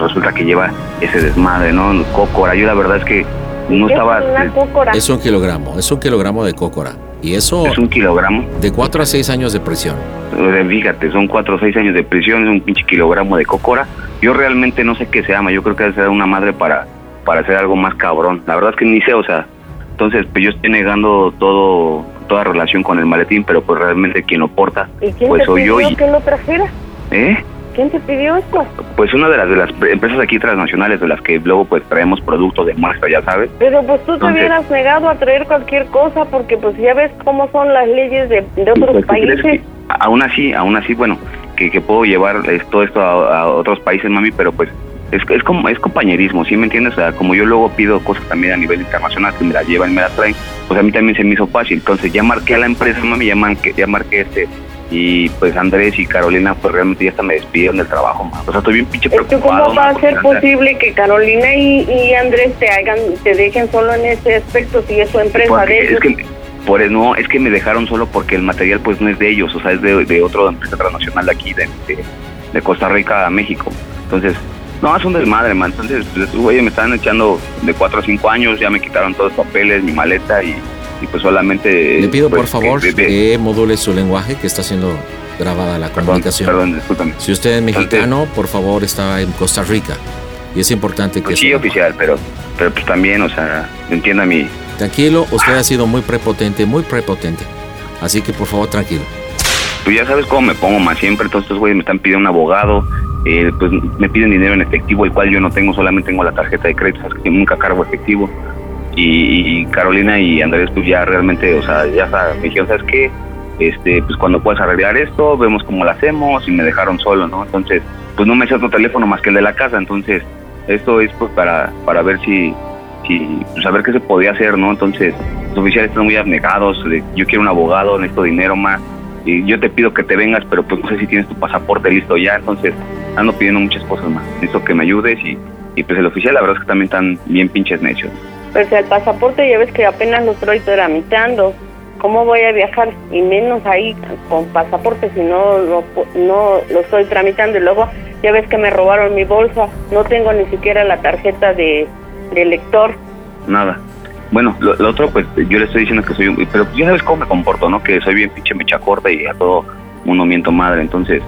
S14: resulta que lleva ese desmadre, ¿no? Cócora, yo la verdad es que no
S2: qué
S14: estaba...
S2: es una Es un kilogramo, es un kilogramo de cócora. Y eso...
S14: Es un kilogramo.
S2: De 4 a 6 años de prisión.
S14: Eh, Fíjate, son cuatro o seis años de prisión, es un pinche kilogramo de cócora. Yo realmente no sé qué se llama, yo creo que debe ser una madre para, para hacer algo más cabrón. La verdad es que ni sé, o sea, entonces pues yo estoy negando todo toda relación con el maletín, pero pues realmente quien lo porta,
S17: ¿Y quién
S14: pues
S17: te
S14: soy yo
S17: pidió
S14: y...
S17: que lo trajera?
S14: ¿Eh?
S17: ¿Quién te pidió esto?
S14: Pues una de las, de las pre- empresas aquí transnacionales de las que luego pues traemos productos de muestra, ya sabes.
S17: Pero pues tú te
S14: ¿Dónde?
S17: hubieras negado a traer cualquier cosa porque pues ya ves cómo son las leyes de, de otros
S14: Pues, ¿tú crees
S17: países.
S14: que- aún así, aún así, bueno, que, que puedo llevar eh, todo esto a, a otros países, mami, pero pues es, es, como, es compañerismo, ¿sí me entiendes? O sea, como yo luego pido cosas también a nivel internacional que me las llevan y me las traen, pues a mí también se me hizo fácil. Entonces ya marqué a la empresa, mami, ya marqué, ya marqué este. Y pues Andrés y Carolina, pues realmente ya hasta me despidieron del trabajo, ma. O sea, estoy bien pinche
S17: ¿Tú
S14: preocupado.
S17: cómo va
S14: ma,
S17: a
S14: porque
S17: ser
S14: la neta-
S17: posible que Carolina y, y Andrés te hagan, te dejen solo en ese aspecto si es su empresa
S14: Porque
S17: de
S14: es
S17: ellos?
S14: que por eso- no, es que me dejaron solo porque el material pues no es de ellos, o sea, es de, de otra empresa transnacional de aquí, de, de- de Costa Rica a México. Entonces, no, es un desmadre, man. Entonces, pues, estos güeyes me están echando de 4 a 5 años, ya me quitaron todos los papeles, mi maleta y, y, pues solamente...
S2: Le pido por
S14: pues,
S2: favor eh,
S14: que- de- de-
S2: que module su lenguaje que está siendo grabada la comunicación.
S14: Perdón, discúlpame.
S2: Si usted es mexicano, por favor, está en Costa Rica. Y es importante que...
S14: Pues sí, oficial, pero, pero pues también, o sea, entienda mi...
S2: Tranquilo, usted ha sido muy prepotente, muy prepotente. Así que por favor, tranquilo.
S14: Tú pues ya sabes cómo me pongo más siempre, todos estos güeyes me están pidiendo un abogado, eh, pues me piden dinero en efectivo, el cual yo no tengo, solamente tengo la tarjeta de crédito, así que nunca cargo efectivo. Y, y Carolina y Andrés, pues ya realmente, o sea, ya sa- me dijeron, ¿sabes qué? Este, pues cuando puedas arreglar esto, vemos cómo lo hacemos y me dejaron solo, ¿no? Entonces, pues no me hice otro teléfono más que el de la casa, entonces esto es pues para, para ver si, si saber pues, qué se podía hacer, ¿no? Entonces, los oficiales están muy abnegados, de, yo quiero un abogado, necesito dinero más, y yo te pido que te vengas, pero pues no sé si tienes tu pasaporte listo ya, entonces ando pidiendo muchas cosas más, necesito que me ayudes y, y pues el oficial la verdad es que también están bien pinches necios.
S17: Pues el pasaporte ya ves que apenas lo estoy tramitando. ¿Cómo voy a viajar? Y menos ahí con pasaporte si no lo, pu- no lo estoy tramitando. Y luego ya ves que me robaron mi bolsa. No tengo ni siquiera la tarjeta de, de lector.
S14: Nada. Bueno, lo, lo otro, pues yo le estoy diciendo que soy un. Pero ya sabes cómo me comporto, ¿no? Que soy bien pinche mecha corta y a todo mundo miento madre. Entonces,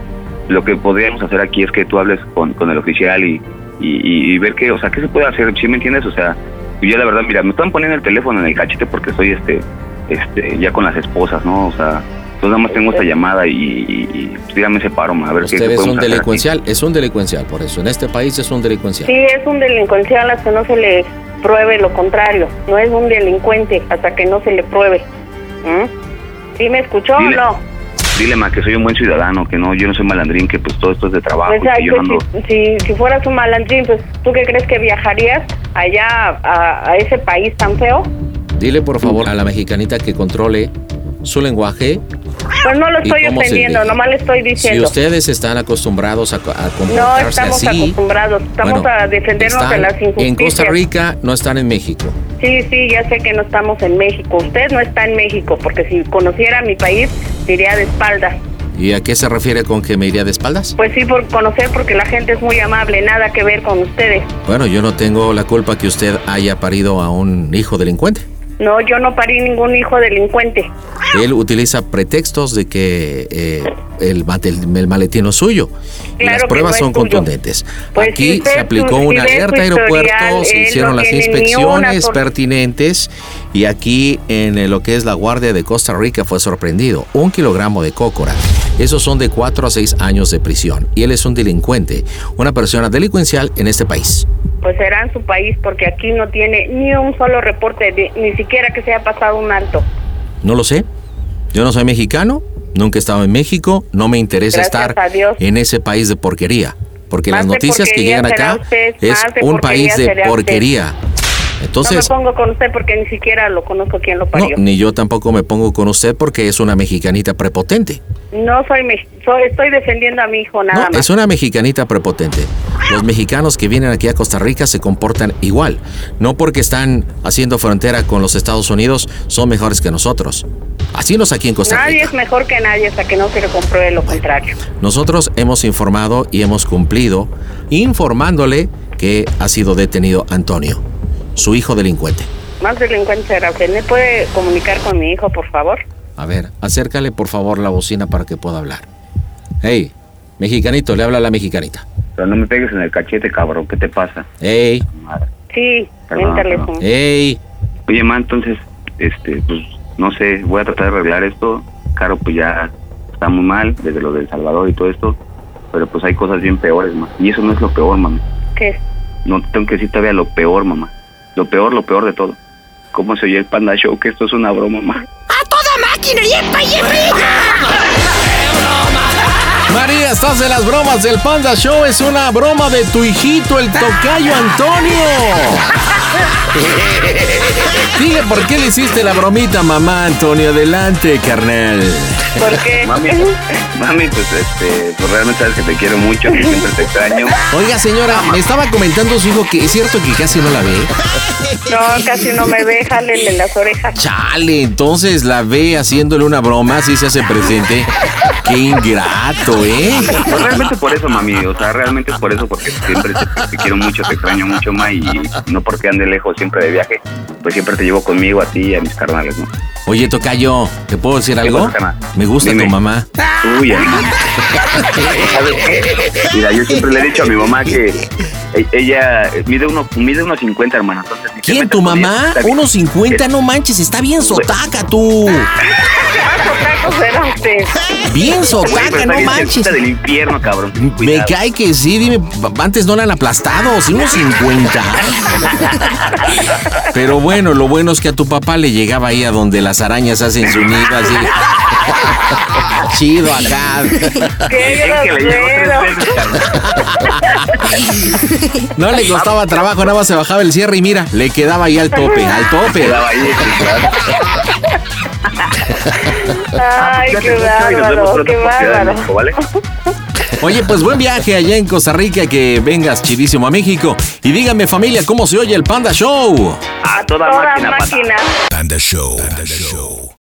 S14: lo que podríamos hacer aquí es que tú hables con, con el oficial y, y, y- y ver qué, o sea, qué se puede hacer. ¿Sí me entiendes? O sea, yo la verdad, mira, me están poniendo el teléfono en el cachete porque soy este, este, ya con las esposas, ¿no? O sea, entonces nada más tengo esta llamada y, y, y, pues, dígame ese paro, ma, a ver qué
S2: Usted
S14: qué
S2: es
S14: podemos hacer
S2: un
S14: aquí.
S2: delincuencial, es un delincuencial, por eso. En este país es un delincuencial.
S17: Sí, es un delincuencial hasta no se le pruebe lo contrario. No es un delincuente hasta que no se le pruebe. ¿Mm? ¿Sí me escuchó
S14: Dile-
S17: o no?
S14: Dile, ma, que soy un buen ciudadano, que no, yo no soy malandrín, que pues todo esto es de trabajo
S17: Pues,
S14: y que
S17: ay,
S14: yo no
S17: pues,
S14: ando.
S17: si, si, si fueras un malandrín, pues ¿tú qué crees que viajarías allá a, a ese país tan feo?
S2: Dile por favor a la mexicanita que controle su lenguaje.
S17: Pues no lo
S2: ¿Y
S17: estoy
S2: cómo se
S17: ofendiendo,
S2: dirige?
S17: nomás le estoy
S2: Si
S17: diciendo.
S2: ustedes están acostumbrados a, co- a
S17: no
S2: comportarse
S17: estamos
S2: así,
S17: acostumbrados, estamos
S2: Bueno,
S17: a defendernos de
S2: están
S17: las injusticias.
S2: en Costa Rica, no están en México.
S17: Sí, sí, ya sé que no estamos en México. Usted no está en México, porque si conociera mi país, diría de espaldas.
S2: ¿Y a qué se refiere con que me iría de espaldas?
S17: Pues sí, por conocer, porque la gente es muy amable, nada que ver con ustedes.
S2: Bueno, yo no tengo la culpa que usted haya parido a un hijo delincuente.
S17: No, yo no parí ningún hijo delincuente.
S2: Él utiliza pretextos de que eh, el, mate- el maletín no es suyo. Y
S17: Claro
S2: las
S17: que
S2: pruebas
S17: no es
S2: son
S17: tuyo.
S2: contundentes. Aquí
S17: usted
S2: se aplicó
S17: su- si
S2: una
S17: ve su
S2: alerta a
S17: historial,
S2: aeropuertos, se
S17: él
S2: hicieron
S17: no
S2: las
S17: tiene ni una
S2: inspecciones
S17: sola-
S2: pertinentes y aquí en eh, lo que es la Guardia de Costa Rica fue sorprendido. Un kilogramo de cócora. Esos son de 4 a 6 años de prisión. Y él es un delincuente, una persona delincuencial en este país.
S17: Pues será en su país, porque aquí no tiene ni un solo reporte, de- ni siquiera que se haya pasado un alto.
S2: No lo sé. Yo no soy mexicano, nunca he estado en México, no me interesa
S17: Gracias
S2: estar
S17: a Dios.
S2: en ese país de porquería. Porque
S17: Más
S2: las
S17: de
S2: noticias que
S17: porquería
S2: llegan
S17: será
S2: acá
S17: usted,
S2: es
S17: más de
S2: un
S17: porquería
S2: país de
S17: será usted.
S2: porquería. Entonces,
S17: no me pongo con usted porque ni siquiera lo conozco quién lo
S2: no,
S17: parió.
S2: ni yo tampoco me pongo con usted porque es una mexicanita prepotente.
S17: No soy, mex- soy- estoy defendiendo a mi hijo nada
S2: No,
S17: más.
S2: es una mexicanita prepotente. Los mexicanos que vienen aquí a Costa Rica se comportan igual. No porque están haciendo frontera con los Estados Unidos son mejores que nosotros. Así nos aquí en Costa Rica.
S17: Nadie es mejor que nadie hasta que no se le compruebe lo contrario.
S2: Nosotros hemos informado y hemos cumplido informándole que ha sido detenido Antonio, su hijo delincuente.
S17: Más delincuente será usted. ¿Me puede comunicar con mi hijo, por favor?
S2: A ver, acércale por favor la bocina para que pueda hablar. Hey, mexicanito, le habla a la mexicanita.
S14: Pero no me pegues en el cachete, cabrón, ¿qué te pasa?
S2: Hey,
S17: Sí,
S14: Perdón,
S17: méntale
S14: perdón.
S17: su-
S2: hey.
S14: Oye, ma, entonces, este, pues, no sé, voy a tratar de arreglar esto. Claro, pues ya está muy mal desde lo del Salvador y todo esto, pero pues hay cosas bien peores, ma. Y eso no es lo peor, mamá.
S17: ¿Qué?
S14: No tengo que decir todavía lo peor, mamá. Lo peor, lo peor de todo. ¿Cómo se oye el Panda Show? Que esto es una broma, ma.
S29: máquina! ¡Yepa, yepa,
S6: María, estás en las bromas del Panda Show. Es una broma de tu hijito, el tocayo Antonio. Dile por qué le hiciste la bromita, mamá Antonio. Adelante, carnal.
S17: ¿Por qué?
S14: Mami, mami, pues, este, pues realmente sabes que te quiero mucho, que siempre te extraño.
S2: Oiga, señora, me estaba comentando su hijo que es cierto que casi no la ve.
S17: No, casi no me ve, jálele las orejas.
S2: Chale, entonces la ve haciéndole una broma, así se hace presente. Qué ingrato, ¿eh?
S14: Pues realmente por eso, mami. O sea, realmente es por eso, porque siempre te, te quiero mucho, te extraño mucho, ma. Y no porque ande lejos siempre de viaje, pues siempre te llevo conmigo a ti y a mis carnales, ¿no?
S2: Oye, Tocayo, ¿te puedo decir algo?
S14: pasa, ma?
S2: Me gusta
S14: Dime.
S2: tu mamá.
S14: Uy, amigo. ¿Sabes qué? Mira, yo siempre le he dicho a mi mamá que e- ella mide uno, mide unos 50, hermano. Entonces, si te
S2: ¿Quién,
S14: metes
S2: tu
S14: con ella,
S2: mamá?
S14: está bien.
S2: Unos 50, no manches, está bien sotaca tú.
S17: pues
S2: Bien
S14: Güey, pero
S2: sotaca,
S14: pues, está
S2: no
S14: bien
S2: manches.
S14: cerquita del infierno, cabrón. Ten
S2: Me
S14: cuidado.
S2: cae que sí, dime, antes no la han aplastado, sí, unos 50. Pero bueno, lo bueno es que a tu papá le llegaba ahí a donde las arañas hacen su nido, así. Chido acá. No le costaba trabajo, nada más se bajaba el cierre y mira, le quedaba ahí al tope, al tope.
S14: Quedaba ahí, sí, claro.
S6: Ay,
S14: Cuídate
S6: qué
S14: mucho y nos vemos
S6: bárbaro,
S14: pronto
S6: qué
S14: por Ciudad de
S6: bárbaro.
S14: México, ¿vale?
S2: Oye, pues buen viaje allá en Costa Rica, que vengas chidísimo a México. Y díganme familia, ¿cómo se oye el Panda Show?
S14: A toda,
S6: Toda
S14: máquina, pata.
S6: máquina.
S30: Panda Show. Panda Show.